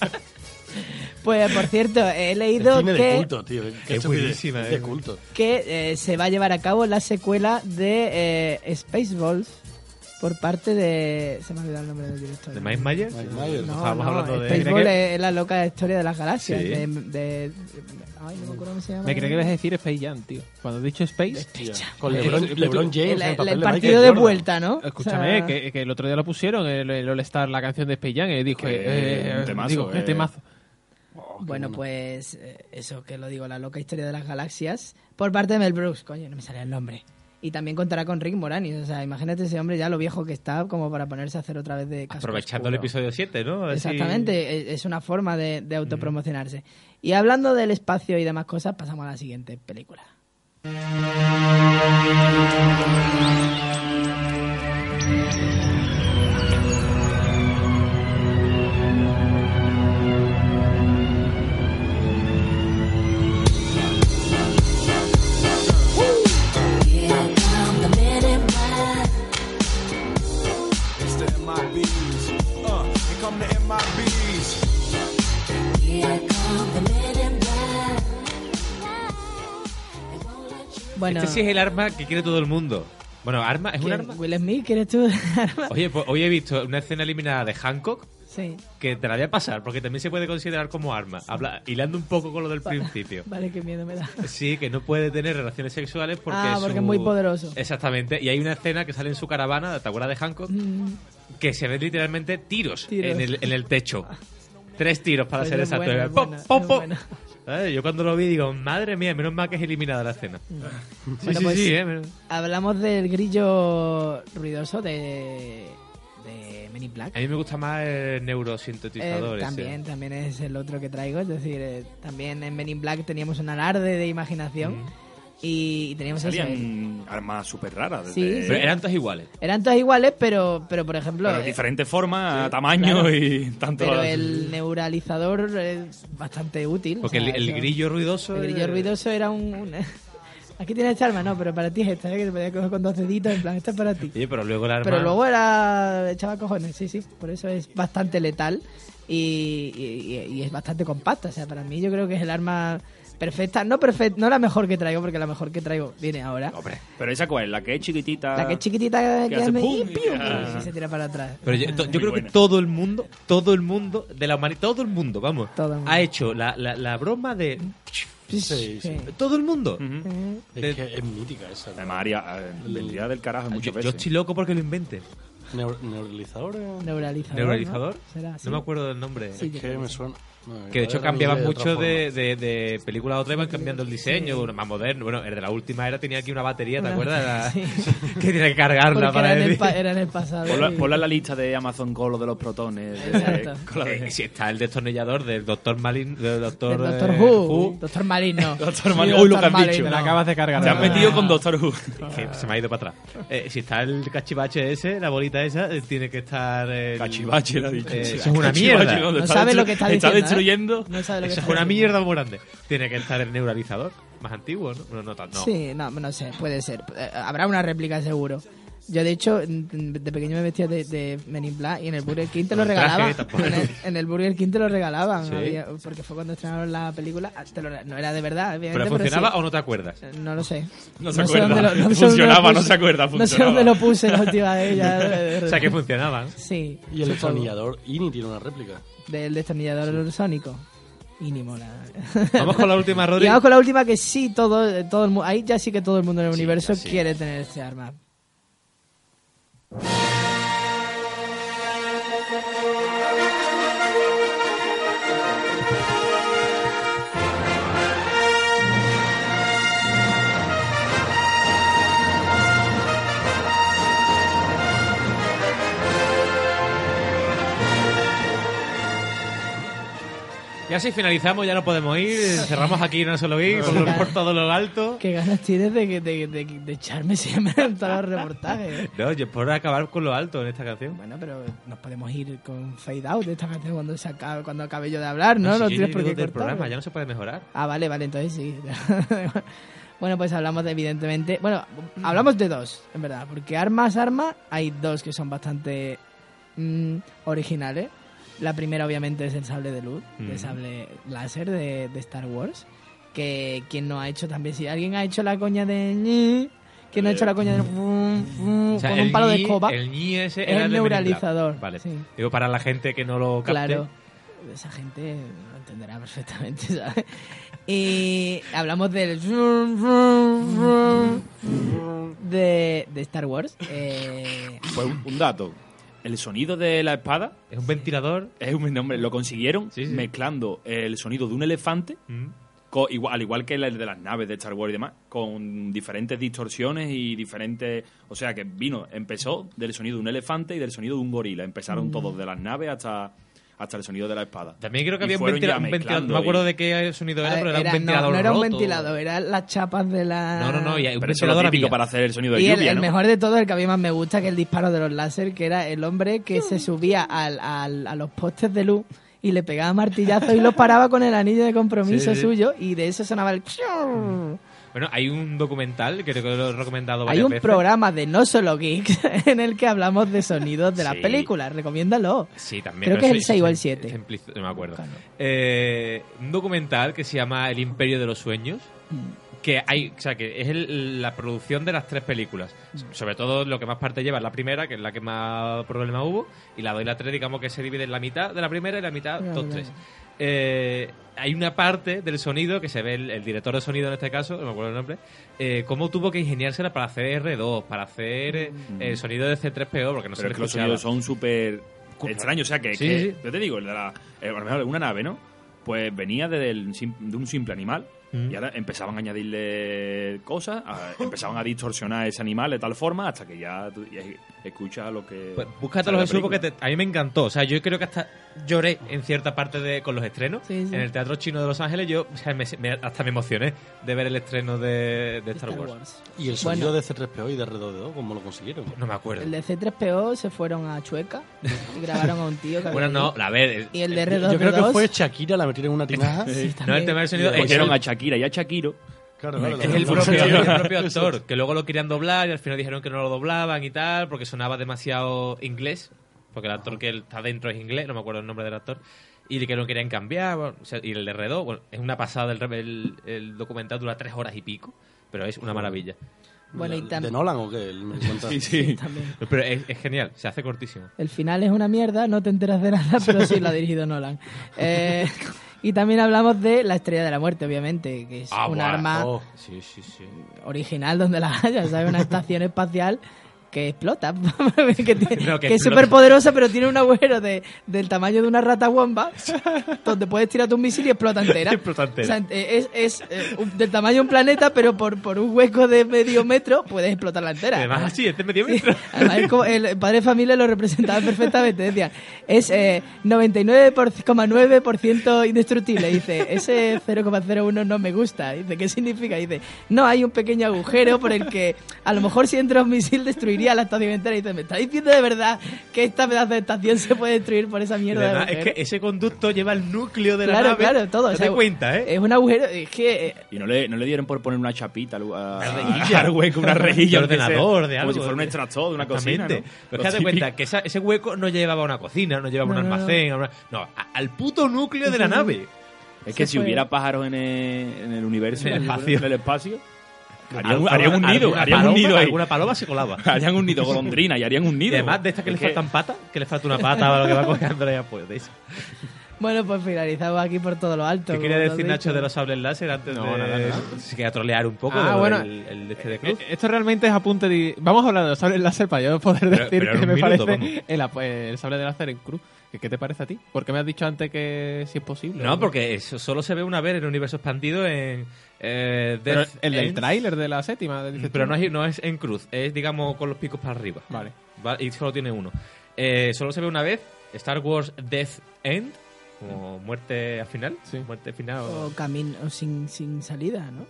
Speaker 2: Pues, por cierto, he
Speaker 5: El
Speaker 2: leído
Speaker 5: cine de
Speaker 2: que,
Speaker 5: culto, tío. Qué
Speaker 1: Es
Speaker 5: estupidez.
Speaker 1: buenísima,
Speaker 5: Es
Speaker 1: eh.
Speaker 5: de culto.
Speaker 2: que eh, se va a llevar a cabo la secuela de eh, Spaceballs por parte de... Se me ha olvidado el nombre del director.
Speaker 1: ¿De Mike Myers?
Speaker 5: Mike Myers.
Speaker 2: No,
Speaker 1: Estábamos
Speaker 2: no,
Speaker 1: hablando de.
Speaker 2: Spaceballs
Speaker 1: Mira que-
Speaker 2: es la loca historia de las galaxias.
Speaker 1: Sí.
Speaker 2: De, de- Ay, no me acuerdo cómo se llama.
Speaker 3: Me creí que ibas
Speaker 1: este?
Speaker 3: a decir Space Jam, tío. Cuando he dicho Space,
Speaker 5: Con LeBron, LeBron James
Speaker 2: El,
Speaker 5: en
Speaker 2: el
Speaker 5: papel de Michael
Speaker 2: partido de
Speaker 5: Jordan.
Speaker 2: vuelta, ¿no?
Speaker 3: escúchame,
Speaker 2: O sea,
Speaker 3: que, que el otro día lo pusieron, el, el All Star, la canción de Space Jam, y dijo,
Speaker 4: Que
Speaker 3: eh,
Speaker 4: un
Speaker 3: eh,
Speaker 4: temazo,
Speaker 3: digo, qué
Speaker 4: eh.
Speaker 3: temazo.
Speaker 2: Bueno, pues eh, eso que lo digo, la loca historia de las galaxias, por parte de Mel Brooks, coño, no me sale el nombre. Y también contará con Rick Moranis, o sea, imagínate ese hombre ya lo viejo que está como para ponerse a hacer otra vez de casco
Speaker 1: Aprovechando el
Speaker 2: oscuro.
Speaker 1: episodio 7, ¿no? A ver si-
Speaker 2: Exactamente, e, es- es una forma de, de autopromocionarse. Y hablando del espacio y demás cosas, pasamos a la siguiente película.
Speaker 7: It's the MIBs. Uh, here come the MIBs.
Speaker 2: Bueno,
Speaker 1: Este sí es el arma que quiere todo el mundo. Bueno, arma, es un
Speaker 2: ¿quién?
Speaker 1: arma.
Speaker 2: Will Smith, ¿quieres tú?
Speaker 1: Oye, pues hoy he visto una escena eliminada de Hancock
Speaker 2: sí.
Speaker 1: que te la voy a pasar porque también se puede considerar como arma. Habla, hilando un poco con lo del principio.
Speaker 2: Vale, qué miedo me da.
Speaker 1: Sí, que no puede tener relaciones sexuales porque,
Speaker 2: Ah, porque
Speaker 1: su-
Speaker 2: es muy poderoso.
Speaker 1: Exactamente. Y hay una escena que sale en su caravana, ¿te acuerdas de Hancock? Que se ven literalmente tiros,
Speaker 2: Mm. Tiros. Ah.
Speaker 1: En, el, en el techo. Tres tiros para
Speaker 2: Oye,
Speaker 1: ser
Speaker 2: es
Speaker 1: exacto.
Speaker 2: bueno, es
Speaker 1: ¡Pop, pop,
Speaker 2: bueno, es
Speaker 1: pop!
Speaker 2: bueno.
Speaker 1: ¿Sabes? Yo cuando lo vi digo, madre mía, menos mal que es eliminada la escena. Sí,
Speaker 2: Mm. Bueno,
Speaker 1: sí,
Speaker 2: pues-
Speaker 1: sí, eh, menos-
Speaker 2: Hablamos del grillo ruidoso de, de Men in Black.
Speaker 1: A mí me gusta más el neurosintetizador.
Speaker 2: Eh,
Speaker 1: ese.
Speaker 2: también, también es el otro que traigo. Es decir, eh, también en Men in Black teníamos un alarde de imaginación y, y teníamos ese-
Speaker 4: Salían armas súper raras.
Speaker 2: Sí,
Speaker 4: desde-
Speaker 2: sí.
Speaker 1: Pero eran todas iguales.
Speaker 2: Eran todas iguales, pero, pero por ejemplo,
Speaker 4: Pero
Speaker 2: eh,
Speaker 4: diferentes formas, tamaño y tanto.
Speaker 2: pero el neuralizador es bastante útil.
Speaker 1: Porque
Speaker 2: o sea,
Speaker 1: el, el
Speaker 2: eso-
Speaker 1: grillo ruidoso.
Speaker 2: el grillo
Speaker 1: eh,
Speaker 2: ruidoso era un... un- Aquí tienes esta arma, no, pero para ti es esta, ¿eh? que te podías coger con dos deditos, en plan, esta es para ti.
Speaker 1: Oye, pero luego el arma.
Speaker 2: Pero luego era. echaba cojones, sí, sí. Por eso es bastante letal y, y- y es bastante compacta. O sea, para mí yo creo que es el arma perfecta. No perfecta, no la mejor que traigo, porque la mejor que traigo viene ahora.
Speaker 4: Hombre, pero esa cuál, la que es chiquitita.
Speaker 2: La que es chiquitita que,
Speaker 4: que
Speaker 2: hace
Speaker 4: hace
Speaker 2: me-
Speaker 4: pum,
Speaker 2: y piu,
Speaker 4: ya.
Speaker 2: y se tira para atrás.
Speaker 1: Pero yo, to- yo
Speaker 4: Muy
Speaker 1: creo
Speaker 4: buena.
Speaker 1: que todo el mundo, todo el mundo, de la humanidad, todo el mundo, vamos,
Speaker 2: Todo el mundo.
Speaker 1: ha hecho la, la, la broma de.
Speaker 2: Sí,
Speaker 5: sí, sí.
Speaker 1: Todo el mundo.
Speaker 2: Eh,
Speaker 5: Mm. Es que es mítica esa. ¿no?
Speaker 4: Además, haría, eh, vendría del carajo en
Speaker 1: Yo,
Speaker 4: muchas
Speaker 1: yo
Speaker 4: veces.
Speaker 1: estoy loco porque lo inventen.
Speaker 5: Neur- neuralizador. eh,
Speaker 2: Neuralizador. ¿no?
Speaker 1: ¿Neuralizador?
Speaker 2: ¿Será así?
Speaker 1: No me acuerdo del nombre.
Speaker 2: Sí, yo
Speaker 5: que
Speaker 2: creo
Speaker 5: me
Speaker 2: que sí.
Speaker 5: suena. No,
Speaker 1: Que de hecho
Speaker 5: era
Speaker 1: cambiaba
Speaker 5: de otra
Speaker 1: mucho
Speaker 5: forma.
Speaker 1: de, de, de película a otra, iban cambiando el diseño, uno más moderno. Bueno, el de la última era tenía aquí una batería, ¿te
Speaker 2: Una-
Speaker 1: acuerdas?
Speaker 2: sí.
Speaker 1: que tiene que cargarla
Speaker 2: Porque era
Speaker 1: para
Speaker 2: en, el
Speaker 1: decir.
Speaker 2: pa- era en el pasado.
Speaker 4: Ponla,
Speaker 2: y-
Speaker 4: ponla en la lista de Amazon con lo de los protones. de-
Speaker 2: Exacto.
Speaker 4: con lo de-
Speaker 1: Eh, sí, está el destornillador del Doctor Malin, del Doctor,
Speaker 2: del Doctor
Speaker 1: eh,
Speaker 2: Who. Doctor Maligno.
Speaker 4: Doctor Maligno. Uy, lo que has dicho.
Speaker 3: Te
Speaker 4: No.
Speaker 3: la acabas de cargar.
Speaker 4: Te has
Speaker 3: ¿no?
Speaker 4: metido con Doctor Who.
Speaker 1: Que se me ha ido para atrás. Eh, si está el cachivache ese, la bolita esa, eh, tiene que estar. el-
Speaker 4: Cachivache, lo ha dicho.
Speaker 1: Eh, eso es una mierda.
Speaker 4: ¿dónde
Speaker 2: No
Speaker 4: está
Speaker 2: sabe
Speaker 4: destru-
Speaker 2: lo que está diciendo, ¿eh?
Speaker 4: destruyendo.
Speaker 2: No sabe lo que
Speaker 1: Eso es
Speaker 2: está
Speaker 1: una
Speaker 2: diciendo.
Speaker 1: mierda muy grande. Tiene que estar el neuralizador, más antiguo, ¿no? No, no, tan- no.
Speaker 2: Sí, no, no sé, puede ser. Eh, Habrá una réplica seguro. Yo, de hecho, en- en- de pequeño me vestía de, de Men in Black y en el Burger King te lo
Speaker 1: Con el traje,
Speaker 2: regalaban.
Speaker 1: tampoco.
Speaker 2: En el, en el Burger King te lo regalaban.
Speaker 1: Sí.
Speaker 2: había- porque fue cuando estrenaron la película. ah, te lo re- no era de verdad,
Speaker 1: ¿Pero
Speaker 2: obviamente.
Speaker 1: funcionaba
Speaker 2: sí.
Speaker 1: o no te acuerdas?
Speaker 2: Eh, No lo sé.
Speaker 4: No se
Speaker 2: sé
Speaker 4: acuerda.
Speaker 2: dónde sé dónde
Speaker 4: Funcionaba, no
Speaker 2: puse.
Speaker 4: se acuerda,
Speaker 2: No sé dónde
Speaker 4: funcionaba.
Speaker 2: lo puse la última vez. ya, de- de-
Speaker 1: O sea, que funcionaba. ¿no?
Speaker 2: Sí.
Speaker 5: Y el
Speaker 2: supongo.
Speaker 5: destornillador INI tiene una réplica.
Speaker 2: Del destornillador sónico. Y ni mola.
Speaker 1: Vamos con la última,
Speaker 2: Y
Speaker 1: Rodri.
Speaker 2: vamos con la última que sí, todo, todo el mundo, ahí ya sí que todo el mundo en el universo quiere tener este arma.
Speaker 1: Ya si finalizamos, ya no podemos ir. Cerramos aquí en un solo geek, por, lo- por todo lo alto.
Speaker 2: Qué ganas tienes de, que- de, de, de echarme siempre en todos los reportajes.
Speaker 1: No, yo por acabar con lo alto en esta canción.
Speaker 2: Bueno, pero nos podemos ir con fade out de esta canción cuando, se acabe, cuando acabe yo de hablar, ¿no?
Speaker 1: si
Speaker 2: no
Speaker 1: yo
Speaker 2: tienes
Speaker 1: ya
Speaker 2: por
Speaker 1: digo
Speaker 2: qué
Speaker 1: del
Speaker 2: cortarlo.
Speaker 1: programa, ya no se puede mejorar.
Speaker 2: Ah, vale, vale, entonces sí. bueno, pues hablamos de, evidentemente. Bueno, hablamos de dos, en verdad, porque armas, arma, hay dos que son bastante mm, originales. La primera, obviamente, es el sable de luz, el sable láser de, de Star Wars. Que quien no ha hecho también, si alguien ha hecho la coña de. ñe, Quien no ha hecho la coña de. fum, fum,
Speaker 1: Eh, O sea,
Speaker 2: con
Speaker 1: el
Speaker 2: un palo de
Speaker 1: ñi-
Speaker 2: escoba.
Speaker 1: El ñi ese
Speaker 2: Es
Speaker 1: era el de Men in Black.
Speaker 2: neuralizador,
Speaker 1: Vale.
Speaker 2: sí.
Speaker 1: Digo, para la gente que no lo capte.
Speaker 2: Claro, esa gente lo entenderá perfectamente, ¿sabes? Y hablamos del vroom, vroom, vroom de, de Star Wars. Eh,
Speaker 4: Pues un, un dato. El sonido de la espada
Speaker 1: Es un ventilador.
Speaker 4: es un nombre. Lo consiguieron
Speaker 1: Sí, sí.
Speaker 4: mezclando el sonido de un elefante,
Speaker 7: Hmm?
Speaker 1: Mm.
Speaker 4: co- igual- al igual que el de las naves de Star Wars y demás, con diferentes distorsiones y diferentes... O sea, que vino, empezó del sonido de un elefante y del sonido de un gorila. Empezaron todos de las naves hasta, hasta el sonido de la espada.
Speaker 1: Mm. También creo que
Speaker 4: Y
Speaker 1: había un,
Speaker 4: fueron ya
Speaker 1: ventila- un ventilador.
Speaker 4: mezclando
Speaker 1: No me acuerdo
Speaker 4: y-
Speaker 1: de qué sonido era,
Speaker 2: a
Speaker 1: pero
Speaker 2: ver,
Speaker 1: era,
Speaker 2: era-
Speaker 1: un ventilador.
Speaker 2: no, no era un
Speaker 1: roto.
Speaker 2: ventilador, eran las chapas de la.
Speaker 1: No, no, no. Y un
Speaker 4: Pero eso es lo
Speaker 1: ventilador
Speaker 4: típico
Speaker 1: había.
Speaker 4: para hacer el sonido de
Speaker 2: ah. Y el,
Speaker 4: lluvia,
Speaker 2: el
Speaker 4: ¿no?
Speaker 2: mejor de todo, el que a mí más me gusta, que es el disparo de los láser, que era el hombre que se subía al- al- a los postes de luz y le pegaba martillazos y los paraba con el anillo de compromiso
Speaker 1: Sí, sí.
Speaker 2: suyo y de eso sonaba el... xiu.
Speaker 1: Bueno, hay un documental que creo que lo he recomendado varias
Speaker 2: Hay un
Speaker 1: veces.
Speaker 2: programa de No Solo Geeks en el que hablamos de sonidos de las
Speaker 4: Sí.
Speaker 2: películas. Recomiéndalo.
Speaker 1: Sí, también.
Speaker 2: Creo
Speaker 1: pero
Speaker 2: que es el
Speaker 1: eso-
Speaker 2: 6 o el
Speaker 1: eso-
Speaker 2: 7.
Speaker 1: simpliz- No me acuerdo.
Speaker 2: Búscalo.
Speaker 1: Eh, un documental que se llama El Imperio de los Sueños, que hay, o sea, que es el- la producción de las tres películas. Sobre todo lo que más parte lleva es la primera, que es la que más problema hubo, y la dos y la tres, digamos que se divide en la mitad de la primera y la mitad
Speaker 2: Claro,
Speaker 1: dos
Speaker 2: claro.
Speaker 1: tres. Eh, hay una parte del sonido que se ve el, el director de sonido en este caso, no me acuerdo el nombre, eh, cómo tuvo que ingeniársela para hacer R2, para hacer eh, el sonido de C3PO, porque no se
Speaker 4: Pero
Speaker 1: le
Speaker 4: es que los
Speaker 1: escuchaba.
Speaker 4: sonidos son súper extraños. O sea, que,
Speaker 1: Sí,
Speaker 4: que-
Speaker 1: sí.
Speaker 4: yo te digo, el de la, eh, por ejemplo, una nave, ¿no? Pues venía de, del sim- de un simple animal
Speaker 2: Mm.
Speaker 4: y ahora empezaban a añadirle cosas, a- empezaban a distorsionar ese animal de tal forma hasta que ya, tú- ya escuchas lo que...
Speaker 1: Pues
Speaker 4: sale
Speaker 1: búscatelo
Speaker 4: en la
Speaker 1: Jesús porque
Speaker 4: película.
Speaker 1: te- a mí me encantó. O sea, yo creo que hasta lloré en cierta parte de, con los estrenos.
Speaker 2: Sí, sí.
Speaker 1: En el Teatro Chino de Los Ángeles yo o sea, me- me- hasta me emocioné de ver el estreno de, de Star, Wars.
Speaker 5: Y el sonido de C3PO y de R2D2, ¿cómo lo consiguieron?
Speaker 1: No me acuerdo.
Speaker 2: El de C3PO se fueron a Chueca y grabaron a un tío. que
Speaker 1: Bueno,
Speaker 2: había
Speaker 1: no,
Speaker 2: ido.
Speaker 1: la vez.
Speaker 2: Y el de R2D2.
Speaker 5: Yo creo que fue Shakira, la metieron en una tinaja.
Speaker 2: Ah,
Speaker 1: No, el tema del sonido es,
Speaker 4: Cogieron
Speaker 1: el,
Speaker 4: a Shakira y a Shakiro.
Speaker 5: Claro, claro,
Speaker 1: es
Speaker 5: la-
Speaker 1: el
Speaker 5: la-
Speaker 1: propio,
Speaker 5: la-
Speaker 1: el propio actor, que luego lo querían doblar y al final dijeron que no lo doblaban y tal, porque sonaba demasiado inglés, porque el actor que él está dentro es inglés, no me acuerdo el nombre del actor, y que lo querían cambiar, bueno, o sea, y el de R2, bueno, es una pasada, el, re- el, el documental dura tres horas y pico, pero es una maravilla.
Speaker 2: Bueno, y
Speaker 5: ¿De
Speaker 2: también.
Speaker 5: Nolan o qué? El- me cuenta.
Speaker 2: también.
Speaker 1: Pero es, es genial, se hace cortísimo.
Speaker 2: El final es una mierda, no te enteras de nada, pero sí lo ha dirigido Nolan. Eh, y también hablamos de La Estrella de la Muerte, obviamente, que es
Speaker 1: Ah,
Speaker 2: un
Speaker 1: guau,
Speaker 2: arma
Speaker 1: oh, sí, sí, sí.
Speaker 2: original donde la haya, ¿sabes? Una estación espacial que explota, que, tiene-
Speaker 1: No, que
Speaker 2: que
Speaker 1: explota.
Speaker 2: es súper poderosa, pero tiene un agujero de, del tamaño de una rata womba, donde puedes tirar tu misil y explota entera.
Speaker 1: Explota entera.
Speaker 2: O sea, eh, es es, eh, un- del tamaño de un planeta, pero por, por un hueco de medio metro puedes explotarla entera.
Speaker 1: Además, así, este medio
Speaker 2: Sí,
Speaker 1: metro.
Speaker 2: además, es como- el padre de familia lo representaba perfectamente. Decía, es eh, 99,9% indestructible. Dice, ese 0,01 no me gusta. Dice, ¿qué significa? Dice, no, hay un pequeño agujero por el que a lo mejor si entra un misil destruiría la estación entera. Dice, ¿me está diciendo de verdad que esta pedazo de estación se puede destruir por esa mierda de
Speaker 1: Además, es
Speaker 2: agujero?
Speaker 1: que eh, ese conducto lleva el núcleo de la
Speaker 2: Claro,
Speaker 1: nave.
Speaker 2: claro, todo.
Speaker 1: No
Speaker 2: o sea,
Speaker 1: te cuenta, ¿eh?
Speaker 2: Es un agujero, es que eh,
Speaker 4: Y no le, no le dieron por poner una chapita al- a,
Speaker 1: rejilla.
Speaker 4: al hueco, una rejilla. lo
Speaker 1: De
Speaker 4: que sea.
Speaker 1: ordenador, de algo.
Speaker 4: Como si fuera un extractor de una cocina, ¿no?
Speaker 1: Exactamente.
Speaker 4: Lo
Speaker 1: Pero es que date cuenta
Speaker 4: típico.
Speaker 1: que esa- ese hueco no llevaba una cocina, no llevaba
Speaker 2: No,
Speaker 1: un
Speaker 2: no, no.
Speaker 1: almacén, a una- no, a- al puto núcleo de la nave.
Speaker 4: Es que
Speaker 2: se
Speaker 4: si
Speaker 2: fue.
Speaker 4: hubiera pájaros en el, en el universo,
Speaker 1: En el espacio.
Speaker 4: en el espacio, harían,
Speaker 1: Alguna-
Speaker 4: harían un nido,
Speaker 1: alguna
Speaker 4: harían un
Speaker 1: paloma-
Speaker 4: nido ahí.
Speaker 1: Alguna paloma se colaba.
Speaker 4: Harían un nido golondrina y harían un
Speaker 1: Y
Speaker 4: nido.
Speaker 1: además de estas que
Speaker 4: Es
Speaker 1: le faltan patas, que le falta una pata o lo que va cogiendo ya pues. de eso.
Speaker 2: bueno, pues finalizamos aquí por todo lo alto.
Speaker 1: ¿Qué
Speaker 2: como
Speaker 1: quería
Speaker 2: tú has
Speaker 1: decir Nacho
Speaker 2: dicho.
Speaker 1: de los sables láser antes
Speaker 3: No,
Speaker 1: de
Speaker 3: nada, nada.
Speaker 1: si quería trolear un poco
Speaker 3: Ah,
Speaker 1: de lo
Speaker 3: bueno.
Speaker 1: del- el de este de
Speaker 3: Eh,
Speaker 1: Cruz?
Speaker 3: Esto realmente es apunte. de- Vamos a hablar de los sables láser para yo poder decir
Speaker 1: pero en
Speaker 3: que
Speaker 1: un
Speaker 3: me
Speaker 1: minuto, vamos.
Speaker 3: parece el, ap- el sable de láser en cruz. ¿Qué- ¿Qué te parece a ti? Porque me has dicho antes que si es posible.
Speaker 1: No, porque eso solo se ve una vez en el universo expandido en eh,
Speaker 3: Pero
Speaker 1: Death
Speaker 3: el del
Speaker 1: Ends.
Speaker 3: tráiler de la séptima. dices tú.
Speaker 1: Pero no es, no es en cruz, es digamos con los picos para arriba.
Speaker 3: Vale.
Speaker 1: Va- Y solo tiene uno. Eh, solo se ve una vez Star Wars Death End, como muerte al final.
Speaker 3: Sí.
Speaker 1: Muerte final
Speaker 3: Oh,
Speaker 1: o
Speaker 2: O camino sin, sin salida, ¿no?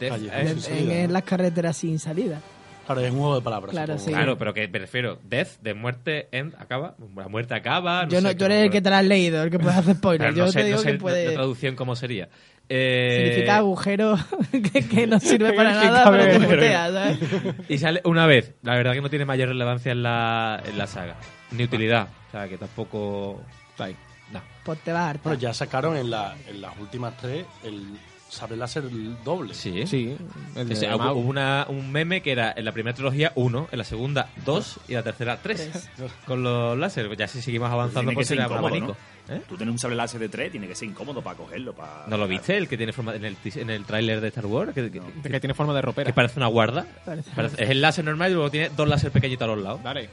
Speaker 1: Death
Speaker 5: Callejón
Speaker 1: End.
Speaker 5: sin
Speaker 2: En-
Speaker 5: salida,
Speaker 2: en
Speaker 5: ¿no?
Speaker 2: las carreteras sin salida.
Speaker 5: Claro, es un juego de palabras.
Speaker 2: Claro,
Speaker 5: supongo.
Speaker 2: sí.
Speaker 1: Claro, pero que prefiero Death, de muerte, end, acaba. La muerte acaba.
Speaker 2: Yo no,
Speaker 1: Ah, sé,
Speaker 2: tú eres el que te
Speaker 1: me
Speaker 2: la has leído, el que puede hacer
Speaker 1: acuerdo.
Speaker 2: spoiler.
Speaker 1: Pero
Speaker 2: Yo
Speaker 1: no sé,
Speaker 2: te
Speaker 1: no
Speaker 2: digo
Speaker 1: sé
Speaker 2: que
Speaker 1: la
Speaker 2: puede
Speaker 1: traducción cómo sería. Eh,
Speaker 2: significa agujero que, que no sirve para
Speaker 3: Que
Speaker 2: nada,
Speaker 3: cabe-
Speaker 2: pero te ¿eh?
Speaker 3: pero-
Speaker 2: putea, ¿sabes?
Speaker 1: Y sale una vez. La verdad que no tiene mayor relevancia en la, en la saga. Ni utilidad. O sea, que tampoco... No.
Speaker 2: Pues te vas a hartar.
Speaker 5: Bueno, ya sacaron en, la, en las últimas tres el sable láser doble.
Speaker 1: Sí,
Speaker 3: Sí.
Speaker 5: Ah,
Speaker 3: el de
Speaker 1: Sí, sí, hubo
Speaker 3: Mago.
Speaker 1: hubo una- un meme que era en la primera trilogía 1, en la segunda 2 y en la tercera 3. Con los láser. pues Ya si seguimos avanzando,
Speaker 4: Tiene que
Speaker 1: pues
Speaker 4: ser
Speaker 1: será un
Speaker 4: incómodo,
Speaker 1: abanico. ¿Eh?
Speaker 4: Tú tienes un sable láser de tres, tiene que ser incómodo para cogerlo. Para,
Speaker 1: ¿No lo viste? El que tiene forma en el, tis- en el tráiler de Star Wars, que, que-
Speaker 3: De que tiene forma de ropera.
Speaker 1: que parece una guarda. Parece- es el láser normal y luego tiene dos láser pequeñitos a los lados.
Speaker 3: Dale.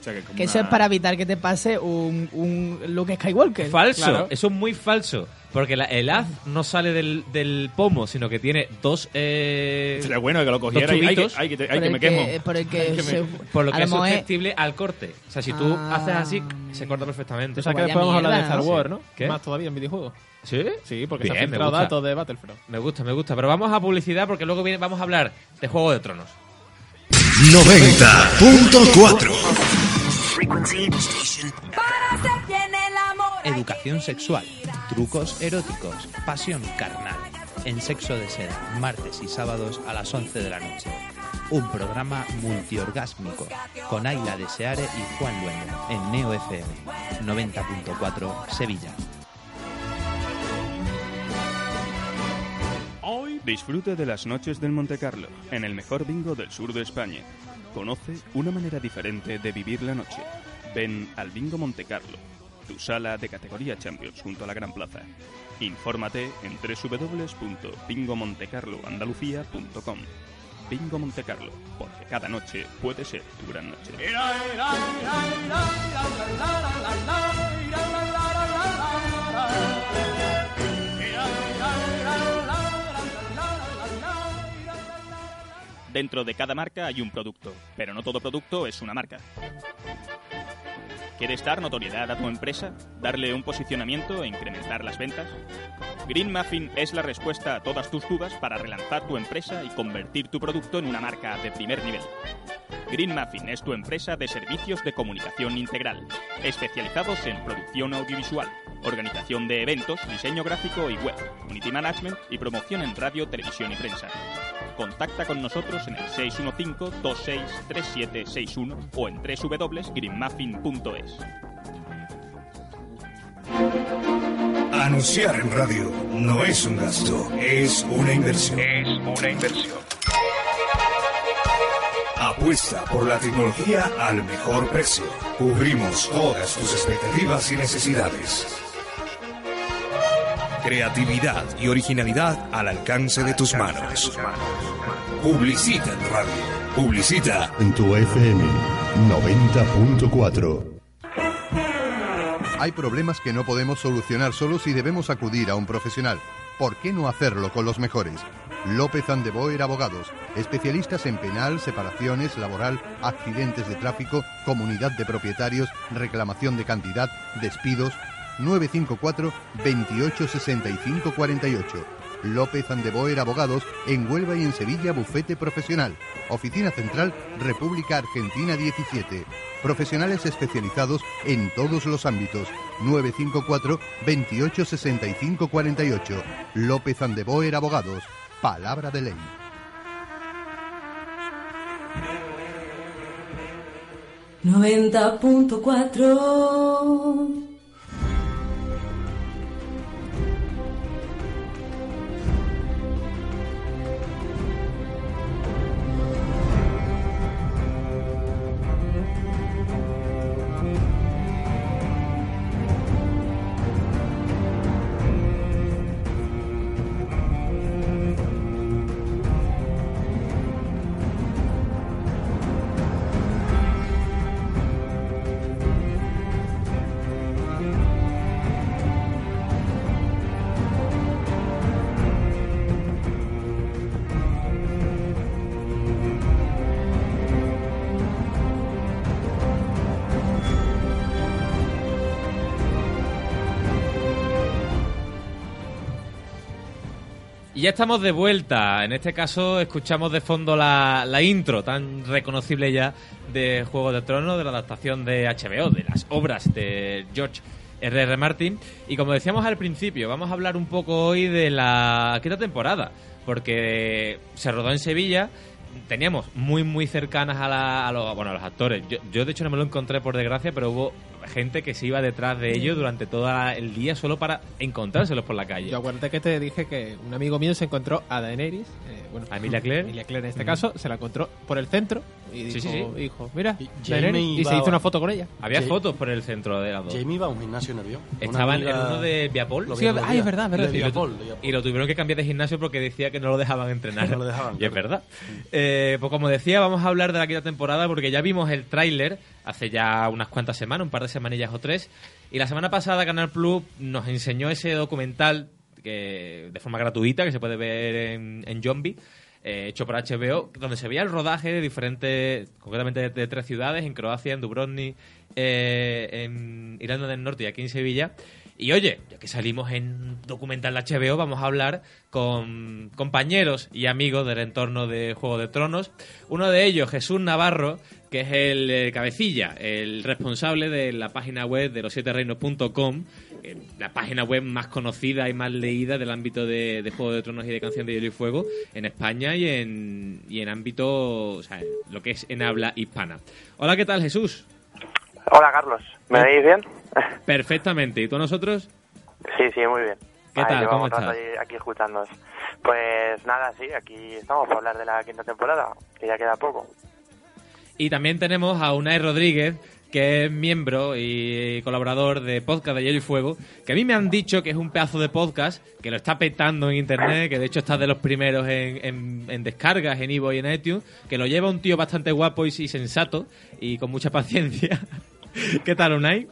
Speaker 4: O sea, que, como
Speaker 2: Que eso
Speaker 4: una-
Speaker 2: es para evitar que te pase un, un Luke Skywalker.
Speaker 1: Falso,
Speaker 3: Claro.
Speaker 1: eso es muy falso. Porque la- el haz no sale del, del pomo, sino que tiene dos. eh,
Speaker 4: Sería bueno que lo cogiera
Speaker 1: Dos
Speaker 4: y hay que,
Speaker 1: tubitos.
Speaker 4: hay que, te- ay,
Speaker 2: por
Speaker 4: que
Speaker 2: el
Speaker 4: me quemo.
Speaker 2: que- Por el que, se-
Speaker 1: por lo
Speaker 2: a
Speaker 1: que es
Speaker 2: mejor
Speaker 1: susceptible al corte. O sea, si tú
Speaker 2: Ah.
Speaker 1: haces así, se corta perfectamente.
Speaker 3: O sea, que
Speaker 2: Vaya
Speaker 3: después vamos a hablar de
Speaker 2: mierda,
Speaker 3: Star
Speaker 2: ¿no?
Speaker 3: Wars, ¿no?
Speaker 1: ¿Qué?
Speaker 3: Más todavía en videojuegos.
Speaker 1: ¿Sí?
Speaker 3: Sí, porque se
Speaker 1: Bien,
Speaker 3: han
Speaker 1: me
Speaker 3: filtrado
Speaker 1: gusta.
Speaker 3: datos de Battlefront.
Speaker 1: Me gusta, me gusta. Pero vamos a publicidad porque luego viene, vamos a hablar de Juego de Tronos.
Speaker 10: 90.4
Speaker 11: Educación sexual, trucos eróticos, pasión carnal. En Sexo de Seda, martes y sábados a las 11 de la noche. Un programa multiorgásmico con Ayla de Seare y Juan Luengo en Neo FM 90.4 Sevilla.
Speaker 4: Hoy
Speaker 7: Disfruta de las noches del Monte Carlo, en el mejor bingo del sur de España. Conoce una manera diferente de vivir la noche. Ven al Bingo Monte Carlo, tu sala de categoría Champions junto a la Gran Plaza. Infórmate en www.bingomontecarloandalucía.com. Bingo Monte Carlo, porque cada noche puede ser tu gran noche.
Speaker 12: Dentro de cada marca hay un producto, pero no todo producto es una marca. ¿Quieres dar notoriedad a tu empresa? ¿Darle un posicionamiento e incrementar las ventas? Green Muffin es la respuesta a todas tus dudas para relanzar tu empresa y convertir tu producto en una marca de primer nivel. Green Muffin es tu empresa de servicios de comunicación integral, especializados en producción audiovisual, organización de eventos, diseño gráfico y web, community management y promoción en radio, televisión y prensa. Contacta con nosotros en el 615-263761 o en www.greenmuffin.es.
Speaker 10: Anunciar en radio no es un gasto, es una inversión.
Speaker 13: Es una inversión.
Speaker 10: Apuesta por la tecnología al mejor precio. Cubrimos todas tus expectativas y necesidades. Creatividad y originalidad al alcance de tus manos. Publicita en radio. Publicita
Speaker 14: En tu FM 90.4.
Speaker 15: Hay problemas que no podemos solucionar solos y debemos acudir a un profesional. ¿Por qué no hacerlo con los mejores? López Andeboer Abogados, especialistas en penal, separaciones, laboral, accidentes de tráfico, comunidad de propietarios, reclamación de cantidad, despidos. 954 28 65 48. López Andeboer Abogados en Huelva y en Sevilla Bufete Profesional. Oficina Central República Argentina 17. Profesionales especializados en todos los ámbitos. 954 28 65 48. López Andeboer Abogados. Palabra de ley.
Speaker 16: Noventa punto cuatro.
Speaker 1: Y ya estamos de vuelta. En este caso, escuchamos de fondo la, la intro tan reconocible ya de Juego de Tronos, de la adaptación de HBO, de las obras de George R.R. Martin. Y como decíamos al principio, vamos a hablar un poco hoy de la quinta temporada, porque se rodó en Sevilla. Teníamos muy, muy cercanas a, la- a los, bueno, a los actores. Yo, yo, de hecho, no me lo encontré por desgracia, pero hubo gente que se iba detrás de ellos durante todo el día solo para encontrárselos por la calle.
Speaker 3: Yo acuérdate que te dije que un amigo mío se encontró a Daenerys, eh, bueno,
Speaker 1: A Emilia Clarke.
Speaker 3: Emilia Clarke en este
Speaker 1: Mm.
Speaker 3: caso, se la encontró por el centro y dijo,
Speaker 1: Sí, sí, sí.
Speaker 3: dijo, mira,
Speaker 1: Y
Speaker 3: Daenerys,
Speaker 1: Jaime
Speaker 3: y
Speaker 1: iba
Speaker 3: se hizo
Speaker 1: a-
Speaker 3: una foto con ella.
Speaker 1: Había
Speaker 3: Sí.
Speaker 1: fotos por el centro de las dos.
Speaker 5: Jamie iba a un gimnasio en el avión. Una
Speaker 1: Estaba en- en
Speaker 5: amiga-
Speaker 1: uno de Viapol.
Speaker 5: Lo vi el otro día. De
Speaker 1: Y lo tu-
Speaker 5: Viapol, de Viapol.
Speaker 1: Y lo tuvieron que cambiar de gimnasio porque decía que no lo dejaban entrenar.
Speaker 5: No lo dejaban,
Speaker 1: Y es verdad. Eh, pues como decía, vamos a hablar de la quinta temporada porque ya vimos el tráiler hace ya unas cuantas semanas, un par de semanillas o tres. Y la semana pasada Canal Plus nos enseñó ese documental que, de forma gratuita que se puede ver en, en Zombie. eh, hecho por HBO, donde se veía el rodaje de diferentes, concretamente de, de tres ciudades, en Croacia, en Dubrovnik, eh, en Irlanda del Norte y aquí en Sevilla. Y oye, ya que salimos en documental de HBO, vamos a hablar con compañeros y amigos del entorno de Juego de Tronos. Uno de ellos, Jesús Navarro, que es el eh, cabecilla, el responsable de la página web de los siete reinos.com, eh, la página web más conocida y más leída del ámbito de, de Juego de Tronos y de Canción de Hielo y Fuego en España y en, y en ámbito, o sea, en lo que es en habla hispana. Hola, ¿qué tal, Jesús? ¿Eh?
Speaker 17: Hola Carlos, ¿me veis bien?
Speaker 1: Perfectamente. ¿Y tú a nosotros?
Speaker 17: Sí, sí, muy bien.
Speaker 1: ¿Qué tal? ¿Cómo estás?
Speaker 17: Ahí, aquí escuchándoos. Pues nada, sí, aquí estamos para hablar de la quinta temporada, que ya queda poco.
Speaker 1: Y también tenemos a Unai Rodríguez, que es miembro y colaborador de Podcast de Hielo y Fuego, que a mí me han dicho que es un pedazo de podcast, que lo está petando en internet, que de hecho está de los primeros en, en- en descargas, en Ivo y en iTunes, que lo lleva un tío bastante guapo y, y sensato y con mucha paciencia. ¿Qué tal, Unai?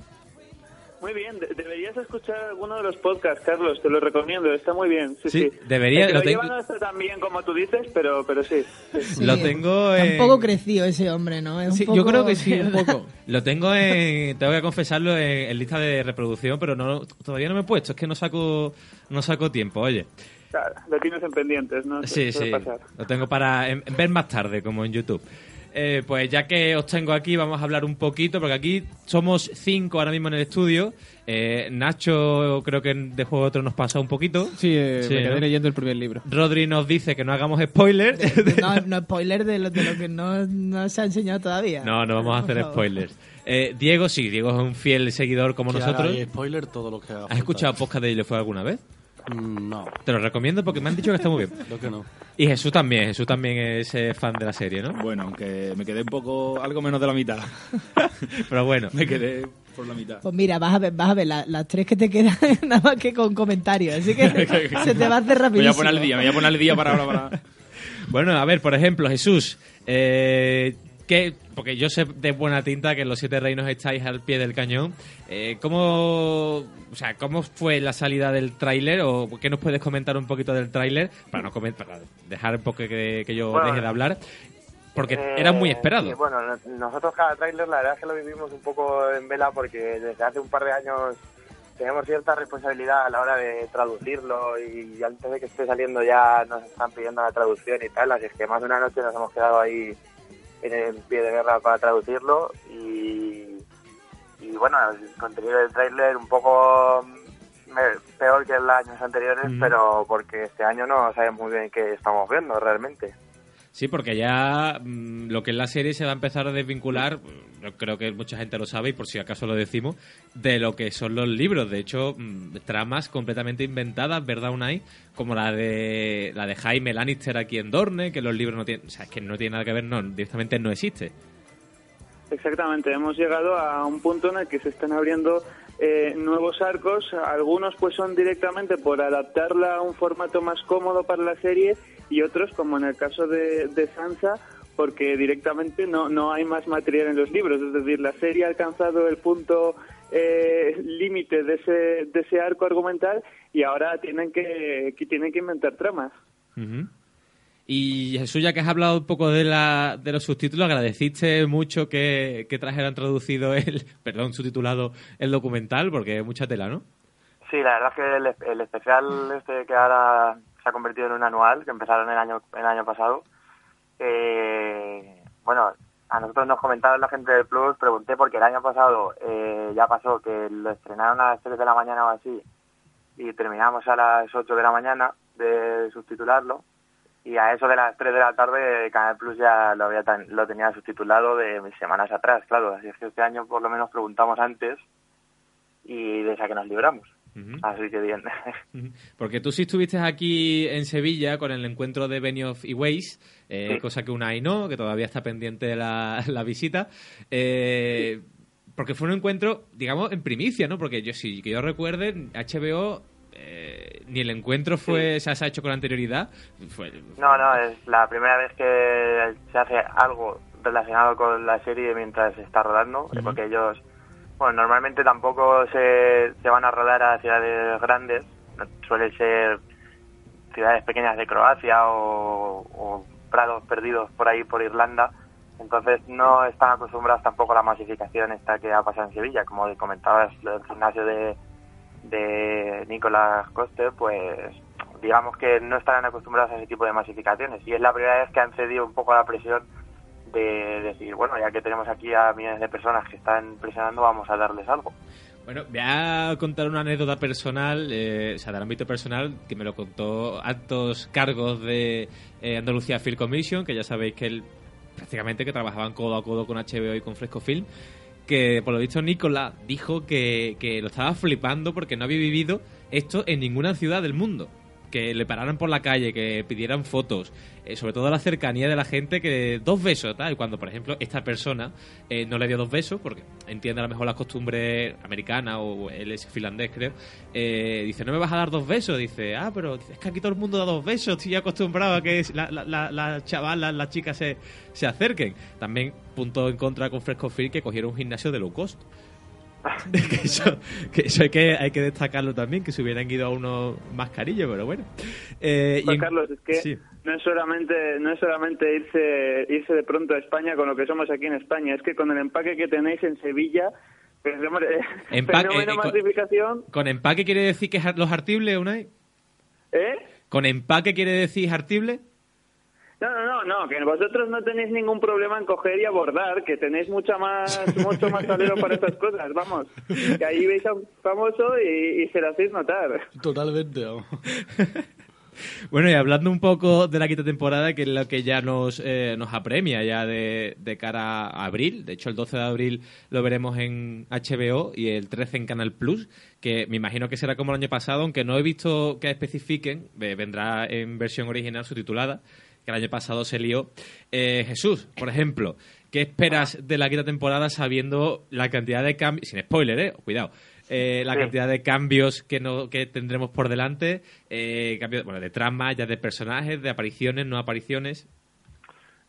Speaker 18: Muy bien, de- deberías escuchar alguno de los podcasts, Carlos, te lo recomiendo, está muy bien. Sí,
Speaker 1: Sí,
Speaker 18: sí.
Speaker 1: debería,
Speaker 18: Es que
Speaker 1: lo
Speaker 18: lo,
Speaker 1: tengo-
Speaker 18: lleva no está tan bien como tú dices, pero, pero sí. sí.
Speaker 1: Lo tengo en...
Speaker 2: Un poco creció ese hombre, ¿no? Es un poco- ¿verdad?
Speaker 1: Lo tengo en, tengo que confesarlo, en, en lista de reproducción, pero no todavía no me he puesto, es que no saco, no saco tiempo, oye.
Speaker 18: Claro, lo tienes en pendientes, ¿no?
Speaker 1: Sí,
Speaker 18: Suele
Speaker 1: sí,
Speaker 18: pasar.
Speaker 1: lo tengo para en- ver más tarde, como en YouTube. Eh, pues ya que os tengo aquí, vamos a hablar un poquito, porque aquí somos cinco ahora mismo en el estudio. Eh, Nacho creo que de Juego de Otro nos pasa un poquito.
Speaker 3: Sí, eh, me quedé
Speaker 1: ¿no?
Speaker 3: leyendo el primer libro.
Speaker 1: Rodri nos dice que no hagamos spoiler.
Speaker 2: No, no spoiler de lo, de lo que no, no se ha enseñado todavía.
Speaker 1: No, no vamos a hacer
Speaker 2: Por favor.
Speaker 1: spoilers. Eh, Diego, sí, Diego es un fiel seguidor como
Speaker 5: Que
Speaker 1: nosotros.
Speaker 5: ahora hay spoiler todo lo que haga
Speaker 1: ¿Has escuchado podcast de Hielo y Fuego alguna vez?
Speaker 5: Mm, No.
Speaker 1: Te lo recomiendo porque me han dicho que está muy bien.
Speaker 5: Creo que no.
Speaker 1: Y Jesús también, Jesús también es eh, fan de la serie, ¿no?
Speaker 4: Bueno, aunque me quedé un poco, algo menos de la mitad.
Speaker 1: Pero bueno.
Speaker 4: Me quedé por la mitad.
Speaker 2: Pues mira, vas a ver, vas a ver la- las tres que te quedan nada más que con comentarios, así que se te va a
Speaker 4: Me voy
Speaker 2: hacer rapidísimo.
Speaker 4: a poner al día, me voy a poner al día para ahora. Para...
Speaker 1: Bueno, a ver, por ejemplo, Jesús, eh, ¿qué- porque yo sé de buena tinta que en los Siete Reinos estáis al pie del cañón. Eh, ¿cómo, o sea, ¿Cómo fue la salida del tráiler? ¿O qué nos puedes comentar un poquito del tráiler? Para no comen- para dejar un poco que, que yo
Speaker 17: Bueno,
Speaker 1: deje de hablar. Porque
Speaker 17: Eh,
Speaker 1: era muy
Speaker 17: sí,
Speaker 1: esperado.
Speaker 17: bueno, no- nosotros cada tráiler la verdad es que lo vivimos un poco en vela porque desde hace un par de años tenemos cierta responsabilidad a la hora de traducirlo y antes de que esté saliendo ya nos están pidiendo la traducción y tal, así es que más de una noche nos hemos quedado ahí en el pie de guerra para traducirlo y, y bueno, el contenido del tráiler un poco mm, me- peor que en los años anteriores,
Speaker 1: Mm.
Speaker 17: pero porque este año no sabemos muy bien qué estamos viendo realmente.
Speaker 1: Sí, porque ya mm, lo que es la serie se va a empezar a desvincular, mm, yo creo que mucha gente lo sabe y por si acaso lo decimos, de lo que son los libros. De hecho, mm, tramas completamente inventadas, ¿verdad, Unai? Como la de la de Jaime Lannister aquí en Dorne, que los libros no tienen, o sea, es que no tiene nada que ver, no, directamente no existe.
Speaker 18: Exactamente, hemos llegado a un punto en el que se están abriendo eh, nuevos arcos, algunos pues son directamente por adaptarla a un formato más cómodo para la serie y otros como en el caso de, de Sansa porque directamente no, no hay más material en los libros, es decir, la serie ha alcanzado el punto eh, límite de ese, de ese arco argumental y ahora tienen que, que tienen que inventar tramas.
Speaker 1: Ujú. Y Jesús, ya que has hablado un poco de, la, de los subtítulos, agradeciste mucho que, que trajeran traducido el, perdón, subtitulado el documental, porque es mucha tela, ¿no?
Speaker 17: Sí, la verdad es que el, es- el especial este que ahora se ha convertido en un anual, que empezaron el año, el año pasado, eh, bueno, a nosotros nos comentaron la gente del Plus, pregunté porque el año pasado eh, ya pasó que lo estrenaron a las 3 de la mañana o así y terminamos a las 8 de la mañana de subtitularlo y a eso de las 3 de la tarde Canal Plus ya lo, había tan- lo tenía subtitulado de semanas atrás, claro, así es que este año por lo menos preguntamos antes y de esa que nos libramos. Así que bien.
Speaker 1: Porque tú sí estuviste aquí en Sevilla con el encuentro de Benioff y Weiss, eh,
Speaker 17: Sí.
Speaker 1: cosa que una y no, que todavía está pendiente la, la visita. Eh, Porque fue un encuentro, digamos, en primicia, ¿no? Porque yo, si que yo recuerde, HBO eh, ni el encuentro fue, o sea, se ha hecho con anterioridad. Fue,
Speaker 17: No, no, es la primera vez que se hace algo relacionado con la serie mientras se está rodando,
Speaker 1: Ujú.
Speaker 17: porque ellos, bueno, normalmente tampoco se, se van a rodar a ciudades grandes, no- suelen ser ciudades pequeñas de Croacia o, o prados perdidos por ahí, por Irlanda, entonces no están acostumbrados tampoco a la masificación esta que ha pasado en Sevilla, como comentabas, lo del gimnasio de, de Nicolás Coste, pues digamos que no estarán acostumbrados a ese tipo de masificaciones. Y es la primera vez que han cedido un poco a la presión de decir, bueno, ya que tenemos aquí a millones de personas que están presionando, vamos a darles algo.
Speaker 1: Bueno, voy a contar una anécdota personal, eh, o sea, del ámbito personal, que me lo contó altos cargos de eh, Andalucía Film Commission, que ya sabéis que él, prácticamente que trabajaban codo a codo con HBO y con Fresco Film, que por lo visto Nicola dijo que, que lo estaba flipando porque no había vivido esto en ninguna ciudad del mundo. Que le pararan por la calle, que pidieran fotos, eh, sobre todo la cercanía de la gente, que dos besos, tal. Y cuando, por ejemplo, esta persona eh, no le dio dos besos, porque entiende a lo mejor las costumbres americanas o él es finlandés, creo, eh, dice, no me vas a dar dos besos. Dice, ah, pero es que aquí todo el mundo da dos besos, estoy acostumbrado a que las la, la, la chavalas, las chicas se, se acerquen. También punto en contra con Fresco Field, que cogieron un gimnasio de low cost.
Speaker 18: Ah.
Speaker 1: que eso, que eso hay, que, hay que destacarlo también, que se hubieran ido a unos mascarillos, pero bueno.
Speaker 18: Eh, pues y en... Carlos, es que sí. no es solamente, no es solamente irse, irse de pronto a España con lo que somos aquí en España, es que con el empaque que tenéis en Sevilla, pues, hombre,
Speaker 1: Empa eh, eh, con, con, empaque quiere decir que es los artibles, Unai?
Speaker 18: ¿Eh?
Speaker 1: ¿Con empaque quiere decir artible?
Speaker 18: No, no, no, no, que vosotros no tenéis ningún problema en coger y abordar, que tenéis mucha más, mucho más salero para estas cosas, vamos. Que ahí veis a un famoso y, y se lo hacéis notar.
Speaker 19: Totalmente, vamos.
Speaker 1: Bueno, y hablando un poco de la quinta temporada, que es lo que ya nos, eh, nos apremia ya de, de, cara a abril. De hecho, el 12 de abril lo veremos en HBO y el 13 en Canal Plus, que me imagino que será como el año pasado, aunque no he visto que especifiquen, eh, vendrá en versión original subtitulada, que el año pasado se lió. Eh, Jesús, por ejemplo, ¿qué esperas de la quinta temporada sabiendo la cantidad de cambios, sin spoiler, eh, cuidado, eh, la sí. cantidad de cambios que, no, que tendremos por delante, eh, cambios, bueno, de tramas, ya de personajes, de apariciones, no apariciones.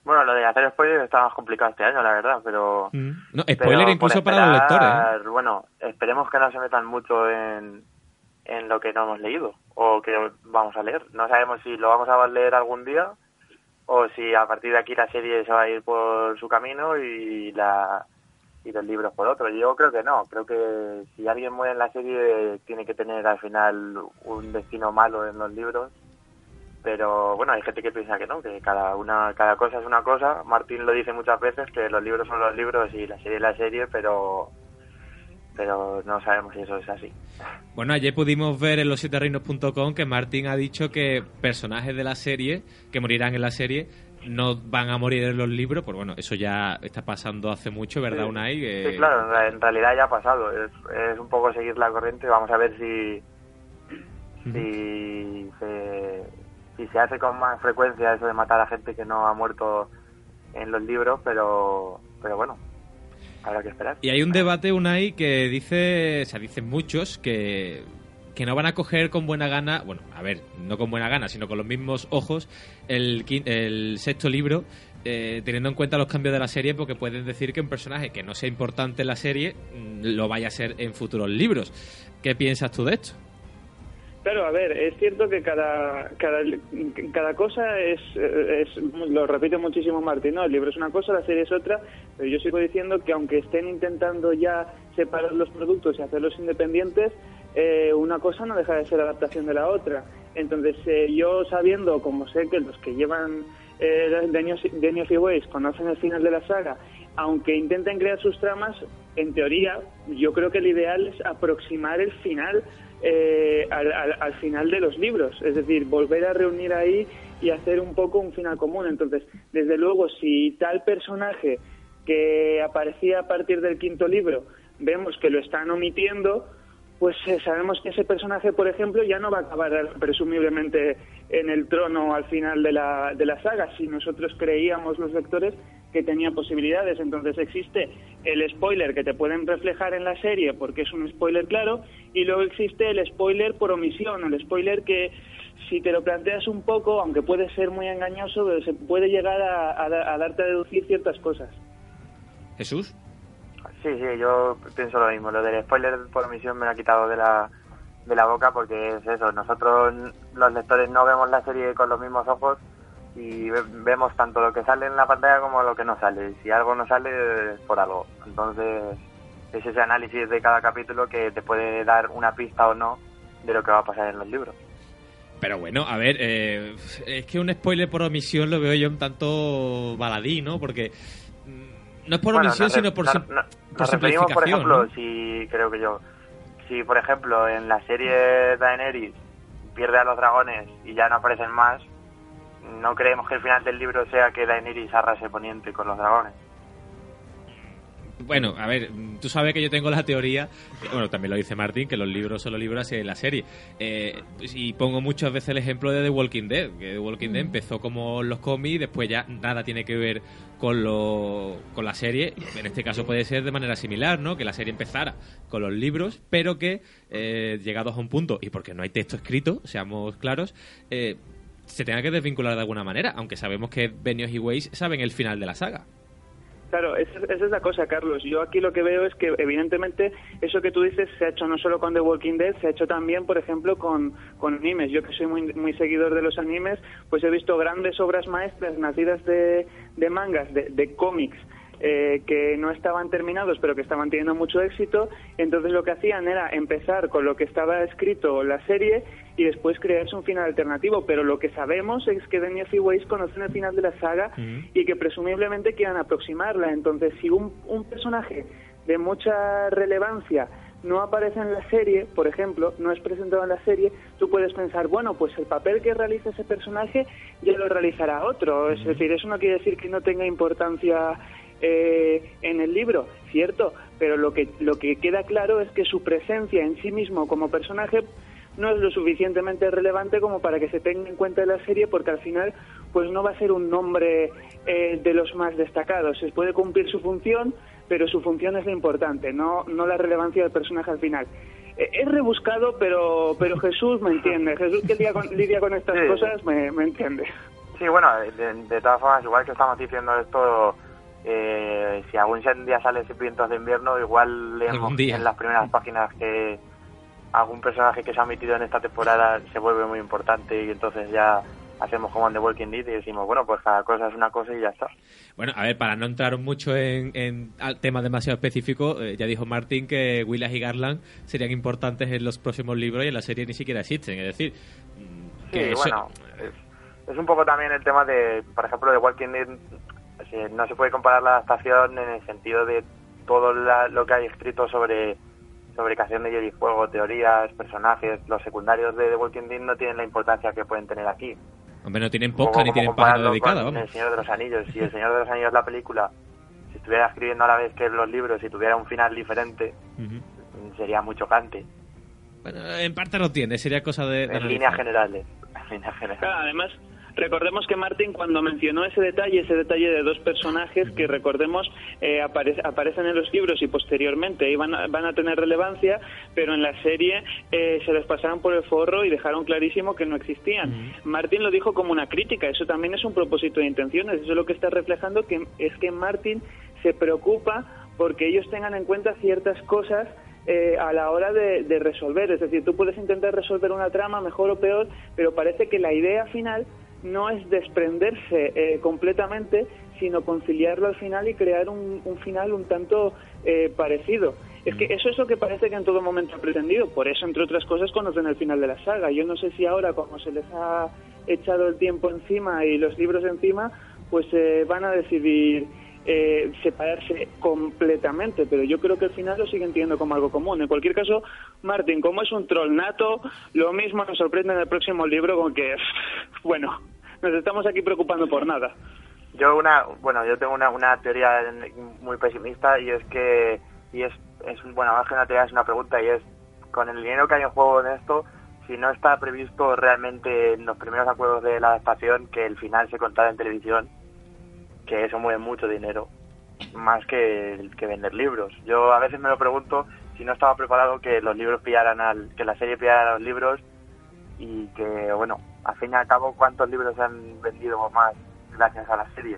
Speaker 17: Bueno, lo de hacer spoilers está más complicado este año, la verdad, pero...
Speaker 1: Mm. No, spoiler pero incluso esperar, para los lectores.
Speaker 17: ¿eh? Bueno, esperemos que no se metan mucho en, en lo que no hemos leído o que vamos a leer. No sabemos si lo vamos a leer algún día o si a partir de aquí la serie se va a ir por su camino y la, y los libros por otro. Yo creo que no, creo que si alguien muere en la serie tiene que tener al final un destino malo en los libros. Pero bueno, hay gente que piensa que no, que cada una cada cosa es una cosa. Martín lo dice muchas veces que los libros son los libros y la serie es la serie, pero pero no sabemos si eso es así.
Speaker 1: Bueno, ayer pudimos ver en losieterreinos.com que Martín ha dicho que personajes de la serie, que morirán en la serie, no van a morir en los libros, pues bueno, eso ya está pasando hace mucho, ¿verdad,
Speaker 17: sí,
Speaker 1: Unai?
Speaker 17: Sí, claro, en realidad ya ha pasado. Es, es, un poco seguir la corriente, vamos a ver si, uh -huh. si, se, si se hace con más frecuencia eso de matar a gente que no ha muerto en los libros, pero, pero bueno, habrá que esperar.
Speaker 1: Y hay un debate, Unai, que dice, o sea, dicen muchos que que no van a coger con buena gana, bueno, a ver, no con buena gana, sino con los mismos ojos, el, el sexto libro, eh, teniendo en cuenta los cambios de la serie, porque pueden decir que un personaje que no sea importante en la serie mm, lo vaya a ser en futuros libros. ¿Qué piensas tú de esto?
Speaker 18: Claro, a ver, es cierto que cada, cada, cada cosa es, es, lo repite muchísimo Martín, ¿no? el libro es una cosa, la serie es otra, pero yo sigo diciendo que aunque estén intentando ya separar los productos y hacerlos independientes, eh, una cosa no deja de ser adaptación de la otra. Entonces, eh, yo sabiendo, como sé que los que llevan eh, Daniel y Ways conocen el final de la saga, aunque intenten crear sus tramas, en teoría, yo creo que el ideal es aproximar el final eh, al, al, al, final de los libros, es decir, volver a reunir ahí y hacer un poco un final común. Entonces, desde luego, si tal personaje que aparecía a partir del quinto libro vemos que lo están omitiendo, pues eh, sabemos que ese personaje, por ejemplo, ya no va a acabar presumiblemente en el trono al final de la, de la saga, si nosotros creíamos los lectores que tenía posibilidades. Entonces existe el spoiler que te pueden reflejar en la serie porque es un spoiler claro, y luego existe el spoiler por omisión, el spoiler que si te lo planteas un poco, aunque puede ser muy engañoso, pero se puede llegar a, a, a darte a deducir ciertas cosas.
Speaker 1: Jesús.
Speaker 17: Sí, sí, yo pienso lo mismo. Lo del spoiler por omisión me lo ha quitado de la, de la boca porque es eso. Nosotros, los lectores, no vemos la serie con los mismos ojos y vemos tanto lo que sale en la pantalla como lo que no sale. Si algo no sale, es por algo. Entonces, es ese análisis de cada capítulo que te puede dar una pista o no de lo que va a pasar en los libros.
Speaker 1: Pero bueno, a ver, eh, es que un spoiler por omisión lo veo yo un tanto baladí, ¿no? Porque mm, no es por bueno, omisión, sino por,
Speaker 17: nos,
Speaker 1: sim
Speaker 17: no, por nos simplificación, por ejemplo, ¿no? si creo que yo, si por ejemplo en la serie Daenerys pierde a los dragones y ya no aparecen más, no creemos que el final del libro sea que Daenerys arrase poniente con los dragones.
Speaker 1: Bueno, a ver, mm, tú sabes que yo tengo la teoría, eh, bueno, también lo dice Martín, que los libros son los libros así de la serie. Eh, y pongo muchas veces el ejemplo de The Walking Dead, que The Walking Dead empezó como los cómics, después ya nada tiene que ver con, lo, con la serie. En este caso puede ser de manera similar, ¿no? Que la serie empezara con los libros, pero que eh, llegados a un punto, y porque no hay texto escrito, seamos claros, eh, se tenga que desvincular de alguna manera, aunque sabemos que Benioff y Weiss saben el final de la saga.
Speaker 18: Claro, esa, esa es la cosa, Carlos. Yo aquí lo que veo es que, evidentemente, eso que tú dices se ha hecho no solo con The Walking Dead, se ha hecho también, por ejemplo, con, con animes. Yo que soy muy, muy seguidor de los animes, pues he visto grandes obras maestras nacidas de, de mangas, de, de cómics, eh, que no estaban terminados, pero que estaban teniendo mucho éxito. Entonces lo que hacían era empezar con lo que estaba escrito la serie y después crearse un final alternativo. Pero lo que sabemos es que Benioff y Weiss conocen el final de la saga y que presumiblemente quieran aproximarla. Entonces, si un, un personaje de mucha relevancia no aparece en la serie, por ejemplo, no es presentado en la serie, tú puedes pensar, bueno, pues el papel que realiza ese personaje ya lo realizará otro. Es decir, eso no quiere decir que no tenga importancia eh, en el libro, cierto, pero lo que, lo que queda claro es que su presencia en sí mismo como personaje no es lo suficientemente relevante como para que se tenga en cuenta en la serie porque al final pues no va a ser un nombre eh, de los más destacados se puede cumplir su función pero su función es lo importante no no la relevancia del personaje al final Eh, es rebuscado pero pero Jesús me entiende Jesús que lidia con, lidia con estas
Speaker 17: Sí.
Speaker 18: cosas me, me entiende
Speaker 17: Sí, bueno, de, de todas formas, igual que estamos diciendo esto, eh, si algún día sale Cientos de Invierno, igual leemos
Speaker 1: Algún día.
Speaker 17: en las primeras páginas que algún personaje que se ha metido en esta temporada se vuelve muy importante y entonces ya hacemos como en The Walking Dead y decimos, bueno, pues cada cosa es una cosa y ya está.
Speaker 1: Bueno, a ver, para no entrar mucho en, en al- temas demasiado específicos, eh, ya dijo Martín que Willas y Garland serían importantes en los próximos libros y en la serie ni siquiera existen. Es decir, mm,
Speaker 17: Sí,
Speaker 1: que eso-
Speaker 17: bueno, es, es un poco también el tema de, por ejemplo, de Walking Dead, o sea, no se puede comparar la adaptación en el sentido de todo la- lo que hay escrito sobre sobre creación de Jedi Fuego, teorías, personajes, los secundarios de The Walking Dead no tienen la importancia que pueden tener aquí.
Speaker 1: hombre, no tienen
Speaker 17: Un poco
Speaker 1: podcast ni
Speaker 17: como
Speaker 1: tienen página
Speaker 17: compararlo
Speaker 1: dedicada,
Speaker 17: con
Speaker 1: vamos.
Speaker 17: El Señor de los Anillos, si El Señor de los Anillos la película si estuviera escribiendo a la vez que los libros y tuviera un final diferente,
Speaker 1: Ujú.
Speaker 17: sería muy chocante.
Speaker 1: Bueno, en parte lo tiene, sería cosa de... de
Speaker 17: En líneas
Speaker 1: analizar.
Speaker 17: generales. En líneas generales.
Speaker 18: Claro, además, recordemos que Martin cuando mencionó ese detalle, ese detalle de dos personajes que recordemos eh, apare- aparecen en los libros y posteriormente iban a- van a tener relevancia, pero en la serie eh, se les pasaron por el forro y dejaron clarísimo que no existían. Martin lo dijo como una crítica, eso también es un propósito de intenciones, eso lo que está reflejando que es que Martin se preocupa porque ellos tengan en cuenta ciertas cosas eh, a la hora de, de resolver. Es decir, tú puedes intentar resolver una trama mejor o peor, pero parece que la idea final no es desprenderse eh, completamente, sino conciliarlo al final y crear un, un final un tanto eh, parecido. Es que eso es lo que parece que en todo momento ha pretendido. Por eso, entre otras cosas, conocen el final de la saga. Yo no sé si ahora, como se les ha echado el tiempo encima y los libros encima, pues eh, van a decidir eh, separarse completamente, pero yo creo que al final lo siguen teniendo como algo común. En cualquier caso, Martin, como es un troll nato, lo mismo nos sorprende en el próximo libro con que, bueno, nos estamos aquí preocupando por nada.
Speaker 17: Yo una, bueno, yo tengo una, una teoría en- muy pesimista y es que y es, es un- bueno, más que una teoría es una pregunta y es con el dinero que hay en juego en esto, si no está previsto realmente en los primeros acuerdos de la adaptación que el final se contara en televisión, que eso mueve mucho dinero, más que, que vender libros. Yo a veces me lo pregunto si no estaba preparado que los libros pillaran al, que la serie pillara los libros y que bueno, al fin y al cabo cuántos libros se han vendido más gracias a la serie.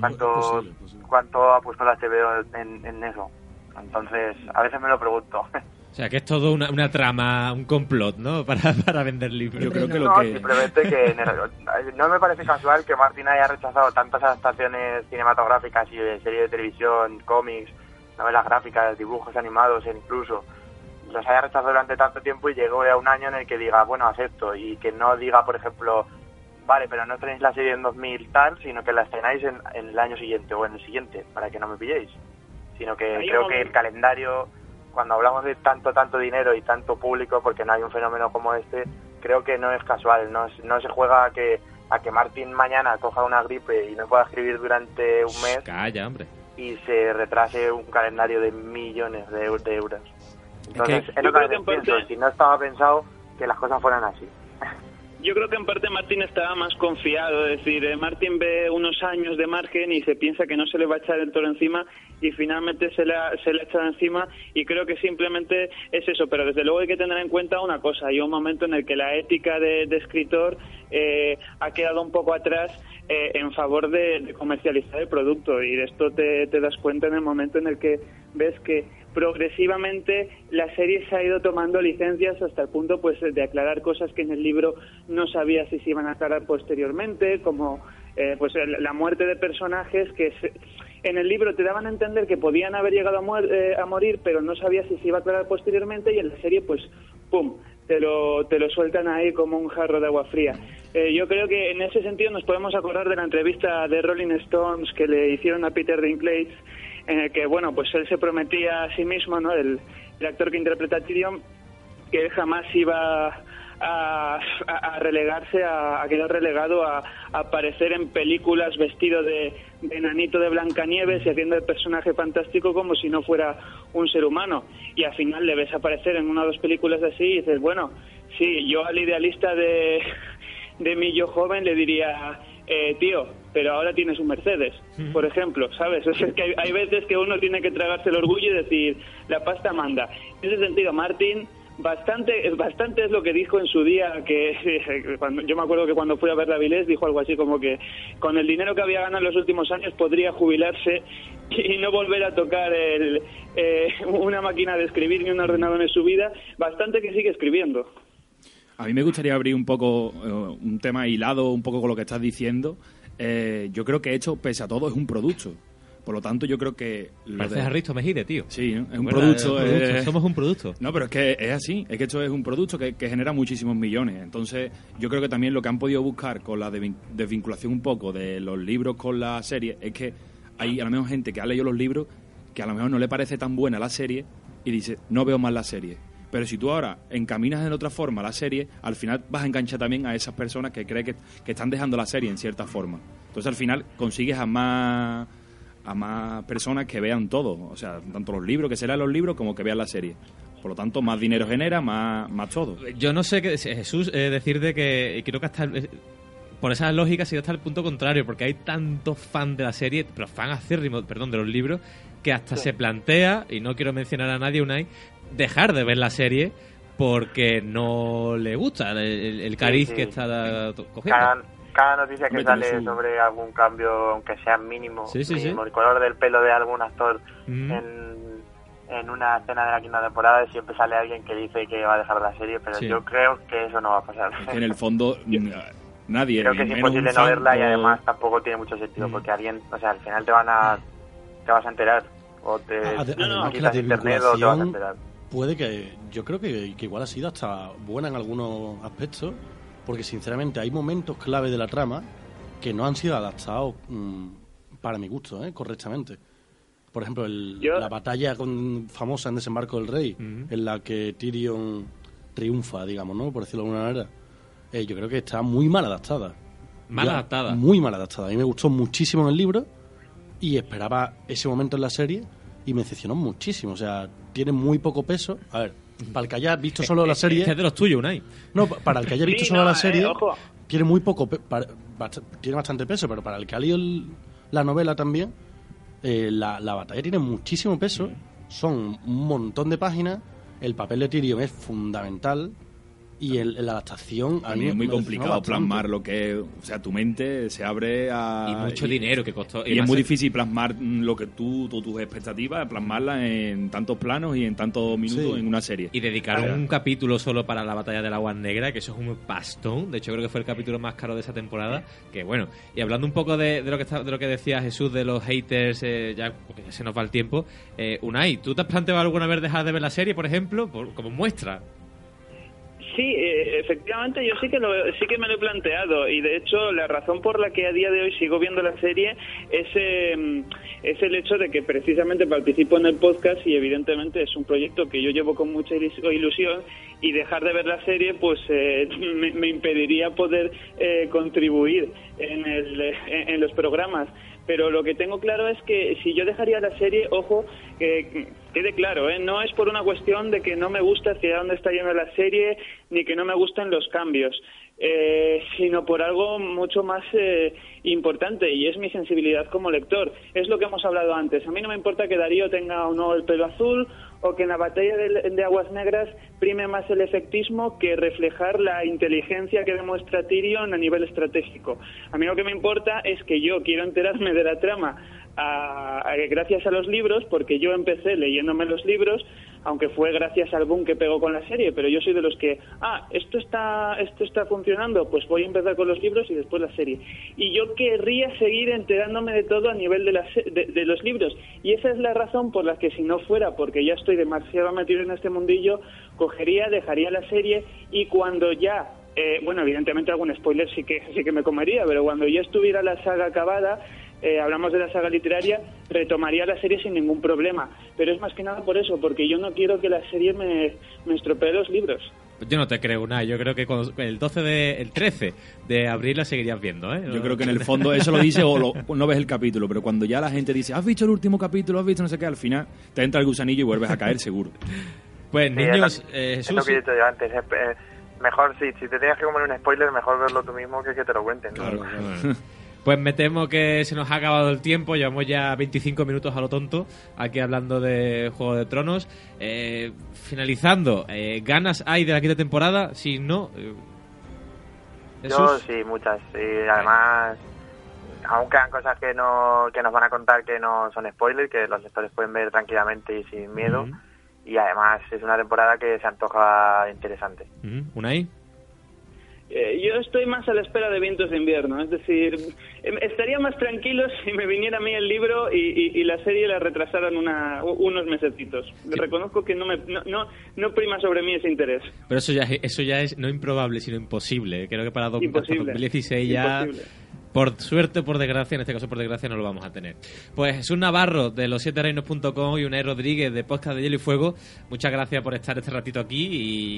Speaker 17: ¿Cuánto, cuánto ha puesto la HBO en, en eso? Entonces, a veces me lo pregunto.
Speaker 1: O sea, que es todo una, una trama, un complot, ¿no? Para, para vender libros.
Speaker 17: no, simplemente que en el- no me parece casual que Martín haya rechazado tantas adaptaciones cinematográficas y de series de televisión, cómics, novelas gráficas, dibujos animados e incluso los haya rechazado durante tanto tiempo y llegó a un año en el que diga, bueno, acepto y que no diga, por ejemplo, vale, pero no tenéis la serie en 2000 tal, sino que la estrenáis en, en el año siguiente o en el siguiente para que no me pilléis, sino que
Speaker 18: Ahí
Speaker 17: creo
Speaker 18: vamos.
Speaker 17: que el calendario cuando hablamos de tanto, tanto dinero y tanto público, porque no hay un fenómeno como este, creo que no es casual. No, es- no se juega a que, a que Martín mañana coja una gripe y no pueda escribir durante un mes
Speaker 1: Calla, hombre.
Speaker 17: y se retrase un calendario de millones de, eu- de euros. Entonces,
Speaker 18: que-
Speaker 17: es
Speaker 18: Yo
Speaker 17: lo que
Speaker 18: creo que
Speaker 17: a veces
Speaker 18: en
Speaker 17: pienso,
Speaker 18: parte-
Speaker 17: si no estaba pensado que las cosas fueran así.
Speaker 18: Yo creo que en parte Martín estaba más confiado, es decir, eh, Martín ve unos años de margen y se piensa que no se le va a echar el toro encima y finalmente se le ha, se le ha echado encima y creo que simplemente es eso, pero desde luego hay que tener en cuenta una cosa, hay un momento en el que la ética de, de escritor eh, ha quedado un poco atrás eh, en favor de, de comercializar el producto y de esto te, te das cuenta en el momento en el que ves que progresivamente la serie se ha ido tomando licencias hasta el punto pues de aclarar cosas que en el libro no sabía si se iban a aclarar posteriormente como eh, pues el- la muerte de personajes que se- en el libro te daban a entender que podían haber llegado a, muer- eh, a morir pero no sabía si se iba a aclarar posteriormente y en la serie pues pum te lo, te lo sueltan ahí como un jarro de agua fría. Eh, yo creo que en ese sentido nos podemos acordar de la entrevista de Rolling Stones que le hicieron a Peter Dinklage en el que, bueno, pues él se prometía a sí mismo, ¿no? El, el actor que interpreta a Tyrion, que él jamás iba a, a- a relegarse, a, a quedar relegado a, a aparecer en películas vestido de, de enanito de Blancanieves y haciendo el personaje fantástico como si no fuera un ser humano. Y al final le ves aparecer en una o dos películas así y dices, bueno, sí, yo al idealista de, de mi yo joven le diría, eh, tío, pero ahora tienes un Mercedes, por ejemplo, ¿sabes? O sea, que hay, hay veces que uno tiene que tragarse el orgullo y decir, la pasta manda. En ese sentido, Martín, bastante, bastante es lo que dijo en su día, que cuando, yo me acuerdo que cuando fui a ver la Vilés dijo algo así como que con el dinero que había ganado en los últimos años podría jubilarse y no volver a tocar el, eh, una máquina de escribir ni un ordenador en su vida, bastante que sigue escribiendo.
Speaker 4: A mí me gustaría abrir un poco eh, un tema hilado un poco con lo que estás diciendo. Eh, yo creo que hecho, pese a todo, es un producto. Por lo tanto, yo creo que... lo
Speaker 1: Pareces
Speaker 4: de-
Speaker 1: a Risto Mejide, tío.
Speaker 4: Sí, ¿no? es un
Speaker 1: Bueno,
Speaker 4: producto.
Speaker 1: es un producto,
Speaker 4: eh,
Speaker 1: somos un producto.
Speaker 4: No, pero es que es así. Es que esto es un producto que, que genera muchísimos millones. Entonces, yo creo que también lo que han podido buscar con la devin- desvinculación un poco de los libros con la serie es que hay a lo mejor gente que ha leído los libros que a lo mejor no le parece tan buena la serie y dice, no veo más la serie. Pero si tú ahora encaminas de otra forma la serie, al final vas a enganchar también a esas personas que creen que, que están dejando la serie en cierta forma. Entonces al final consigues a más a más personas que vean todo, o sea, tanto los libros, que serán los libros, como que vean la serie. Por lo tanto, más dinero genera, más, más todo.
Speaker 1: Yo no sé qué Jesús eh, decirte que creo que hasta el- eh, por esa lógica sería hasta el punto contrario, porque hay tantos fans de la serie, pero fan acérrimos, perdón, de los libros, que hasta se plantea, y no quiero mencionar a nadie, Unai, dejar de ver la serie porque no le gusta el, el- el cariz
Speaker 17: sí.
Speaker 1: que está cogiendo.
Speaker 17: Cada, cada noticia que
Speaker 1: Hombre, tiene
Speaker 17: sale
Speaker 1: su-
Speaker 17: sobre algún cambio, aunque sea mínimo,
Speaker 1: Sí, sí, sí.
Speaker 17: mínimo, el color del pelo de algún actor
Speaker 1: Mm.
Speaker 17: en, en una escena de la quinta temporada, siempre sale alguien que dice que va a dejar la serie, pero
Speaker 4: Sí.
Speaker 17: yo creo que eso no va a pasar.
Speaker 4: Que en el fondo mm, nadie
Speaker 17: creo que es
Speaker 4: menos
Speaker 17: imposible
Speaker 4: un
Speaker 17: no
Speaker 4: fan
Speaker 17: verla y
Speaker 4: o-
Speaker 17: además tampoco tiene mucho sentido porque alguien, o sea, al final te van a te vas a enterar o te
Speaker 5: Ade-
Speaker 17: no,
Speaker 5: además que la
Speaker 17: quitas internet o te vas a enterar.
Speaker 5: desvinculación puede que yo creo que, que igual ha sido hasta buena en algunos aspectos porque sinceramente hay momentos clave de la trama que no han sido adaptados mm, para mi gusto ¿eh? correctamente por ejemplo el- la batalla con, famosa en desembarco del rey en la que Tyrion triunfa digamos no por decirlo de alguna manera eh, yo creo que está muy mal adaptada
Speaker 1: Mal
Speaker 5: Ya,
Speaker 1: adaptada.
Speaker 5: muy mal adaptada a mí me gustó muchísimo en el libro y esperaba ese momento en la serie y me decepcionó muchísimo. O sea, tiene muy poco peso. A ver, para el que haya visto solo la serie.
Speaker 1: Este es de los tuyos, Unai.
Speaker 5: No, pa- para el que haya
Speaker 1: Sí,
Speaker 5: visto solo
Speaker 1: no,
Speaker 5: la
Speaker 1: eh,
Speaker 5: serie,
Speaker 1: ojo.
Speaker 5: tiene muy poco. pe- para- bast- tiene bastante peso, pero para el que ha leído el- la novela también, eh, la, la batalla tiene muchísimo peso. Son un montón de páginas. El papel de Tyrion es fundamental. Y el, la adaptación. a mí
Speaker 4: También es muy
Speaker 5: me decepcionó
Speaker 4: complicado
Speaker 5: bastante.
Speaker 4: plasmar lo que es- o sea, tu mente se abre a...
Speaker 1: Y mucho dinero que costó.
Speaker 4: Y,
Speaker 1: va
Speaker 4: es
Speaker 1: a
Speaker 4: muy
Speaker 1: ser-
Speaker 4: difícil plasmar mm, lo que tú, tu- tus expectativas, plasmarlas en tantos planos y en tantos minutos
Speaker 1: Sí.
Speaker 4: en una serie.
Speaker 1: Y dedicar
Speaker 4: O sea,
Speaker 1: un capítulo solo para la batalla del agua negra, que eso es un pastón. De hecho, creo que fue el capítulo más caro de esa temporada. Que bueno, y hablando un poco de, de lo, que está- de lo que decía Jesús de los haters, eh, ya, porque ya se nos va el tiempo. Eh, Unai, ¿tú te has planteado alguna vez dejar de ver la serie, por ejemplo? Por- como muestra.
Speaker 18: Sí, eh, efectivamente, yo sí que, lo, sí que me lo he planteado y de hecho la razón por la que a día de hoy sigo viendo la serie es, eh, es el hecho de que precisamente participo en el podcast y evidentemente es un proyecto que yo llevo con mucha ilus- ilusión y dejar de ver la serie pues eh, me, me impediría poder eh, contribuir en, el, en los programas. pero lo que tengo claro es que si yo dejaría la serie, ojo, que quede claro, ¿eh? no es por una cuestión de que no me gusta hacia dónde está yendo la serie, ni que no me gustan los cambios, eh, sino por algo mucho más eh, importante, y es mi sensibilidad como lector. Es lo que hemos hablado antes. A mí no me importa que Darío tenga o no el pelo azul, o que en la batalla de, de Aguas Negras prime más el efectismo que reflejar la inteligencia que demuestra Tyrion a nivel estratégico. A mí lo que me importa es que yo quiero enterarme de la trama a- a- gracias a los libros, porque yo empecé leyéndome los libros, aunque fue gracias al boom que pegó con la serie, pero yo soy de los que, ah, esto está, esto está funcionando, pues voy a empezar con los libros y después la serie. Y yo querría seguir enterándome de todo a nivel de, la se- de, de los libros. Y esa es la razón por la que si no fuera, porque ya estoy demasiado metido en este mundillo, cogería, dejaría la serie y cuando ya... eh, bueno, evidentemente algún spoiler sí que, sí que me comería, pero cuando ya estuviera la saga acabada, eh, hablamos de la saga literaria, retomaría la serie sin ningún problema. Pero es más que nada por eso, porque yo no quiero que la serie me, me estropee los libros.
Speaker 1: Yo no te creo nada. Yo creo que cuando- el 12 de, el 13 de abril la seguirías viendo, ¿eh?
Speaker 4: Yo creo que en el fondo eso lo dice o lo- no ves el capítulo, pero cuando ya la gente dice, has visto el último capítulo, has visto no sé qué, al final te entra el gusanillo y vuelves a caer seguro.
Speaker 1: Pues
Speaker 17: Sí, es lo- es lo que he dicho yo antes. es- eh, mejor, si, si te tienes que comer un spoiler, mejor verlo tú mismo que que te lo cuenten. ¿no?
Speaker 1: Pues me temo que se nos ha acabado el tiempo, llevamos ya 25 minutos a lo tonto aquí hablando de Juego de Tronos. Eh, finalizando, eh, ¿ganas hay de la quinta temporada? Si no... eh,
Speaker 17: Yo
Speaker 1: Jesús.
Speaker 17: sí, muchas. Y además, aún quedan cosas que, no, que nos van a contar que no son spoilers, que los lectores pueden ver tranquilamente y sin miedo. Y además es una temporada que se antoja interesante.
Speaker 1: Mm, ¿Unai?
Speaker 18: Eh, yo estoy más a la espera de vientos de invierno, es decir, em, estaría más tranquilo si me viniera a mí el libro y, y- y la serie la retrasaran una, u- unos mesecitos. Reconozco que no, me, no, no, no prima sobre mí ese interés.
Speaker 1: Pero eso ya, es- eso ya es no improbable, sino imposible. Creo que para dos-
Speaker 18: Imposible.
Speaker 1: 2016 ya...
Speaker 18: Imposible.
Speaker 1: Por suerte o por desgracia, en este caso por desgracia, no lo vamos a tener. Pues Jesús Navarro de los 7 reinos.com y Unai Rodríguez de Podcast de Hielo y Fuego, muchas gracias por estar este ratito aquí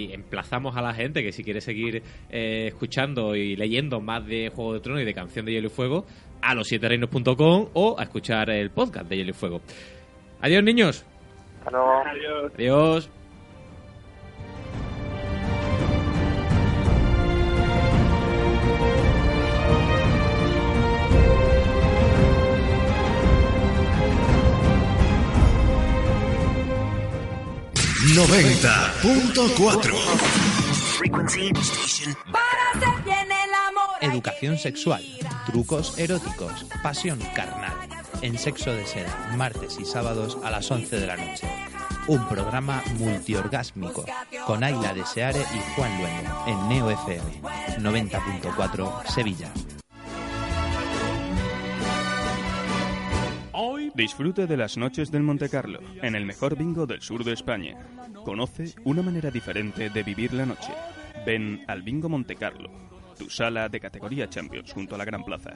Speaker 1: y emplazamos a la gente que si quiere seguir eh, escuchando y leyendo más de Juego de Tronos y de Canción de Hielo y Fuego, a los 7 reinos.com o a escuchar el podcast de Hielo y Fuego. Adiós, niños.
Speaker 17: Hasta luego.
Speaker 1: Adiós.
Speaker 11: Educación sexual, trucos eróticos, pasión carnal. En Sexo de Seda, martes y sábados a las 11 de la noche. Un programa multiorgásmico con Ayla de Seare y Juan Luengo en Neo FM 90.4 Sevilla.
Speaker 10: Disfrute de las noches del Monte Carlo, en el mejor bingo del sur de España. Conoce una manera diferente de vivir la noche. Ven al Bingo Monte Carlo, tu sala de categoría Champions junto a la Gran Plaza.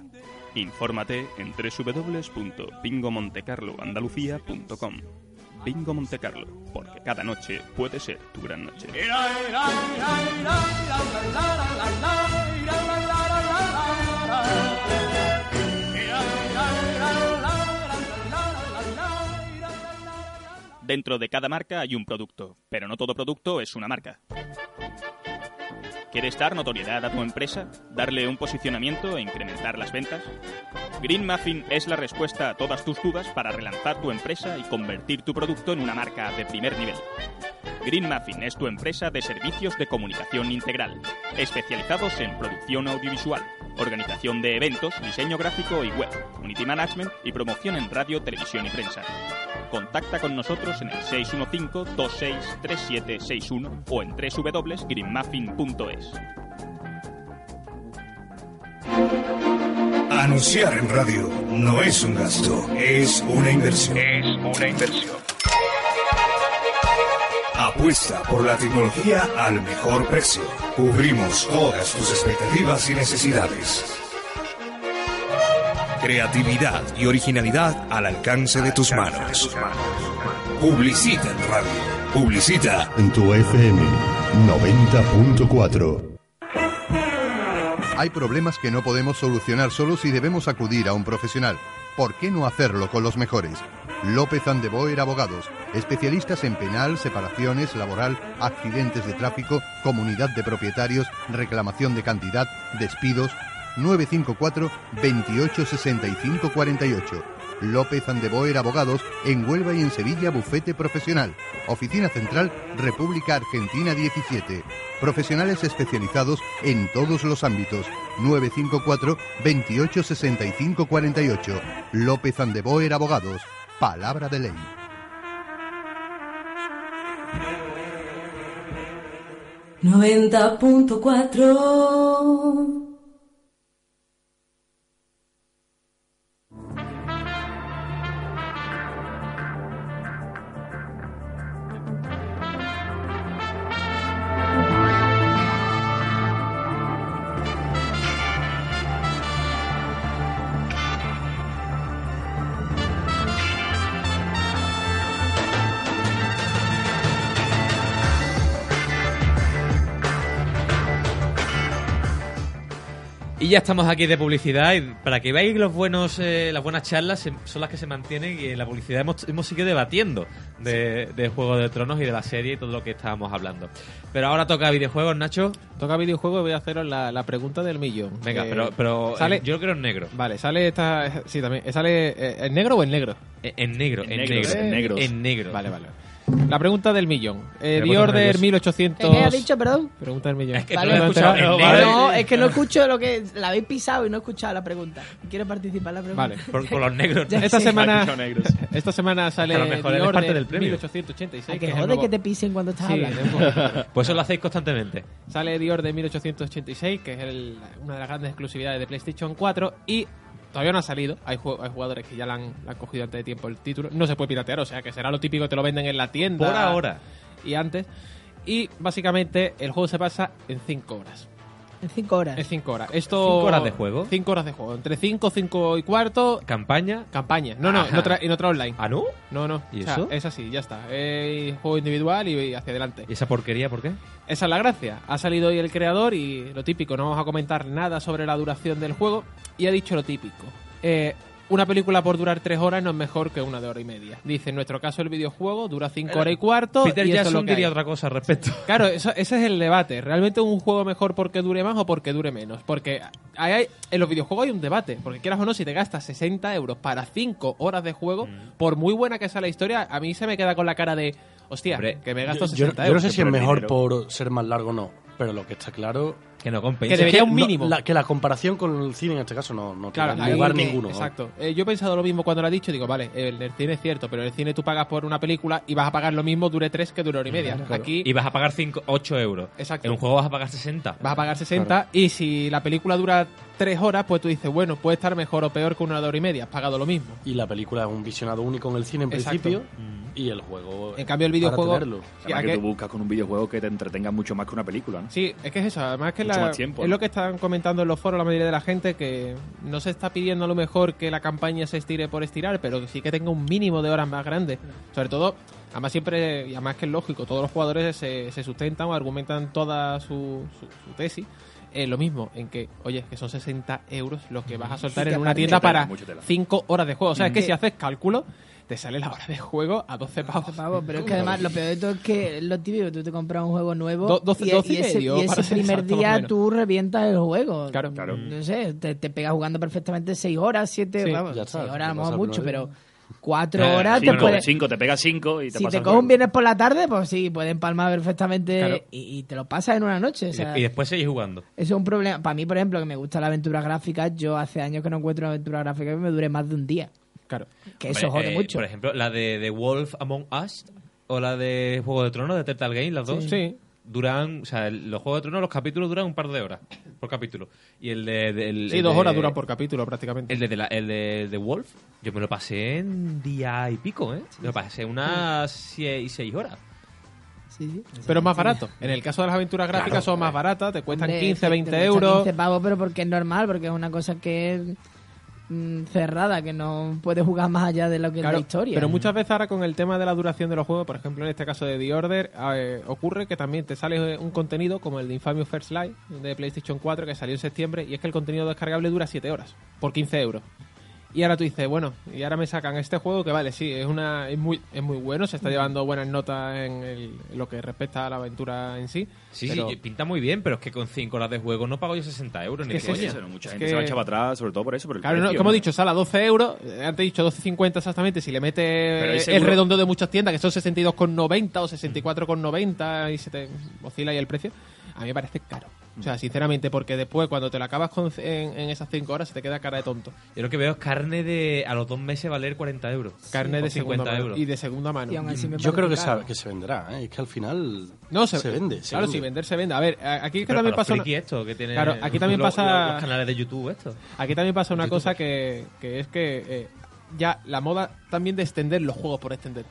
Speaker 10: Infórmate en www.bingomontecarloandalucía.com. Bingo Monte Carlo, porque cada noche puede ser tu gran noche.
Speaker 12: Dentro de cada marca hay un producto, pero no todo producto es una marca. ¿Quieres dar notoriedad a tu empresa? ¿Darle un posicionamiento e incrementar las ventas? Green Muffin es la respuesta a todas tus dudas para relanzar tu empresa y convertir tu producto en una marca de primer nivel. Green Muffin es tu empresa de servicios de comunicación integral, especializados en producción audiovisual, organización de eventos, diseño gráfico y web, unity management y promoción en radio, televisión y prensa. Contacta con nosotros en el 615-263761 o en www.greenmuffin.es.
Speaker 20: Anunciar en radio no es un gasto, es una inversión. Es una inversión. Apuesta por la tecnología al mejor precio. Cubrimos todas tus expectativas y necesidades. Creatividad y originalidad al alcance de tus manos. Publicita en radio. Publicita.
Speaker 15: En tu FM 90.4. Hay problemas que no podemos solucionar solos y debemos acudir a un profesional. ¿Por qué no hacerlo con los mejores? López Andeboer Abogados, especialistas en penal, separaciones, laboral, accidentes de tráfico, comunidad de propietarios, reclamación de cantidad, despidos. 954 28 65 48. López Andeboer Abogados, en Huelva y en Sevilla, bufete profesional. Oficina Central, República Argentina 17. Profesionales especializados en todos los ámbitos. 954 28 65 48. López Andeboer Abogados. Palabra de ley.
Speaker 16: Noventa punto cuatro.
Speaker 21: Y ya estamos aquí de publicidad y para que veáis los buenos, eh, las buenas charlas se- son las que se mantienen y en la publicidad hemos, hemos seguido debatiendo de, de Juego de Tronos y de la serie y todo lo que estábamos hablando. Pero ahora toca videojuegos, Nacho.
Speaker 3: Toca videojuegos y voy a haceros la, la pregunta del millón.
Speaker 21: Venga,
Speaker 3: Eh,
Speaker 21: pero, pero eh,
Speaker 3: sale-
Speaker 21: yo lo quiero en negro.
Speaker 3: Vale, sale esta. Sí, también. Eh, ¿Sale eh, en negro o en negro?
Speaker 21: Eh, En negro, en, negro,
Speaker 3: negros, en negros.
Speaker 21: En negro.
Speaker 3: Vale, vale. La pregunta del millón.
Speaker 21: Pero
Speaker 3: Eh, The
Speaker 21: vosotros
Speaker 3: Order
Speaker 21: nerviosos.
Speaker 3: 1800.
Speaker 2: ¿Qué me ha dicho, perdón?
Speaker 3: Pregunta del millón. Es
Speaker 21: que no lo he escuchado.
Speaker 2: No,
Speaker 21: En negro.
Speaker 2: es que eh, no escucho lo que. La habéis pisado y no he escuchado la pregunta. Quiero participar en la pregunta.
Speaker 3: Vale.
Speaker 21: por los negros.
Speaker 2: Ya
Speaker 3: Esta
Speaker 2: sé.
Speaker 3: semana,
Speaker 2: Ha dicho
Speaker 3: esta semana sale
Speaker 21: A lo mejor
Speaker 3: The
Speaker 21: eres parte
Speaker 3: Order
Speaker 21: del premio.
Speaker 3: 1886. que
Speaker 2: Ay, que
Speaker 3: es el
Speaker 2: jode
Speaker 3: nuevo-
Speaker 2: que te pisen cuando estás
Speaker 3: Sí,
Speaker 2: hablando.
Speaker 3: es un-
Speaker 21: Pues eso lo hacéis constantemente.
Speaker 3: Sale Dior de 1886, que es el- una de las grandes exclusividades de PlayStation 4 y todavía no ha salido. Hay, ju- hay jugadores que ya la han, la han cogido antes de tiempo el título. No se puede piratear, o sea que será lo típico, te lo venden en la tienda.
Speaker 21: Por ahora.
Speaker 3: Y antes. Y básicamente el juego se pasa en 5 horas.
Speaker 2: En 5 horas.
Speaker 3: En 5 horas. Esto,
Speaker 21: ¿Cinco horas de juego?
Speaker 3: 5 horas de juego. Entre 5, 5 y cuarto.
Speaker 21: ¿Campaña?
Speaker 3: Campaña. No, no, en
Speaker 21: Ajá.
Speaker 3: otra, en otra online.
Speaker 21: ¿Ah, no?
Speaker 3: No, no.
Speaker 21: ¿Y
Speaker 3: O sea,
Speaker 21: eso?
Speaker 3: Es así, ya está. Eh, juego individual y- y hacia adelante.
Speaker 21: ¿Y esa porquería por qué?
Speaker 3: Esa es la gracia. Ha salido hoy el creador y lo típico, no vamos a comentar nada sobre la duración del juego y ha dicho lo típico. Eh, una película por durar tres horas no es mejor que una de hora y media. Dice, en nuestro caso el videojuego dura cinco horas y cuarto.
Speaker 21: Peter
Speaker 3: y eso es lo
Speaker 21: Jackson
Speaker 3: que hay.
Speaker 21: diría otra cosa al respecto.
Speaker 3: Claro, eso- ese es el debate. ¿Realmente un juego mejor porque dure más o porque dure menos? Porque hay- hay- en los videojuegos hay un debate. Porque quieras o no, si te gastas 60 euros para 5 horas de juego,
Speaker 21: Mm.
Speaker 3: por muy buena que sea la historia, a mí se me queda con la cara de, hostia, que me gasto
Speaker 5: Yo-
Speaker 3: 60
Speaker 5: yo,
Speaker 3: euros.
Speaker 5: yo no sé si es mejor
Speaker 3: por
Speaker 5: por ser más largo o no, pero lo que está claro...
Speaker 21: Que no compensa.
Speaker 3: Que debería un
Speaker 5: no-
Speaker 3: mínimo.
Speaker 5: la- que la comparación con el cine en este caso no, no
Speaker 3: Claro,
Speaker 5: tiene
Speaker 3: ahí
Speaker 5: lugar
Speaker 3: que-
Speaker 5: ninguno.
Speaker 3: Exacto. Eh, yo he pensado lo mismo cuando lo ha dicho. Digo, vale, el, el cine es cierto, pero en el cine tú pagas por una película y vas a pagar lo mismo, dure tres que dure hora y media. Aquí
Speaker 21: Y vas a pagar 8 euros.
Speaker 3: Exacto.
Speaker 21: En un juego vas a pagar 60.
Speaker 3: vas a pagar 60
Speaker 21: Claro.
Speaker 3: y si la película dura tres horas, pues tú dices, bueno, puede estar mejor o peor que una de hora y media. Has pagado lo mismo.
Speaker 5: Y la película es un visionado único en el cine en
Speaker 3: Exacto. Mm.
Speaker 5: principio y el juego...
Speaker 3: En cambio, el
Speaker 5: para
Speaker 3: videojuego-
Speaker 5: tenerlo.
Speaker 3: Ya
Speaker 4: Además que
Speaker 3: que-
Speaker 4: tú buscas con un videojuego que te entretenga mucho más que una película, ¿no?
Speaker 3: Sí, es que es eso. Además que
Speaker 4: Mucho
Speaker 3: la-
Speaker 4: más tiempo,
Speaker 3: es
Speaker 4: ¿no?
Speaker 3: lo que están comentando en los foros la mayoría de la gente, que no se está pidiendo a lo mejor que la campaña se estire por estirar, pero que sí que tenga un mínimo de horas más grande. Sobre todo, además siempre, y además que es lógico, todos los jugadores se, se sustentan o argumentan toda su, su- su tesis. en lo mismo, en que, oye, que son 60 euros los que vas a soltar
Speaker 12: Sí,
Speaker 3: en
Speaker 12: que
Speaker 3: una
Speaker 12: aparte-
Speaker 3: tienda
Speaker 12: Mucho tela,
Speaker 3: para
Speaker 12: mucho tela.
Speaker 3: 5 horas de juego. O sea, es que
Speaker 2: Mm.
Speaker 3: si haces cálculo, te sale la hora de juego a 12 pavos.
Speaker 2: Pero es que además lo peor de todo es que lo típico, tú te compras un juego nuevo
Speaker 3: Do- doce-
Speaker 2: y,
Speaker 3: doce y
Speaker 2: y ese,
Speaker 3: medio,
Speaker 2: y ese
Speaker 3: para ser
Speaker 2: primer
Speaker 3: exacto, más o
Speaker 2: día
Speaker 3: menos.
Speaker 2: tú revientas el juego.
Speaker 3: Claro, claro.
Speaker 2: No sé, te, te pegas jugando perfectamente 6 horas, 7,
Speaker 4: Sí,
Speaker 2: vamos,
Speaker 4: ya está,
Speaker 2: 6
Speaker 4: te
Speaker 2: horas a lo mejor
Speaker 4: pasa
Speaker 2: mucho,
Speaker 4: el primer
Speaker 2: pero
Speaker 4: día.
Speaker 2: 4 horas
Speaker 4: cinco,
Speaker 2: te puedes...
Speaker 4: Eh, cinco, te pega 5 y te
Speaker 2: si
Speaker 4: pasas
Speaker 2: te
Speaker 4: el
Speaker 2: coges
Speaker 4: juego.
Speaker 2: un viernes por la tarde, pues sí, pueden palmar perfectamente
Speaker 21: Claro.
Speaker 2: y, y te lo pasas en una noche. o
Speaker 21: Y
Speaker 2: sea,
Speaker 21: de- y después seguís jugando.
Speaker 2: eso es un problema. Para mí, por ejemplo, que me gusta la aventura gráfica, yo hace años que no encuentro una aventura gráfica que me dure más de un día.
Speaker 3: Claro.
Speaker 2: Que
Speaker 21: Hombre,
Speaker 2: eso jode
Speaker 21: eh,
Speaker 2: mucho.
Speaker 21: Por ejemplo, la de The Wolf Among Us o la de Juego de Tronos, de Turtle Game, las dos.
Speaker 3: Sí. Sí.
Speaker 21: Duran, o sea, el- los Juegos de Tronos, los capítulos duran un par de horas por capítulo. Y el de. de- el-
Speaker 3: Sí,
Speaker 21: el
Speaker 3: dos
Speaker 21: de-
Speaker 3: horas duran por capítulo prácticamente.
Speaker 21: El de, de la- el de The Wolf, yo me lo pasé en día y pico, ¿eh? Me lo pasé unas 6 horas.
Speaker 3: Pero es más barato. En el caso de las aventuras gráficas
Speaker 21: Claro.
Speaker 3: son más baratas, te cuestan
Speaker 2: Hombre,
Speaker 3: 15,
Speaker 2: sí,
Speaker 3: 20
Speaker 2: te
Speaker 3: euros.
Speaker 2: cuesta 15 pavos, pero porque es normal, porque es una cosa que es mm, cerrada, que no puedes jugar más allá de lo que
Speaker 3: Claro,
Speaker 2: es la historia. ¿eh?
Speaker 3: Pero muchas veces ahora con el tema de la duración de los juegos, por ejemplo en este caso de The Order, eh, ocurre que también te sale eh, un contenido como el de Infamous First Light de PlayStation 4 que salió en septiembre y es que el contenido descargable dura 7 horas por 15 euros. Y ahora tú dices, bueno, y ahora me sacan este juego que vale, sí, es una es muy es muy bueno, se está llevando buenas notas en, el- en lo que respecta a la aventura en sí.
Speaker 1: Sí,
Speaker 3: pero-
Speaker 1: sí, pinta muy bien, pero es que con 5 horas de juego no pago yo 60 euros. ni
Speaker 3: Es
Speaker 1: de
Speaker 3: que es
Speaker 1: coña.
Speaker 3: eso, no, mucha
Speaker 4: Mucha
Speaker 3: Es
Speaker 4: gente
Speaker 3: que-
Speaker 4: se va a echar para atrás, sobre todo por eso. Por el
Speaker 3: Claro, no,
Speaker 4: precio,
Speaker 3: como he dicho, sale a 12 euros. eh, Antes he dicho 12.50 exactamente. Si le
Speaker 4: Pero ahí
Speaker 3: metes el
Speaker 4: seguro-
Speaker 3: redondo de muchas tiendas, que son 62,90 o 64,90 y se te oscila ahí el precio, a mí me parece caro. O sea, sinceramente, porque después cuando te lo acabas con- en, en esas 5 horas se te queda cara de tonto.
Speaker 1: Yo lo que veo es carne de. A los dos meses valer 40 euros.
Speaker 3: Carne
Speaker 1: O
Speaker 3: de segunda mano.
Speaker 1: euros.
Speaker 3: Y de segunda mano.
Speaker 5: Yo creo que, se- que se venderá, ¿eh? es que al final
Speaker 3: No, se,
Speaker 5: vende. se
Speaker 3: Claro,
Speaker 5: vende.
Speaker 3: sí, vender se vende. A ver, a- aquí es que
Speaker 1: Pero para los
Speaker 3: también pasa. una-
Speaker 1: friki esto, que tiene
Speaker 3: claro, aquí también
Speaker 1: los-
Speaker 3: pasa.
Speaker 1: los- los canales de YouTube esto.
Speaker 3: Aquí también pasa una cosa que, que es que eh, ya la moda también de extender los juegos por extender.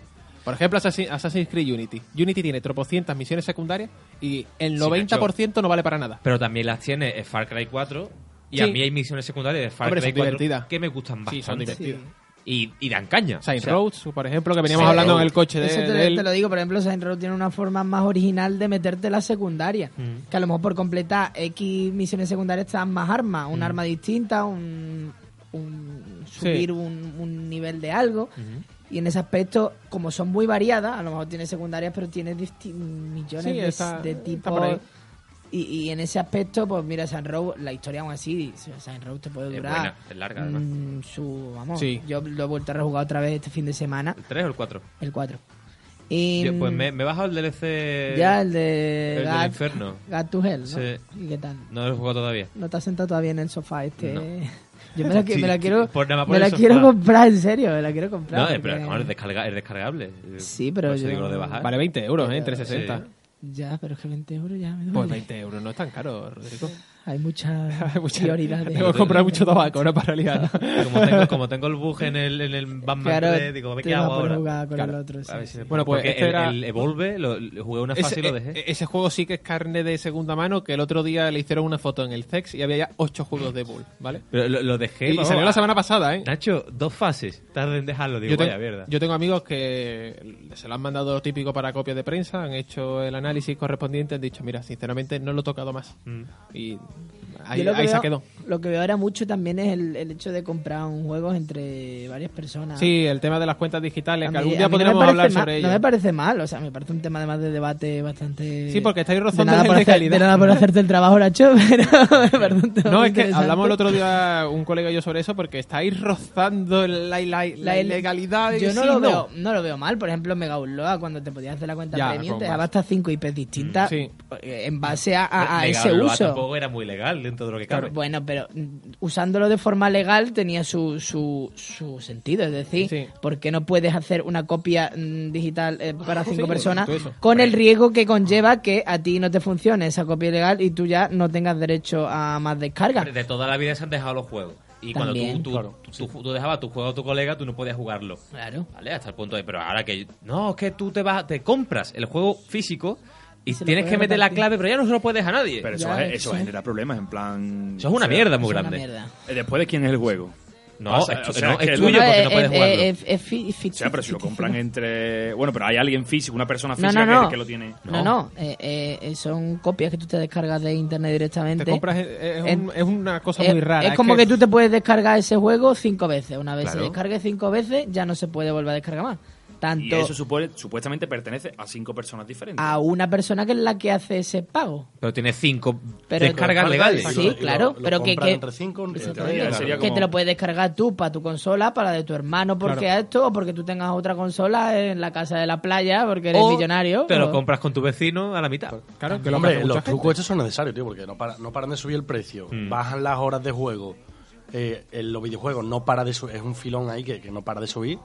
Speaker 3: Por ejemplo, Assassin- Assassin's Creed Unity. Unity tiene tropocientas misiones secundarias y el
Speaker 1: Sí,
Speaker 3: 90% no vale para nada.
Speaker 1: Pero también las tiene eh, Far Cry 4. Y
Speaker 3: Sí.
Speaker 1: a mí hay misiones secundarias de Far
Speaker 3: Hombre,
Speaker 1: Cry
Speaker 3: son
Speaker 1: 4
Speaker 3: divertidas.
Speaker 1: que me gustan bastante.
Speaker 3: Sí, son divertidas.
Speaker 1: Y, y dan caña.
Speaker 3: Saints
Speaker 1: O sea,
Speaker 3: Row, por ejemplo, que veníamos
Speaker 1: Saints
Speaker 3: hablando
Speaker 1: Row.
Speaker 3: en el coche de,
Speaker 1: Eso
Speaker 2: Te,
Speaker 3: de él.
Speaker 2: te lo digo, por ejemplo, Saints Row tiene una forma más original de meterte la secundaria.
Speaker 3: Mm.
Speaker 2: Que a lo mejor por completar X misiones secundarias te dan más armas, un
Speaker 3: Mm.
Speaker 2: arma distinta, un, un-
Speaker 3: Sí.
Speaker 2: subir un, un nivel de algo. Y en ese aspecto, como son muy variadas, a lo mejor tienes secundarias, pero tienes disti- millones
Speaker 3: Sí,
Speaker 2: de,
Speaker 3: está-
Speaker 2: de
Speaker 3: está
Speaker 2: tipos.
Speaker 3: por ahí.
Speaker 2: Y, y en ese aspecto, pues mira, San Row, la historia aún así, San Row te puede
Speaker 1: Es
Speaker 2: durar.
Speaker 1: buena, es larga además.
Speaker 2: mm, su, vamos,
Speaker 1: Sí.
Speaker 2: Yo lo he vuelto a rejugar otra vez este fin de semana,
Speaker 1: ¿El 3 o el 4?
Speaker 2: el 4. Y, mm,
Speaker 1: Yo, pues me, me he bajado el DLC.
Speaker 2: ya, el de
Speaker 1: El
Speaker 2: Gat-
Speaker 1: del Inferno.
Speaker 2: Gat to Hell, ¿no?
Speaker 1: Sí.
Speaker 2: ¿Y qué tal?
Speaker 1: No lo he jugado todavía.
Speaker 2: No te has sentado todavía en el sofá este.
Speaker 1: No.
Speaker 2: Yo me la, que-
Speaker 1: Sí,
Speaker 2: me la
Speaker 1: sí,
Speaker 2: quiero,
Speaker 1: por nada más por
Speaker 2: me
Speaker 1: el
Speaker 2: la
Speaker 1: sofá.
Speaker 2: quiero comprar, en serio, me la quiero comprar.
Speaker 1: No, eh, pero
Speaker 2: porque-
Speaker 1: además es, descarga- es descargable.
Speaker 2: Sí, pero
Speaker 1: Por eso
Speaker 2: yo-
Speaker 1: digo lo de bajar.
Speaker 3: Vale 20 euros, ¿eh? Entre
Speaker 1: Sí.
Speaker 3: 60.
Speaker 2: Ya, pero es que 20 euros ya me duele.
Speaker 3: Pues 20 euros no es tan caro, Rodrigo.
Speaker 2: Hay muchas
Speaker 3: Hay mucha-
Speaker 2: prioridades.
Speaker 3: Tengo que comprar mucho tabaco, no para liar.
Speaker 1: Como tengo, como tengo el bug en el, en el Batman
Speaker 3: Claro,
Speaker 1: 3, digo,
Speaker 3: te
Speaker 1: ¿qué
Speaker 3: vas a
Speaker 1: hago
Speaker 3: poner
Speaker 1: ahora?
Speaker 3: a jugar con
Speaker 1: Claro.
Speaker 3: el otro,
Speaker 1: A ver
Speaker 3: sí,
Speaker 1: si me-
Speaker 3: sí. Bueno, pues
Speaker 1: porque
Speaker 3: este
Speaker 1: el,
Speaker 3: era-
Speaker 1: el Evolve, lo, lo jugué una fase
Speaker 3: Ese,
Speaker 1: y lo dejé.
Speaker 3: e- ese juego sí que es carne de segunda mano, que el otro día le hicieron una foto en el sex y había ya 8 juegos de Bull, ¿vale?
Speaker 1: Pero lo, lo dejé.
Speaker 3: Y
Speaker 1: vamos,
Speaker 3: salió la
Speaker 1: a-
Speaker 3: semana pasada, ¿eh?
Speaker 1: Nacho, dos fases. Tarde en dejarlo, digo,
Speaker 3: yo,
Speaker 1: vaya
Speaker 3: tengo,
Speaker 1: mierda.
Speaker 3: yo tengo amigos que se lo han mandado lo típico para copia de prensa, han hecho el análisis correspondiente, han dicho, mira, sinceramente no lo he tocado más.
Speaker 1: Mm.
Speaker 3: Y ahí,
Speaker 2: Yo lo que
Speaker 3: ahí se
Speaker 2: veo-
Speaker 3: quedó.
Speaker 2: Lo que veo ahora mucho también es el, el hecho de comprar un juego entre varias personas.
Speaker 3: Sí, el tema de las cuentas digitales,
Speaker 2: A
Speaker 3: que
Speaker 2: mí-
Speaker 3: algún
Speaker 2: a
Speaker 3: día
Speaker 2: mí no me
Speaker 3: podríamos
Speaker 2: parece
Speaker 3: hablar
Speaker 2: mal-
Speaker 3: sobre
Speaker 2: No me
Speaker 3: ello.
Speaker 2: parece mal, o sea, me parece un tema además de debate bastante.
Speaker 3: Sí, porque estáis rozando
Speaker 2: de nada
Speaker 3: la
Speaker 2: por hacer, de
Speaker 3: ilegalidad.
Speaker 2: nada por hacerte el trabajo, Nacho, pero me parece un tema
Speaker 3: No,
Speaker 2: muy
Speaker 3: es que
Speaker 2: interesante.
Speaker 3: hablamos el otro día un colega y yo sobre eso porque estáis rozando la, la- la
Speaker 2: il-
Speaker 3: ilegalidad. y
Speaker 2: Yo no
Speaker 3: sí,
Speaker 2: lo, Veo, no lo veo mal. Por ejemplo, en Mega Upload, cuando te podías hacer la cuenta
Speaker 1: Ya,
Speaker 2: premium,
Speaker 1: como
Speaker 2: te daba
Speaker 1: más.
Speaker 2: hasta 5 IPs distintas
Speaker 1: Sí.
Speaker 2: eh, en base a, a- a
Speaker 1: Mega
Speaker 2: ese
Speaker 1: Bloa
Speaker 2: uso.
Speaker 1: tampoco era muy legal dentro de lo que cabe.
Speaker 2: Bueno, pero mm, usándolo de forma legal tenía su, su, su sentido. Es decir, ¿por qué no puedes hacer una copia mm, digital eh, para
Speaker 3: Sí,
Speaker 2: cinco
Speaker 3: por
Speaker 2: personas
Speaker 3: supuesto, eso. Pues-
Speaker 2: con el riesgo que conlleva que a ti no te funcione esa copia legal y tú ya no tengas derecho a más descargas?
Speaker 1: De toda la vida se han dejado los juegos. Y
Speaker 2: mm, También.
Speaker 1: cuando tú, tú, tú- tú- tú dejabas tu juego a tu colega, tú no podías jugarlo.
Speaker 2: Claro.
Speaker 1: ¿Vale? Hasta el punto de. Pero ahora que. No, es que tú te vas, te compras el juego físico y
Speaker 4: se lo
Speaker 1: tienes
Speaker 4: puedes
Speaker 1: que meter la
Speaker 4: repartir.
Speaker 1: clave, pero ya no se lo puedes a nadie.
Speaker 4: Pero eso,
Speaker 1: Ya,
Speaker 4: es- eso
Speaker 1: sí.
Speaker 4: genera problemas, en plan.
Speaker 1: Eso es una mierda muy grande.
Speaker 4: Eh, Después de quién es el juego.
Speaker 1: No, es tu- no, es
Speaker 4: que-
Speaker 1: tuyo porque no puedes
Speaker 2: Eh,
Speaker 1: jugarlo.
Speaker 2: eh, es fi-
Speaker 4: O sea, pero si lo compran entre. Bueno, pero hay alguien físico, una persona
Speaker 2: No,
Speaker 4: física
Speaker 2: no,
Speaker 4: que-
Speaker 2: no.
Speaker 4: Que, lo tiene.
Speaker 2: No, no. eh, eh, eh, son copias que tú te descargas de internet directamente.
Speaker 3: Te compras, eh, es un-
Speaker 2: En-
Speaker 3: es una cosa
Speaker 2: es-
Speaker 3: muy rara.
Speaker 2: Es, como que... tú te puedes descargar ese juego cinco veces. Una vez se
Speaker 4: Claro.
Speaker 2: descargue cinco veces, ya no se puede volver a descargar más.
Speaker 4: Y
Speaker 2: Tanto Ah,
Speaker 4: eso supone- supuestamente pertenece a cinco personas diferentes.
Speaker 2: a una persona que es la que hace ese pago.
Speaker 1: Pero tienes cinco
Speaker 2: Pero
Speaker 1: descargas legales.
Speaker 2: Sí, claro. pero que, que, Exactamente.
Speaker 1: Claro.
Speaker 2: que te lo puedes descargar tú para tu consola, para la de tu hermano, porque
Speaker 1: Claro.
Speaker 2: esto, o porque tú tengas otra consola en la casa de la playa, porque eres
Speaker 1: O
Speaker 2: millonario.
Speaker 1: Te lo
Speaker 2: o-
Speaker 1: compras con tu vecino a la mitad.
Speaker 3: Claro,
Speaker 5: Que hombre, los trucos estos son necesarios, tío, porque no, para- no paran de subir el precio,
Speaker 3: Mm.
Speaker 5: bajan las horas de juego, eh, en los videojuegos no para de subir, es un filón ahí que, que no para de subir.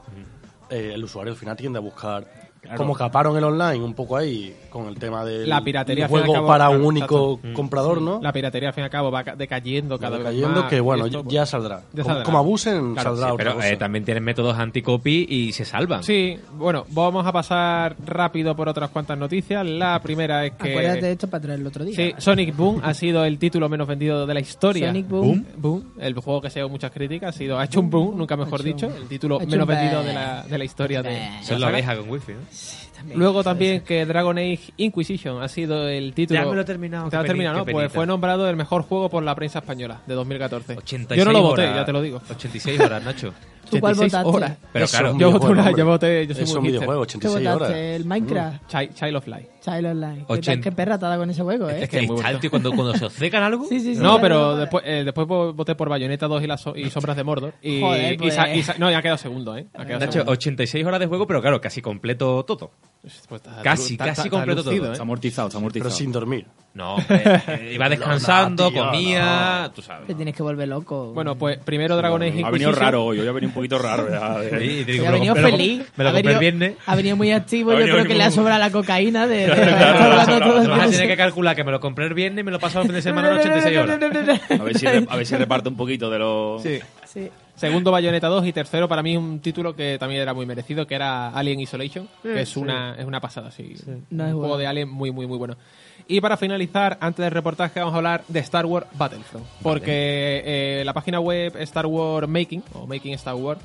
Speaker 5: Eh, el usuario al final tiende a buscar,
Speaker 3: Mm. Claro.
Speaker 5: como caparon el online un poco ahí con el tema del
Speaker 3: la piratería al fin y al
Speaker 5: juego
Speaker 3: cabo,
Speaker 5: para un
Speaker 3: claro,
Speaker 5: único
Speaker 3: exacto. Mm.
Speaker 5: comprador,
Speaker 3: Sí.
Speaker 5: ¿no?
Speaker 3: La piratería al fin y al cabo va ca- decayendo cada vez
Speaker 5: decayendo,
Speaker 3: más.
Speaker 5: que, bueno,
Speaker 3: Y esto, pues,
Speaker 5: ya saldrá.
Speaker 3: ya
Speaker 5: Como- como
Speaker 3: Mm,
Speaker 5: abusen, saldrá otra
Speaker 1: pero
Speaker 5: cosa.
Speaker 1: eh, también tienes métodos anti-copy y se salvan.
Speaker 3: Sí, bueno, vamos a pasar rápido por otras cuantas noticias. La primera es que...
Speaker 2: Acuérdate de esto para traer el otro día.
Speaker 3: Sí, Sonic Boom ha sido el título menos vendido de la historia.
Speaker 2: Sonic Boom.
Speaker 3: Boom, el juego que se ha llevado muchas críticas, ha sido ha hecho un boom, nunca mejor dicho, el título
Speaker 2: Ha hecho
Speaker 3: menos
Speaker 2: un
Speaker 3: vendido
Speaker 2: boom.
Speaker 3: de la, de la historia de.
Speaker 1: Eso es la
Speaker 3: saga.
Speaker 1: abeja con wifi, ¿no?
Speaker 3: Luego también que Dragon Age Inquisition ha sido el título.
Speaker 1: Ya me lo he terminado,
Speaker 3: Te
Speaker 1: qué
Speaker 3: lo has
Speaker 1: peni-
Speaker 3: terminado, ¿no?
Speaker 1: qué
Speaker 3: Pues
Speaker 1: penita.
Speaker 3: fue nombrado el mejor juego por la prensa española de 2014.
Speaker 1: 86
Speaker 3: yo no lo voté,
Speaker 1: horas-
Speaker 3: ya te lo digo.
Speaker 1: 86 horas, Nacho.
Speaker 2: ¿Tú cuál
Speaker 3: 86
Speaker 2: votaste?
Speaker 3: horas.
Speaker 1: Pero claro,
Speaker 3: yo voté
Speaker 1: videojuego,
Speaker 3: una,
Speaker 1: hombre.
Speaker 3: yo voté, yo soy
Speaker 1: Eso
Speaker 3: muy
Speaker 1: es un
Speaker 3: hipster.
Speaker 1: videojuego,
Speaker 2: ¿Qué votaste? ¿El Minecraft?
Speaker 3: Child, Child of Light.
Speaker 2: Child Online. ¿Qué, tal-
Speaker 3: Ochenta-
Speaker 2: qué perra te ha dado con ese juego, eh?
Speaker 3: Es que es muy bueno.
Speaker 1: cuando, cuando se obcecan algo.
Speaker 2: Sí, sí, sí.
Speaker 3: no,
Speaker 2: ya lo
Speaker 3: pero
Speaker 2: vale.
Speaker 3: después, eh, después vo- voté por Bayonetta 2 y, las so- y Sombras de Mordor. Y,
Speaker 1: Joder,
Speaker 3: y
Speaker 1: pues.
Speaker 3: sa- y sa- no, ya ha quedado segundo, ¿eh? Ha quedado
Speaker 1: Nacho,
Speaker 3: segundo.
Speaker 1: 86 horas de juego, pero claro, casi completo todo. casi,
Speaker 3: Pues, está-
Speaker 1: casi
Speaker 3: está- está
Speaker 1: completo
Speaker 3: lucido,
Speaker 1: todo.
Speaker 3: ¿eh? Está
Speaker 4: amortizado, está amortizado.
Speaker 5: Pero sin dormir.
Speaker 1: No, hombre, iba descansando,
Speaker 4: tío,
Speaker 1: comía,
Speaker 4: no.
Speaker 1: tú sabes.
Speaker 2: Te tienes que volver loco.
Speaker 3: Bueno, pues primero Dragon Age
Speaker 4: Ha venido
Speaker 3: Inquisition.
Speaker 4: raro hoy, hoy ha venido un poquito raro. ya, de-
Speaker 1: Sí, te
Speaker 2: Sí, ha venido feliz. ha, venido, ha venido muy activo.
Speaker 4: Ha
Speaker 2: Yo
Speaker 4: venido
Speaker 2: creo que
Speaker 4: muy-
Speaker 2: le ha sobrado la cocaína de, de- de-
Speaker 1: Claro,
Speaker 2: hablando
Speaker 1: no, no,
Speaker 2: todo el
Speaker 1: no, vas a
Speaker 2: tiempo.
Speaker 1: tener que calcular que me lo compré el viernes y me lo paso el fin de semana en 86 horas.
Speaker 4: A ver si, re- a ver si reparte un poquito de los.
Speaker 3: Sí. Segundo Bayonetta 2 y tercero para mí un título que también era muy merecido, que era Alien Isolation, que
Speaker 2: Sí,
Speaker 3: es
Speaker 2: Mm, sí.
Speaker 3: una, es una pasada, sí. Un
Speaker 2: No es
Speaker 3: juego
Speaker 2: bueno.
Speaker 3: de Alien muy, muy, muy bueno. Y para finalizar, antes del reportaje vamos a hablar de Star Wars Battlefront, porque eh, la página web Star Wars Making, o Making Star Wars,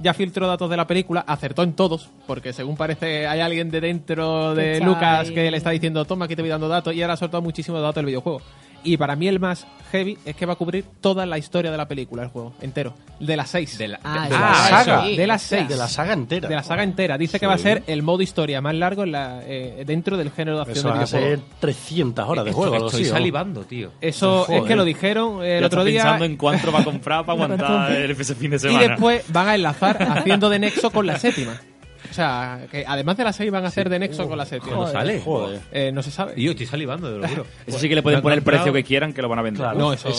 Speaker 3: ya filtró datos de la película, acertó en todos, porque según parece hay alguien de dentro
Speaker 1: Que
Speaker 3: de
Speaker 1: está
Speaker 3: Lucas
Speaker 1: ahí.
Speaker 3: que le está diciendo, toma, aquí te voy dando datos, y ahora ha soltado muchísimos datos del videojuego. Y para mí el más heavy es que va a cubrir toda la historia de la película, el juego, entero. De las seis. De la,
Speaker 1: Ah,
Speaker 5: de la saga.
Speaker 3: De las seis.
Speaker 5: De la saga entera.
Speaker 3: De la saga entera. Dice que
Speaker 5: Sí.
Speaker 3: va a ser el modo historia más largo en la, eh, dentro del género de acción
Speaker 5: Eso
Speaker 3: del
Speaker 5: van a ser
Speaker 3: videojuego.
Speaker 5: 300 horas de
Speaker 3: Esto-
Speaker 5: juego. algo
Speaker 3: estoy
Speaker 5: así, ¿no?
Speaker 1: salivando, tío.
Speaker 3: Eso
Speaker 5: Joder.
Speaker 3: es que lo dijeron eh, el
Speaker 4: Ya
Speaker 3: otro
Speaker 4: está
Speaker 3: día.
Speaker 4: pensando en cuánto va a comprar para aguantar el- ese fin de semana.
Speaker 3: Y después van a enlazar haciendo de nexo con la séptima. O sea, que además de las seis van a hacer de nexo con la séptima.
Speaker 1: ¿Cuándo sale? Joder.
Speaker 3: Eh, no se sabe.
Speaker 1: Yo estoy salivando, de lo juro.
Speaker 4: Eso sí que le pueden
Speaker 1: Me
Speaker 4: poner el
Speaker 1: han comprado-
Speaker 4: precio que quieran, que lo van a vender.
Speaker 3: No, eso-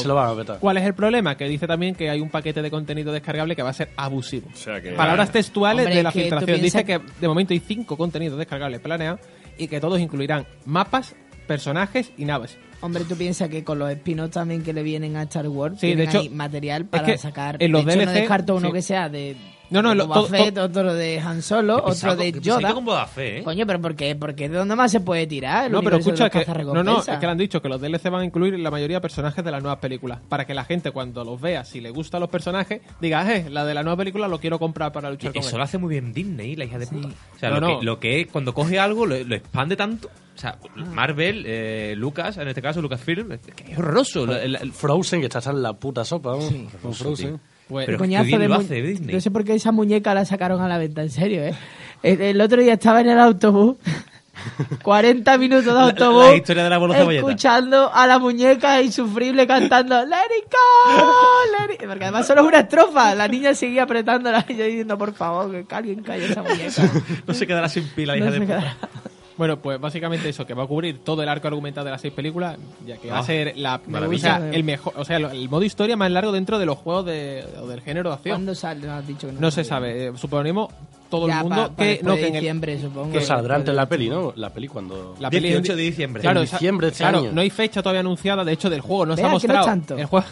Speaker 3: ¿Cuál es el problema? Que dice también que hay un paquete de contenido descargable que va a ser abusivo.
Speaker 4: que-
Speaker 3: Palabras textuales
Speaker 2: Hombre,
Speaker 3: de la
Speaker 2: es que tú
Speaker 3: filtración. Dice que
Speaker 2: piensas-
Speaker 3: de momento hay cinco contenidos descargables planeados y que todos incluirán mapas, personajes y naves.
Speaker 2: Hombre, tú piensas que con los spin-offs también que le vienen a Star Wars,
Speaker 3: Sí, de
Speaker 2: tienen
Speaker 3: hecho,
Speaker 2: ahí material
Speaker 3: es
Speaker 2: para
Speaker 3: que
Speaker 2: sacar.
Speaker 3: en los
Speaker 2: de hecho, no
Speaker 3: DLC,
Speaker 2: descarto uno
Speaker 3: sí.
Speaker 2: que sea de.
Speaker 3: No, no,
Speaker 2: de
Speaker 3: lo-
Speaker 2: Boba
Speaker 3: todo-
Speaker 2: Fett, otro de Han Solo,
Speaker 3: Qué pesado,
Speaker 2: otro de
Speaker 3: qué pesadito
Speaker 2: Yoda.
Speaker 3: con
Speaker 1: Boba Fett, ¿eh?
Speaker 2: Coño, pero ¿por qué? Porque ¿de dónde más se puede tirar? El
Speaker 3: No, pero
Speaker 2: universo
Speaker 3: escucha
Speaker 2: de los
Speaker 3: que. No, no, es
Speaker 2: cazarrecompensas.
Speaker 3: que le han dicho que los DLC van a incluir la mayoría de personajes de las nuevas películas. Para que la gente, cuando los vea, si le gustan los personajes, diga, eh, la de la nueva película lo quiero comprar para luchar con
Speaker 1: Eso
Speaker 3: él".
Speaker 1: lo hace muy bien Disney, la hija de puta. O sea,
Speaker 3: No,
Speaker 1: lo,
Speaker 3: no.
Speaker 1: Que, lo que es cuando coge algo, lo, lo expande tanto. O sea, Marvel, eh, Lucas, en este caso Lucasfilm, es que es horroroso. La- la-
Speaker 5: Frozen, que está hasta en la puta sopa. vamos, con Frozen.
Speaker 3: Pues,
Speaker 1: pero
Speaker 2: Coñazo
Speaker 1: qué bien
Speaker 2: de
Speaker 1: lo
Speaker 2: mu-
Speaker 1: hace Disney.
Speaker 2: No sé por qué esa muñeca la sacaron a la venta, en serio, ¿eh? El, el otro día estaba en el autobús. 40 minutos de
Speaker 1: La-
Speaker 2: autobús.
Speaker 1: la historia de la bolosa bayeta.
Speaker 2: Escuchando a la muñeca insufrible cantando Let it go, let it-". Porque además solo es una estrofa. La niña seguía apretándola y yo diciendo, por favor, que alguien calle esa muñeca.
Speaker 1: no se quedará sin pila, hija
Speaker 2: No
Speaker 1: de
Speaker 2: se
Speaker 1: puta.
Speaker 2: quedará.
Speaker 3: Bueno, pues básicamente eso, que va a cubrir todo el arco argumental de las seis películas, ya que va a
Speaker 1: Ah,
Speaker 3: ser la
Speaker 1: maravilla.
Speaker 3: o sea, el mejor, o sea, lo- el modo historia más largo dentro de los juegos de, o del género de acción.
Speaker 2: ¿Cuándo sale? No has dicho que no.
Speaker 3: No se sabe, eh, suponemos todo
Speaker 2: Ya,
Speaker 3: el mundo
Speaker 2: pa- pa
Speaker 3: que
Speaker 2: después
Speaker 3: no
Speaker 2: de
Speaker 3: que en el-
Speaker 2: diciembre, supongo.
Speaker 5: Que saldrá antes la peli, ¿no? La peli cuando...
Speaker 3: la peli-
Speaker 5: Claro,
Speaker 3: Claro,
Speaker 5: en
Speaker 3: esa-
Speaker 5: diciembre este
Speaker 3: claro,
Speaker 5: año.
Speaker 3: no hay fecha todavía anunciada, de hecho del juego no se
Speaker 2: Vea,
Speaker 3: ha
Speaker 2: que no es
Speaker 3: mostrado.
Speaker 2: tanto.
Speaker 3: El juego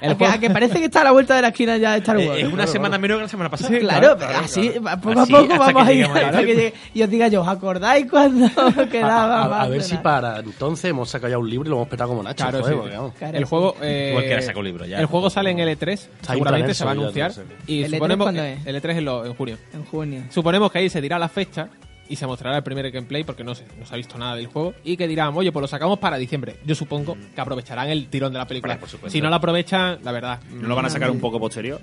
Speaker 3: el
Speaker 2: A que, a que parece que está a la vuelta de la esquina ya de Star Wars.
Speaker 1: Eh, Es una semana menos que la semana pasada.
Speaker 2: Claro, pero así, poco
Speaker 1: Así
Speaker 2: a poco
Speaker 1: hasta
Speaker 2: vamos
Speaker 1: que
Speaker 2: a ir
Speaker 1: lleguemos
Speaker 2: hasta
Speaker 1: ahí.
Speaker 2: que llegue. Y os diga yo, ¿os acordáis cuando quedaba?
Speaker 5: A- a,
Speaker 2: más
Speaker 5: ver
Speaker 2: de
Speaker 5: si
Speaker 2: nada?
Speaker 5: para entonces hemos sacado ya un libro y lo hemos petado como Nacho.
Speaker 3: Claro,
Speaker 5: joder,
Speaker 3: sí.
Speaker 5: porque, vamos.
Speaker 3: el juego eh,
Speaker 1: Igual que ahora saca un libro ya.
Speaker 3: El juego sale en L3, seguramente
Speaker 5: hiperdenso
Speaker 3: se va a
Speaker 5: ya,
Speaker 3: anunciar
Speaker 5: todo eso.
Speaker 3: y
Speaker 2: ¿El E3
Speaker 3: suponemos
Speaker 2: cuándo es?
Speaker 3: L3 en, lo- en junio.
Speaker 2: En junio.
Speaker 3: Suponemos que ahí se dirá la fecha y se mostrará el primer gameplay porque no se, no se ha visto nada del juego y que dirán, oye, pues lo sacamos para diciembre. Yo supongo que aprovecharán el tirón de la película.
Speaker 4: Hombre, por supuesto.
Speaker 3: si no lo aprovechan, la verdad.
Speaker 4: ¿No lo van a sacar un poco posterior?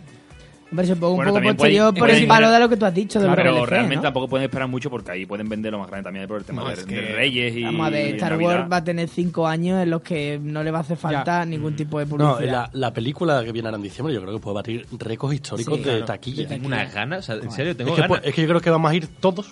Speaker 2: Hombre, supongo un
Speaker 4: Bueno,
Speaker 2: poco
Speaker 4: también
Speaker 2: posterior
Speaker 4: pueden-
Speaker 2: por el
Speaker 4: pueden-
Speaker 2: palo de lo que tú has dicho de
Speaker 4: Claro,
Speaker 2: los
Speaker 4: pero
Speaker 2: DLC,
Speaker 4: realmente
Speaker 2: ¿no?
Speaker 4: tampoco pueden esperar mucho porque ahí pueden vender lo más grande también por el tema
Speaker 3: No,
Speaker 4: de,
Speaker 3: es
Speaker 4: de
Speaker 3: que-
Speaker 4: Reyes y.
Speaker 2: Vamos a ver,
Speaker 4: y
Speaker 2: Star
Speaker 4: Navidad.
Speaker 2: Wars va a tener cinco años en los que no le va a hacer falta ningún tipo de
Speaker 5: No,
Speaker 2: publicidad.
Speaker 5: la, la película que viene ahora en diciembre yo creo que puede batir récords históricos
Speaker 2: Sí,
Speaker 5: de
Speaker 2: claro.
Speaker 5: taquilla.
Speaker 1: Tengo unas ganas, o sea, en serio, tengo
Speaker 5: es, que,
Speaker 1: ganas.
Speaker 5: pues, es que yo creo que vamos a ir todos,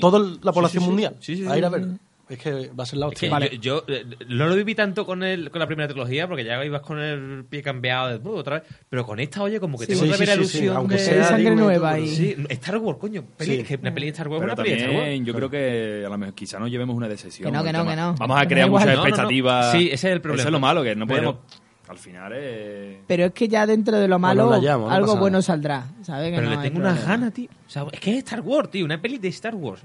Speaker 5: toda la
Speaker 1: sí,
Speaker 5: población
Speaker 1: sí.
Speaker 5: mundial,
Speaker 1: Sí, sí, sí.
Speaker 5: a ir a ver. Es que va a ser la
Speaker 1: Es que
Speaker 5: hostia.
Speaker 1: yo, yo, eh, no lo viví tanto con el, con la primera trilogía porque ya ibas con el pie cambiado de "Uh, otra vez, pero con esta oye como que
Speaker 2: Sí,
Speaker 1: tengo
Speaker 2: sí,
Speaker 1: otra vez
Speaker 2: sí,
Speaker 1: la
Speaker 2: sí, sí,
Speaker 1: ilusión
Speaker 2: aunque
Speaker 1: de-
Speaker 2: sea Sangre digno y nueva
Speaker 1: y...
Speaker 2: todo, y-
Speaker 1: Sí, Star Wars, coño, peli,
Speaker 2: Sí.
Speaker 1: que una peli de Star Wars,
Speaker 4: Pero
Speaker 1: una peli de Star Wars.
Speaker 4: también yo creo que a lo mejor quizá no llevemos una decepción.
Speaker 2: Que no, que
Speaker 4: el
Speaker 2: no,
Speaker 4: tema.
Speaker 2: que no.
Speaker 4: Vamos a
Speaker 2: Da
Speaker 4: crear
Speaker 2: igual.
Speaker 4: muchas
Speaker 2: No, no, no.
Speaker 4: expectativas.
Speaker 1: Sí, ese es el problema.
Speaker 4: Eso es lo malo, que no
Speaker 1: Pero-
Speaker 4: podemos. Al final eh,
Speaker 2: Pero es que ya dentro de lo
Speaker 1: Bueno,
Speaker 2: malo
Speaker 1: la llamo, no pasa
Speaker 2: algo
Speaker 1: nada.
Speaker 2: bueno saldrá, ¿sabes? Que
Speaker 1: Pero le
Speaker 2: no hay
Speaker 1: tengo unas
Speaker 2: problema.
Speaker 1: ganas, tío. O sea, es que es Star Wars, tío, una peli de Star Wars.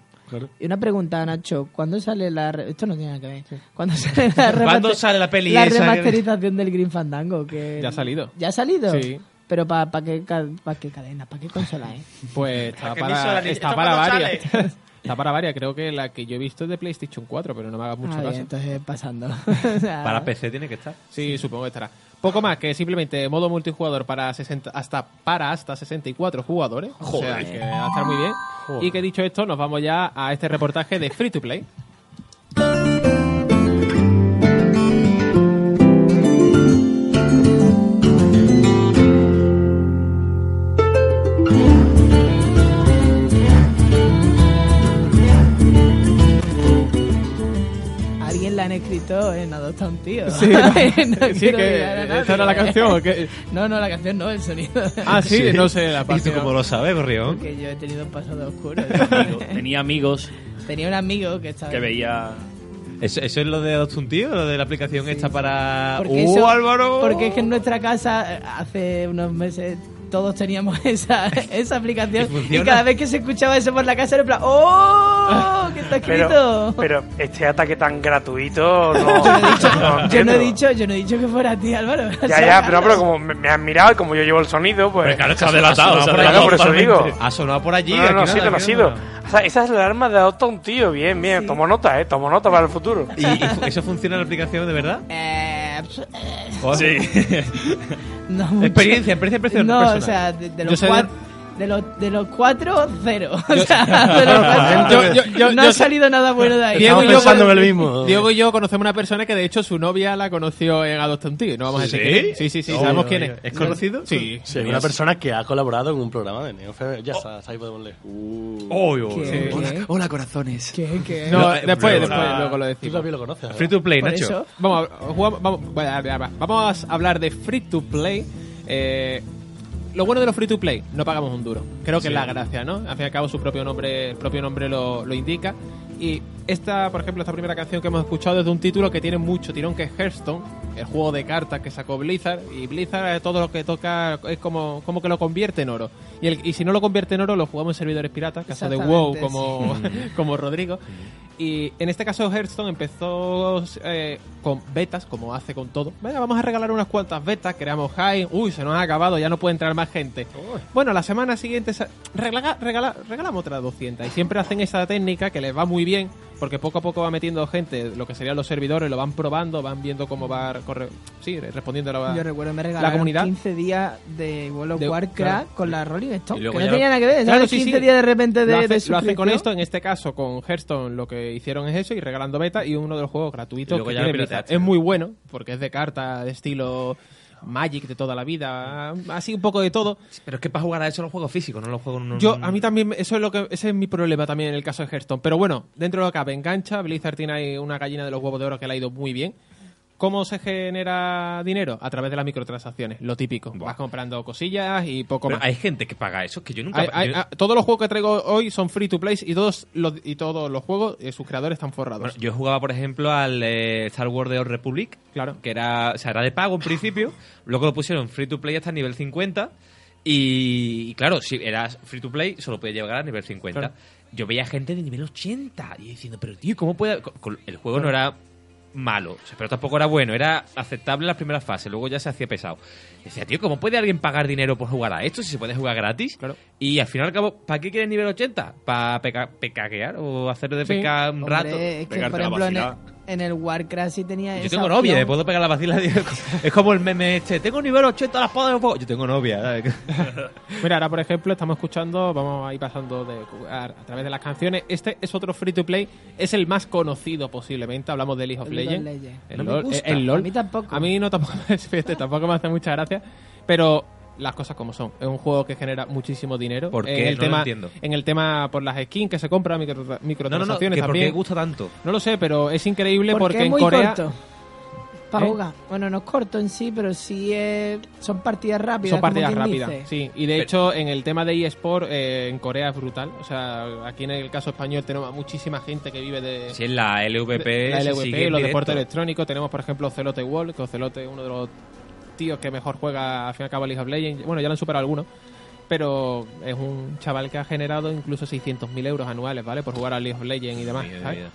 Speaker 2: Y una pregunta, Nacho, ¿cuándo sale la... re- Esto no tiene nada que ver. ¿Cuándo sale la,
Speaker 1: ¿Cuándo
Speaker 2: remaster-
Speaker 1: sale la peli
Speaker 2: la
Speaker 1: esa que-
Speaker 2: remasterización del Green Fandango? Que...
Speaker 3: Ya ha salido.
Speaker 2: ¿Ya ha salido?
Speaker 3: Sí.
Speaker 2: ¿Pero para qué, ca- pa qué cadena? ¿Para qué consola, eh?
Speaker 3: Pues está
Speaker 2: que
Speaker 3: para,
Speaker 2: me hizo la-
Speaker 3: está
Speaker 2: esto
Speaker 3: para
Speaker 2: cuando
Speaker 3: varias.
Speaker 2: sale.
Speaker 3: Está para varias, creo que la que yo he visto es de PlayStation 4, pero no me hagas mucho
Speaker 2: Ah, bien,
Speaker 3: caso.
Speaker 2: entonces pasando. O sea,
Speaker 1: Para PC tiene que estar.
Speaker 3: Sí, supongo que estará. Poco más que simplemente modo multijugador para 60, hasta para hasta 64 jugadores. O
Speaker 1: Joder.
Speaker 3: sea, que va a estar muy bien.
Speaker 1: Joder.
Speaker 3: Y que dicho esto, nos vamos ya a este reportaje de Free to Play.
Speaker 2: Alguien la han escrito en Adopta un tío.
Speaker 3: Sí, no. Sí,
Speaker 2: quiero
Speaker 3: que
Speaker 2: olvidar a nadie.
Speaker 3: esa era la canción, ¿o qué? Ah,
Speaker 2: No, no, la canción no, el sonido.
Speaker 1: ¿Y tú cómo lo sabes, Gorrión?
Speaker 2: Porque yo he tenido un pasado oscuro.
Speaker 4: Tenía amigos
Speaker 2: Tenía un amigo que estaba...
Speaker 4: que veía.
Speaker 1: ¿Eso, eso es lo de Adopta un tío? ¿Lo de la aplicación esta para.
Speaker 2: Porque
Speaker 1: ¡Uh,
Speaker 2: eso-
Speaker 1: Álvaro!
Speaker 2: Porque es que en nuestra casa eh, hace unos meses todos teníamos esa, esa aplicación y,
Speaker 9: funciona?
Speaker 2: cada vez que se escuchaba eso por la casa era en plan ¡Oh! ¿Qué está escrito?
Speaker 9: Pero, pero este ataque tan gratuito no, no
Speaker 2: yo no
Speaker 9: entiendo.
Speaker 2: he dicho, yo no he dicho que fuera a ti, Álvaro. O
Speaker 9: Ya,
Speaker 2: sea,
Speaker 9: ya, pero, pero como me, me han mirado y como yo llevo el sonido, pues.
Speaker 1: Pero claro, es que ha delatado, se ha
Speaker 9: Claro,
Speaker 1: delatado
Speaker 9: por eso digo.
Speaker 1: totalmente. Ha sonado por allí,
Speaker 9: No, no, no,
Speaker 1: aquí
Speaker 9: sí,
Speaker 1: nada,
Speaker 9: te lo ha
Speaker 1: aquí
Speaker 9: sido.
Speaker 1: nada.
Speaker 9: O sea, esa es la alarma de adopta un tío. Bien, bien. Tomo nota, eh. Tomo nota para el futuro.
Speaker 1: ¿Y, y fu- eso funciona en la aplicación de verdad?
Speaker 2: Eh, pf, eh,
Speaker 1: Sí.
Speaker 2: no mucho.
Speaker 1: Experiencia, experiencia, experiencia
Speaker 2: No,
Speaker 1: personal.
Speaker 2: o sea, de, de
Speaker 1: Yo
Speaker 2: los
Speaker 1: soy de-
Speaker 2: cuatro... De los, de los cuatro, cero. O sea, de los
Speaker 3: Yo-
Speaker 2: cuatro,
Speaker 3: yo- yo-
Speaker 2: no
Speaker 3: yo
Speaker 2: ha
Speaker 3: sé-
Speaker 2: salido nada bueno de ahí.
Speaker 3: Diego y yo cono-
Speaker 5: mismo.
Speaker 3: Diego y yo conocemos una persona que de hecho su novia la conoció en Adopta un tío. No vamos a decir
Speaker 5: ¿Sí?
Speaker 3: quién es. Sí, sí, sí,
Speaker 5: No,
Speaker 3: sabemos
Speaker 5: no,
Speaker 3: quién
Speaker 5: no,
Speaker 3: es.
Speaker 5: no. ¿Es conocido?
Speaker 3: Sí.
Speaker 5: Sí, una persona que ha colaborado en un programa de Neo FM. Ya está, ahí podemos leer.
Speaker 4: Oh,
Speaker 1: Uy, uy,
Speaker 3: ¿Qué? uy. ¿Qué?
Speaker 5: corazones.
Speaker 2: ¿Qué? ¿Qué?
Speaker 3: No, eh, después, después, luego lo decimos.
Speaker 5: Tú también lo conoces. ¿eh? ¿verdad?
Speaker 1: Free to play,
Speaker 3: Por
Speaker 1: Nacho.
Speaker 3: eso. Vamos, a, jugamos- vamos, vaya, vaya, va. Vamos a hablar de free to play. Eh, lo bueno de los free to play, no pagamos un duro. Creo que
Speaker 1: Sí.
Speaker 3: es la gracia, ¿no? Al fin y al cabo su propio nombre, el propio nombre lo, lo indica. Y esta, por ejemplo, esta primera canción que hemos escuchado es de un título que tiene mucho tirón, que es Hearthstone, el juego de cartas que sacó Blizzard. Y Blizzard eh, todo lo que toca es como, como que lo convierte en oro. Y, el- y si no lo convierte en oro, lo jugamos en servidores piratas, caso de WoW,
Speaker 1: Exactamente,
Speaker 3: como,
Speaker 1: sí.
Speaker 3: como Rodrigo. Y en este caso Hearthstone empezó eh, con betas, como hace con todo. Venga, vamos a regalar unas cuantas betas, creamos high. Uy, se nos ha acabado, ya no puede entrar más gente. Bueno, la semana siguiente sa- regala- regala- regalamos otras 200. Y siempre hacen esa técnica que les va muy bien, porque poco a poco va metiendo gente, lo que serían los servidores, lo van probando, van viendo cómo va corre- sí, respondiendo a la,
Speaker 2: Yo recuerdo me
Speaker 3: la
Speaker 2: regalaron
Speaker 3: comunidad.
Speaker 2: 15 días de World of
Speaker 3: De-
Speaker 2: Warcraft
Speaker 3: claro.
Speaker 2: con la Rolling Stone.
Speaker 3: Y
Speaker 2: Que no
Speaker 3: luego ya
Speaker 2: tenía
Speaker 3: lo-
Speaker 2: nada que ver.
Speaker 3: Claro,
Speaker 2: ¿sabes?
Speaker 3: sí,
Speaker 2: 15
Speaker 3: sí.
Speaker 2: días de repente de,
Speaker 3: lo hace,
Speaker 2: de
Speaker 3: lo hace con
Speaker 2: suscripción.
Speaker 3: esto, en este caso con Hearthstone lo que hicieron es eso y regalando beta y uno de los juegos gratuitos
Speaker 1: Y luego
Speaker 3: que
Speaker 1: ya lo
Speaker 3: tiene Blizzard.
Speaker 1: pirateaste.
Speaker 3: Es muy bueno porque es de carta de estilo Magic de toda la vida, así un poco de todo.
Speaker 1: Pero es que para jugar a eso los juegos físicos, no los juegos. no-
Speaker 3: Yo, a mí también, eso es lo que, ese es mi problema también en el caso de Hearthstone. Pero bueno, dentro de lo que cabe, engancha, Blizzard tiene ahí una gallina de los huevos de oro que le ha ido muy bien. ¿Cómo se genera dinero? A través de las microtransacciones, lo típico. Vas comprando cosillas y poco
Speaker 1: Pero
Speaker 3: más.
Speaker 1: hay gente que paga eso, que yo nunca.
Speaker 3: Hay- hay-
Speaker 1: yo-
Speaker 3: ah, todos los juegos que traigo hoy son free to play y todos los, y todos los juegos, eh, sus creadores están forrados.
Speaker 1: Bueno, yo jugaba, por ejemplo, al eh, Star Wars The Old Republic,
Speaker 3: claro.
Speaker 1: que era, o sea, era de pago en principio, luego lo pusieron free to play hasta nivel 50, y, y claro, si eras free to play, solo podías llegar a nivel 50.
Speaker 21: Claro.
Speaker 1: Yo veía gente de nivel 80, y yo diciendo, pero tío, ¿cómo puede...? co- co- El juego no era malo, o sea, pero tampoco era bueno, era aceptable en las primeras fases, luego ya se hacía pesado. Y decía, tío, ¿cómo puede alguien pagar dinero por jugar a esto si se puede jugar gratis? Y al final y al cabo, ¿para qué quieres nivel 80? ¿Para peca pecaquear o hacer de
Speaker 2: Sí.
Speaker 1: pecar un
Speaker 2: Hombre,
Speaker 1: rato?
Speaker 2: es que, por ejemplo, en el, en el Warcraft sí tenía
Speaker 1: Yo
Speaker 2: esa
Speaker 1: tengo novia,
Speaker 3: eh, pues,
Speaker 2: opción.
Speaker 1: le puedo pegar la vacila. Es como el meme este. Tengo nivel 80 a la espada de fuego. Yo tengo novia. ¿sabes?
Speaker 3: Mira, ahora por ejemplo estamos escuchando, vamos a ir pasando de, a, a través de las canciones. Este es otro free to play, es el más conocido posiblemente. Hablamos de League of
Speaker 2: El League of
Speaker 3: Legends.
Speaker 2: Legends.
Speaker 3: El
Speaker 2: No me
Speaker 3: LOL,
Speaker 2: gusta.
Speaker 3: el LOL.
Speaker 2: A mí tampoco.
Speaker 3: A mí no tampoco, fíjate, tampoco me hace mucha gracia, pero las cosas como son. Es un juego que genera muchísimo dinero.
Speaker 1: ¿Por
Speaker 3: En
Speaker 1: qué?
Speaker 3: el
Speaker 1: No lo
Speaker 3: tema,
Speaker 1: entiendo.
Speaker 3: En el tema por las skins que se compran, micro,
Speaker 1: No, no, no.
Speaker 3: microtransacciones
Speaker 1: que ¿Por
Speaker 3: también.
Speaker 1: qué gusta tanto?
Speaker 3: No lo sé, pero es increíble
Speaker 2: Porque
Speaker 3: porque,
Speaker 2: es
Speaker 3: en
Speaker 2: muy
Speaker 3: Corea.
Speaker 2: corto. Para
Speaker 3: ¿Eh?
Speaker 2: jugar. Bueno, no es corto en sí, pero sí es- son partidas rápidas.
Speaker 3: Son
Speaker 2: como
Speaker 3: partidas
Speaker 2: quien
Speaker 3: rápidas,
Speaker 2: dice.
Speaker 3: sí. Y de hecho, en el tema de eSport, eh, en Corea es brutal. O sea, aquí en el caso español tenemos muchísima gente que vive de...
Speaker 1: Si es la LVP,
Speaker 3: de- la
Speaker 1: se
Speaker 3: LVP,
Speaker 1: sigue en
Speaker 3: los
Speaker 1: directo.
Speaker 3: deportes electrónicos. Tenemos, por ejemplo, Ocelote Wall, que Ocelote es uno de los tíos que mejor juega, al fin y al cabo, League of Legends. Bueno, ya lo han superado algunos. Pero es un chaval que ha generado incluso 600.000 euros anuales, ¿vale? Por jugar a League of Legends y demás,
Speaker 1: Mira,
Speaker 3: ¿sabes?
Speaker 1: mira.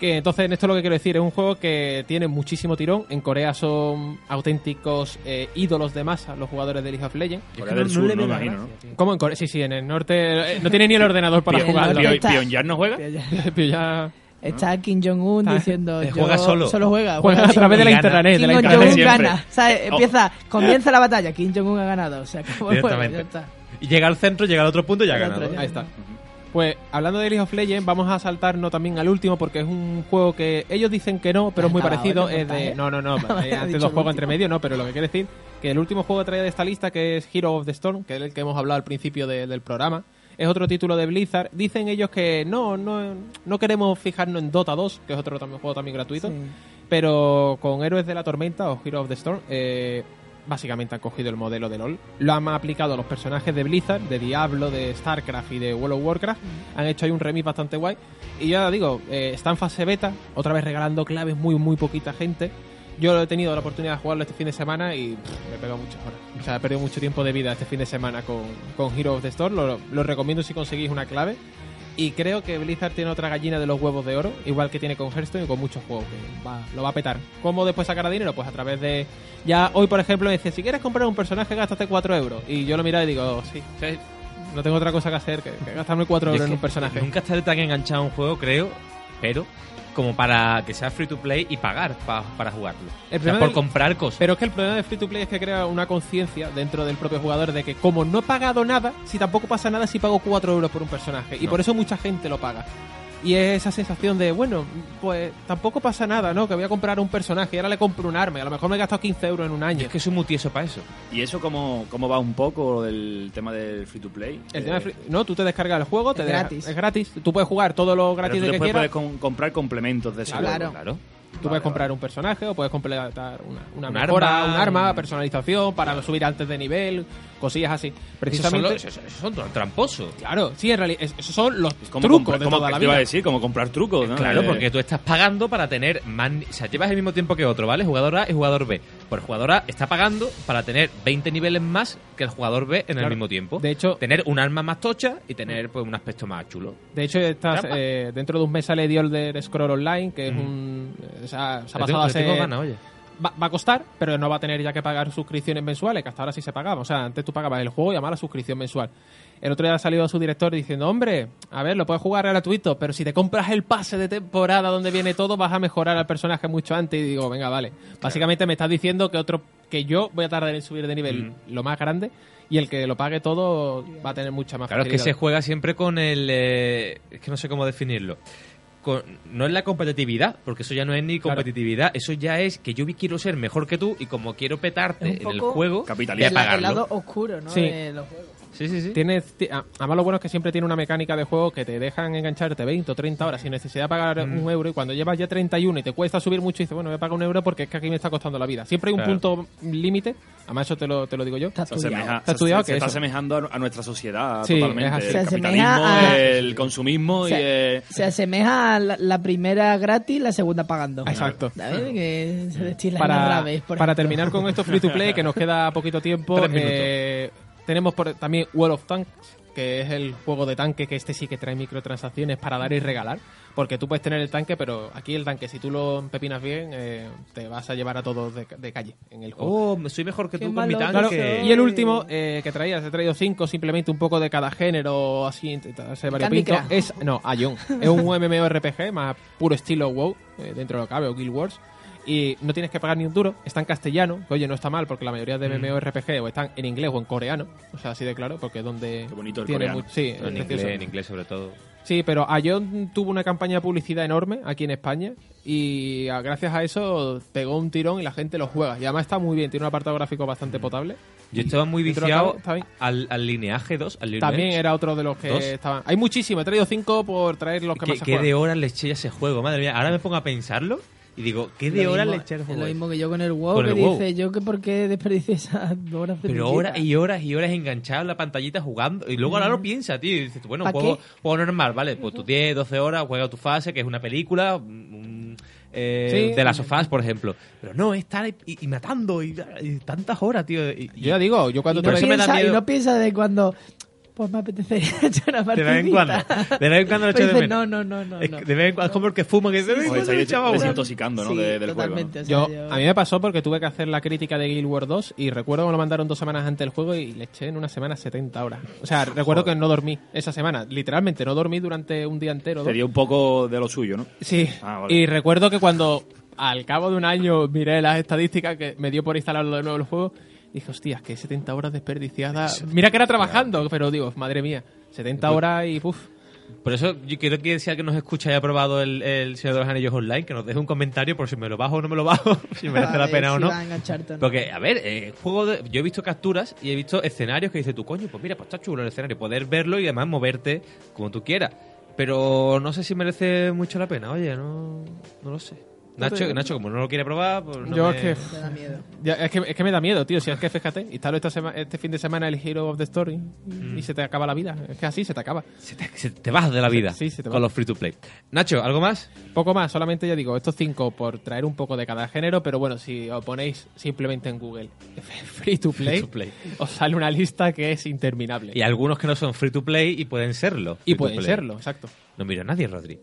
Speaker 3: Que entonces, en esto lo que quiero decir, es un juego que tiene muchísimo tirón. En Corea son auténticos eh, ídolos de masa los jugadores de League of Legends.
Speaker 4: Corea del Sur, no imagino, ¿no?
Speaker 3: ¿Cómo en Corea? Sí, sí, en el norte eh, no tiene ni el ordenador para
Speaker 4: Pio-
Speaker 3: jugarlo.
Speaker 4: Pio- Pio- ¿Pyongyang no juega?
Speaker 3: Pyongyang-
Speaker 2: Está Kim Jong-un diciendo.
Speaker 3: eh,
Speaker 2: yo-
Speaker 3: juega solo.
Speaker 2: Solo juega.
Speaker 3: Juega a
Speaker 2: así.
Speaker 3: través de la
Speaker 2: Gana.
Speaker 3: internet, de la
Speaker 2: Kim
Speaker 3: internet.
Speaker 2: Jong-un
Speaker 3: Siempre. Oh.
Speaker 2: gana. O sea, empieza, comienza la batalla. Kim Jong-un ha ganado. O sea, acabó el juego,
Speaker 1: Directamente.
Speaker 2: ya está.
Speaker 1: Y llega al centro, llega al otro punto y ya ha ganado.
Speaker 3: Ahí está. Pues hablando de League of Legends, vamos a saltarnos también al último porque es un juego que ellos dicen que no, pero es muy
Speaker 1: Ah,
Speaker 3: parecido.
Speaker 1: vale,
Speaker 3: Es de,
Speaker 1: montaje.
Speaker 3: no, no, no.
Speaker 1: Vale, ha dicho
Speaker 3: eh, antes
Speaker 1: el
Speaker 3: dos
Speaker 1: último.
Speaker 3: juegos entre medio, no, pero lo que quiere decir que el último juego que trae de esta lista, que es Hero of the Storm, que es el que hemos hablado al principio de- del programa, es otro título de Blizzard. Dicen ellos que no, no, no queremos fijarnos en Dota 2, que es otro también, juego también gratuito,
Speaker 1: Sí.
Speaker 3: pero con Héroes de la Tormenta o Hero of the Storm, eh, básicamente han cogido el modelo de LOL, lo han aplicado a los personajes de Blizzard, de Diablo, de StarCraft y de World of Warcraft. Han hecho ahí un remix bastante guay. Y ya digo, eh, está en fase beta, otra vez regalando claves muy, muy poquita gente. Yo he tenido la oportunidad de jugarlo este fin de semana y pff, me he pegado muchas horas. O sea, he perdido mucho tiempo de vida este fin de semana con, con Hero of the Storm. Lo, lo recomiendo si conseguís una clave. Y creo que Blizzard tiene otra gallina de los huevos de oro, igual que tiene con Hearthstone y con muchos juegos. que va- lo va a petar. ¿Cómo después sacará dinero? Pues a través de. Ya hoy, por ejemplo, me dice: si quieres comprar un personaje, gástate 4 euros. Y yo lo miraba y digo: "Oh, sí, sí, no tengo otra cosa que hacer que, que gastarme 4
Speaker 1: Yo es
Speaker 3: euros en
Speaker 1: que
Speaker 3: un personaje.
Speaker 1: Nunca estaré tan enganchado a un juego, creo, pero como para que sea free to play y pagar pa- para jugarlo.
Speaker 3: El
Speaker 1: O sea,
Speaker 3: problema
Speaker 1: por
Speaker 3: del-
Speaker 1: comprar cosas.
Speaker 3: Pero es que el problema de Free to Play es que crea una conciencia dentro del propio jugador de que como no he pagado nada, si tampoco pasa nada si pago 4 euros por un personaje. Y
Speaker 1: No.
Speaker 3: por eso mucha gente lo paga. Y es esa sensación de, bueno, pues tampoco pasa nada, ¿no? Que voy a comprar un personaje y ahora le compro un arma. y A lo mejor me he gastado 15 euros en un año. Es que
Speaker 1: es un mutieso para eso.
Speaker 4: ¿Y eso cómo, cómo va un poco del tema del free to play?
Speaker 3: El
Speaker 4: Eh,
Speaker 3: tema de free- no, tú te descargas el juego, te
Speaker 4: Es
Speaker 3: deja-
Speaker 4: gratis.
Speaker 3: es gratis. Tú puedes jugar todo lo
Speaker 4: pero
Speaker 3: gratis
Speaker 4: tú
Speaker 3: de que
Speaker 4: después
Speaker 3: quieras.
Speaker 4: puedes com- comprar complementos de ese
Speaker 3: Claro.
Speaker 4: juego.
Speaker 3: Claro. Tú puedes comprar un personaje o puedes completar una, una
Speaker 1: Un
Speaker 3: mejora,
Speaker 1: arma,
Speaker 3: un arma,
Speaker 1: un-
Speaker 3: personalización para subir antes de nivel, cosillas así.
Speaker 1: Esos son,
Speaker 3: Precisamente.
Speaker 1: los- esos- esos son tramposos.
Speaker 3: Claro, sí, en realidad, es- esos son los
Speaker 1: como
Speaker 3: trucos
Speaker 1: comprar-
Speaker 3: de
Speaker 1: como
Speaker 3: toda la
Speaker 1: te iba
Speaker 3: vida.
Speaker 1: a
Speaker 4: decir, como comprar trucos, ¿no?
Speaker 1: Claro,
Speaker 4: Eh,
Speaker 1: porque tú estás pagando para tener más... ni- O sea, llevas el mismo tiempo que otro, ¿vale? Jugador A y jugador B. Pero el jugador A está pagando para tener 20 niveles más que el jugador B en el
Speaker 3: Claro.
Speaker 1: mismo tiempo.
Speaker 3: De hecho...
Speaker 1: Tener un arma más tocha y tener pues un aspecto más chulo.
Speaker 3: De hecho, estas, eh, dentro de un mes sale The Elder Scroll Online, que es
Speaker 1: Mm.
Speaker 3: un... eh, o sea, se ha
Speaker 1: Le tengo-
Speaker 3: pasado a
Speaker 1: le tengo
Speaker 3: ser-
Speaker 1: ganas, oye.
Speaker 3: Va, va a costar, pero no va a tener ya que pagar suscripciones mensuales, que hasta ahora sí se pagaba. O sea, antes tú pagabas el juego y además la suscripción mensual. El otro día ha salido su director diciendo, hombre, a ver, lo puedes jugar gratuito, pero si te compras el pase de temporada donde viene todo, vas a mejorar al personaje mucho antes. Y digo, venga, vale. Básicamente me estás diciendo que otro que yo voy a tardar en subir de
Speaker 1: Mm.
Speaker 3: nivel lo más grande y el que lo pague todo va a tener mucha más
Speaker 1: Claro, es que
Speaker 3: facilidad.
Speaker 1: se juega siempre con el... eh, es que no sé cómo definirlo. Con- no es la competitividad, porque eso ya no es ni
Speaker 3: Claro.
Speaker 1: competitividad, eso ya es que yo quiero ser mejor que tú y como quiero petarte
Speaker 3: Eh,
Speaker 2: Es un
Speaker 1: en el
Speaker 2: poco
Speaker 1: juego, voy a
Speaker 2: el, la- el
Speaker 1: pagarlo.
Speaker 2: lado oscuro, ¿no?
Speaker 3: Sí.
Speaker 2: De los juegos.
Speaker 1: Sí, sí, sí.
Speaker 3: Tiene, ti- a- además, lo bueno es que siempre tiene una mecánica de juego que te dejan engancharte 20 o 30 horas sin necesidad de pagar
Speaker 1: Mm.
Speaker 3: un euro. Y cuando llevas ya 31 y te cuesta subir mucho, dices, bueno, voy a pagar un euro porque es que aquí me está costando la vida. Siempre hay un
Speaker 4: Claro.
Speaker 3: punto límite. Además, eso te lo, te lo digo yo. Está
Speaker 4: Se, asemeja-
Speaker 3: Está
Speaker 4: se-
Speaker 3: estudiado
Speaker 4: se
Speaker 3: que
Speaker 4: está
Speaker 3: eso.
Speaker 4: asemejando a- a nuestra sociedad
Speaker 3: Sí, es
Speaker 4: totalmente.
Speaker 3: así. Se
Speaker 4: El
Speaker 3: asemeja
Speaker 4: capitalismo,
Speaker 3: a-
Speaker 4: el consumismo y... eh,
Speaker 2: Se asemeja a la, la primera gratis, la segunda pagando.
Speaker 3: Exacto.
Speaker 2: ¿Sabes? Que se destila en
Speaker 3: para,
Speaker 2: la rave, por
Speaker 3: para
Speaker 2: ejemplo.
Speaker 3: terminar con esto free to play, que nos queda poquito tiempo,
Speaker 1: Tres minutos.
Speaker 3: eh, tenemos por, también World of Tanks, que es el juego de tanque que este sí que trae microtransacciones para dar y regalar. Porque tú puedes tener el tanque, pero aquí el tanque, si tú lo empepinas bien, eh, te vas a llevar a todos de, de calle en el juego.
Speaker 1: Oh, me- soy mejor que tú con mi tanque.
Speaker 3: Claro, y el último eh, que traías, he traído cinco, simplemente un poco de cada género, así, t- t- ese variopinto.
Speaker 1: Crush.
Speaker 3: Es, no, Aion. es un MMORPG más puro estilo WoW, eh, dentro de lo que cabe, o Guild Wars. Y no tienes que pagar ni un duro, está en castellano, que oye, no está mal, porque la mayoría de
Speaker 1: Mm.
Speaker 3: MMORPG o están en inglés o en coreano, o sea, así de claro, porque es donde. Qué
Speaker 1: bonito
Speaker 4: el
Speaker 1: coreano.
Speaker 3: sí, es
Speaker 1: en, inglés,
Speaker 3: precioso.
Speaker 1: en inglés sobre todo.
Speaker 3: Sí, pero Ayon tuvo una campaña de publicidad enorme aquí en España y a- gracias a eso pegó un tirón y la gente lo juega. Y además está muy bien, tiene un apartado gráfico
Speaker 1: Mm.
Speaker 3: bastante potable.
Speaker 1: Yo estaba muy
Speaker 3: Dentro de lo
Speaker 1: viciado
Speaker 3: que cabe, está bien.
Speaker 1: al, al lineaje 2, al Lineage.
Speaker 3: También era otro de los que
Speaker 1: Dos.
Speaker 3: estaban. Hay muchísimos, he traído cinco por traer los que
Speaker 1: ¿Qué,
Speaker 3: más se
Speaker 1: qué de
Speaker 3: juegan.
Speaker 1: horas le eché a ese juego? Madre mía, ahora me pongo a pensarlo y digo, ¿qué de
Speaker 2: Lo
Speaker 1: horas le
Speaker 2: mismo-
Speaker 1: eché al
Speaker 2: es
Speaker 1: juego?
Speaker 2: Lo
Speaker 1: ese?
Speaker 2: mismo que yo con el WoW,
Speaker 1: Con
Speaker 2: que
Speaker 1: el WoW.
Speaker 2: dice yo que por qué desperdicié esas horas de
Speaker 1: Pero
Speaker 2: mi vida.
Speaker 1: horas y horas y horas enganchado en la pantallita jugando. Y luego ahora lo piensa, tío. Y dices, tú, bueno,
Speaker 2: Mm. ¿Pa
Speaker 1: juego,
Speaker 2: qué?
Speaker 1: juego normal, ¿vale? Pues tus 10, 12 horas, juega tu fase, que es una película. mm, un- eh,
Speaker 3: Sí.
Speaker 1: De las sofás, por ejemplo. Pero no, estar y, y matando y, y tantas horas, tío. Y,
Speaker 3: Yo ya digo, yo cuando
Speaker 2: Y no,
Speaker 1: Por eso me da
Speaker 2: piensa, y
Speaker 1: miedo.
Speaker 2: no piensa de cuando Pues me apetecería echar una
Speaker 1: De
Speaker 2: partidita.
Speaker 1: vez en cuando. De vez en cuando lo
Speaker 2: Pero
Speaker 1: echo de
Speaker 2: dices,
Speaker 1: menos.
Speaker 2: No, no, Pues no, no.
Speaker 1: Es
Speaker 2: no.
Speaker 1: que de vez en cuando es como el que fuma que dice,
Speaker 2: Sí,
Speaker 1: "Ay,
Speaker 2: sí,
Speaker 1: madre,
Speaker 2: sí, sí,
Speaker 1: chaval".
Speaker 2: sí, desintoxicando, ¿no? Sí, De- del juego, totalmente, ¿no? o sea,
Speaker 3: yo,
Speaker 2: yo-
Speaker 3: A mí me pasó porque tuve que hacer la crítica de Guild Wars 2 y recuerdo que me lo mandaron dos semanas antes del juego y le eché en una semana 70 horas. O sea, recuerdo que no dormí esa semana. Literalmente, no dormí durante un día entero. dos.
Speaker 4: Sería un poco de lo suyo, ¿no?
Speaker 3: Sí.
Speaker 4: Ah, vale.
Speaker 3: Y recuerdo que cuando al cabo de un año miré las estadísticas que me dio por instalarlo de nuevo el juego, dije, hostias, que 70 horas desperdiciadas. Mira que era trabajando, pero digo, madre mía, 70 horas y puff.
Speaker 1: Por eso yo quiero que sea que nos escucha y ha probado el, el Señor de los Anillos Online, que nos deje un comentario por si me lo bajo o no me lo bajo, si merece
Speaker 2: A
Speaker 1: la
Speaker 2: ver
Speaker 1: pena o
Speaker 2: si
Speaker 1: no.
Speaker 2: va a engancharte o no.
Speaker 1: Porque, a ver, eh, juego de- yo he visto capturas y he visto escenarios que dice tu coño, pues mira, pues está chulo el escenario, poder verlo y además moverte como tú quieras. Pero no sé si merece mucho la pena, oye, no, no lo sé. Nacho, Nacho, como no lo quiere probar, pues no
Speaker 3: Yo
Speaker 1: me-
Speaker 3: es que. Ya, es que. es que me da miedo, tío. Si es que fíjate, instalo esta sema- este fin de semana el Hero of the Story y- y se te acaba la vida. Es que así se te acaba.
Speaker 1: Mm. Se te vas de la vida
Speaker 3: Sí, se te va.
Speaker 1: con los free to play. Nacho, ¿algo más?
Speaker 3: Poco más, solamente ya digo, estos cinco por traer un poco de cada género, pero bueno, si os ponéis simplemente en Google free to play,
Speaker 1: Free to play.
Speaker 3: os sale una lista que es interminable.
Speaker 1: Y algunos que no son free to play y pueden serlo.
Speaker 3: Y
Speaker 1: free to
Speaker 3: pueden
Speaker 1: play.
Speaker 3: serlo, exacto.
Speaker 1: No miro a nadie, Rodri.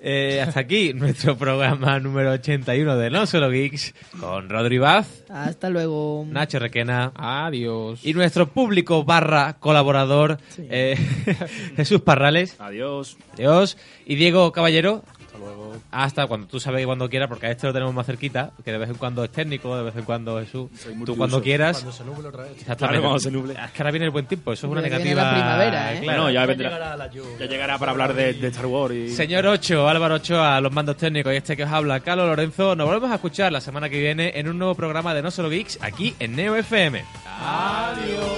Speaker 1: Eh, hasta aquí nuestro programa número 81 de No Solo Geeks con Rodri Baz,
Speaker 2: Hasta luego.
Speaker 1: Nacho Requena.
Speaker 3: Adiós.
Speaker 1: Y nuestro público barra colaborador eh, Jesús Parrales.
Speaker 4: Adiós.
Speaker 1: Adiós. Y Diego Caballero. Hasta luego. Hasta cuando tú sabes que cuando quieras, porque a este lo tenemos más cerquita, que de vez en cuando es técnico, de vez en cuando Jesús. Tú
Speaker 17: multiuso.
Speaker 1: cuando quieras.
Speaker 17: Cuando se nuble otra vez.
Speaker 1: Exactamente.
Speaker 4: Claro, cuando se nuble.
Speaker 1: Es que ahora viene el buen tiempo, eso es una
Speaker 4: Viene la
Speaker 1: negativa.
Speaker 4: primavera, ¿eh?
Speaker 1: claro.
Speaker 4: Bueno, ya Ya vendrá. llegará la lluvia. Ya llegará para hablar de- de Star Wars y-
Speaker 1: Señor 8, Álvaro Ochoa, los mandos técnicos y este que os habla, Carlos Lorenzo. Nos volvemos a escuchar la semana que viene en un nuevo programa de No Solo Geeks aquí en Neo FM.
Speaker 9: Adiós.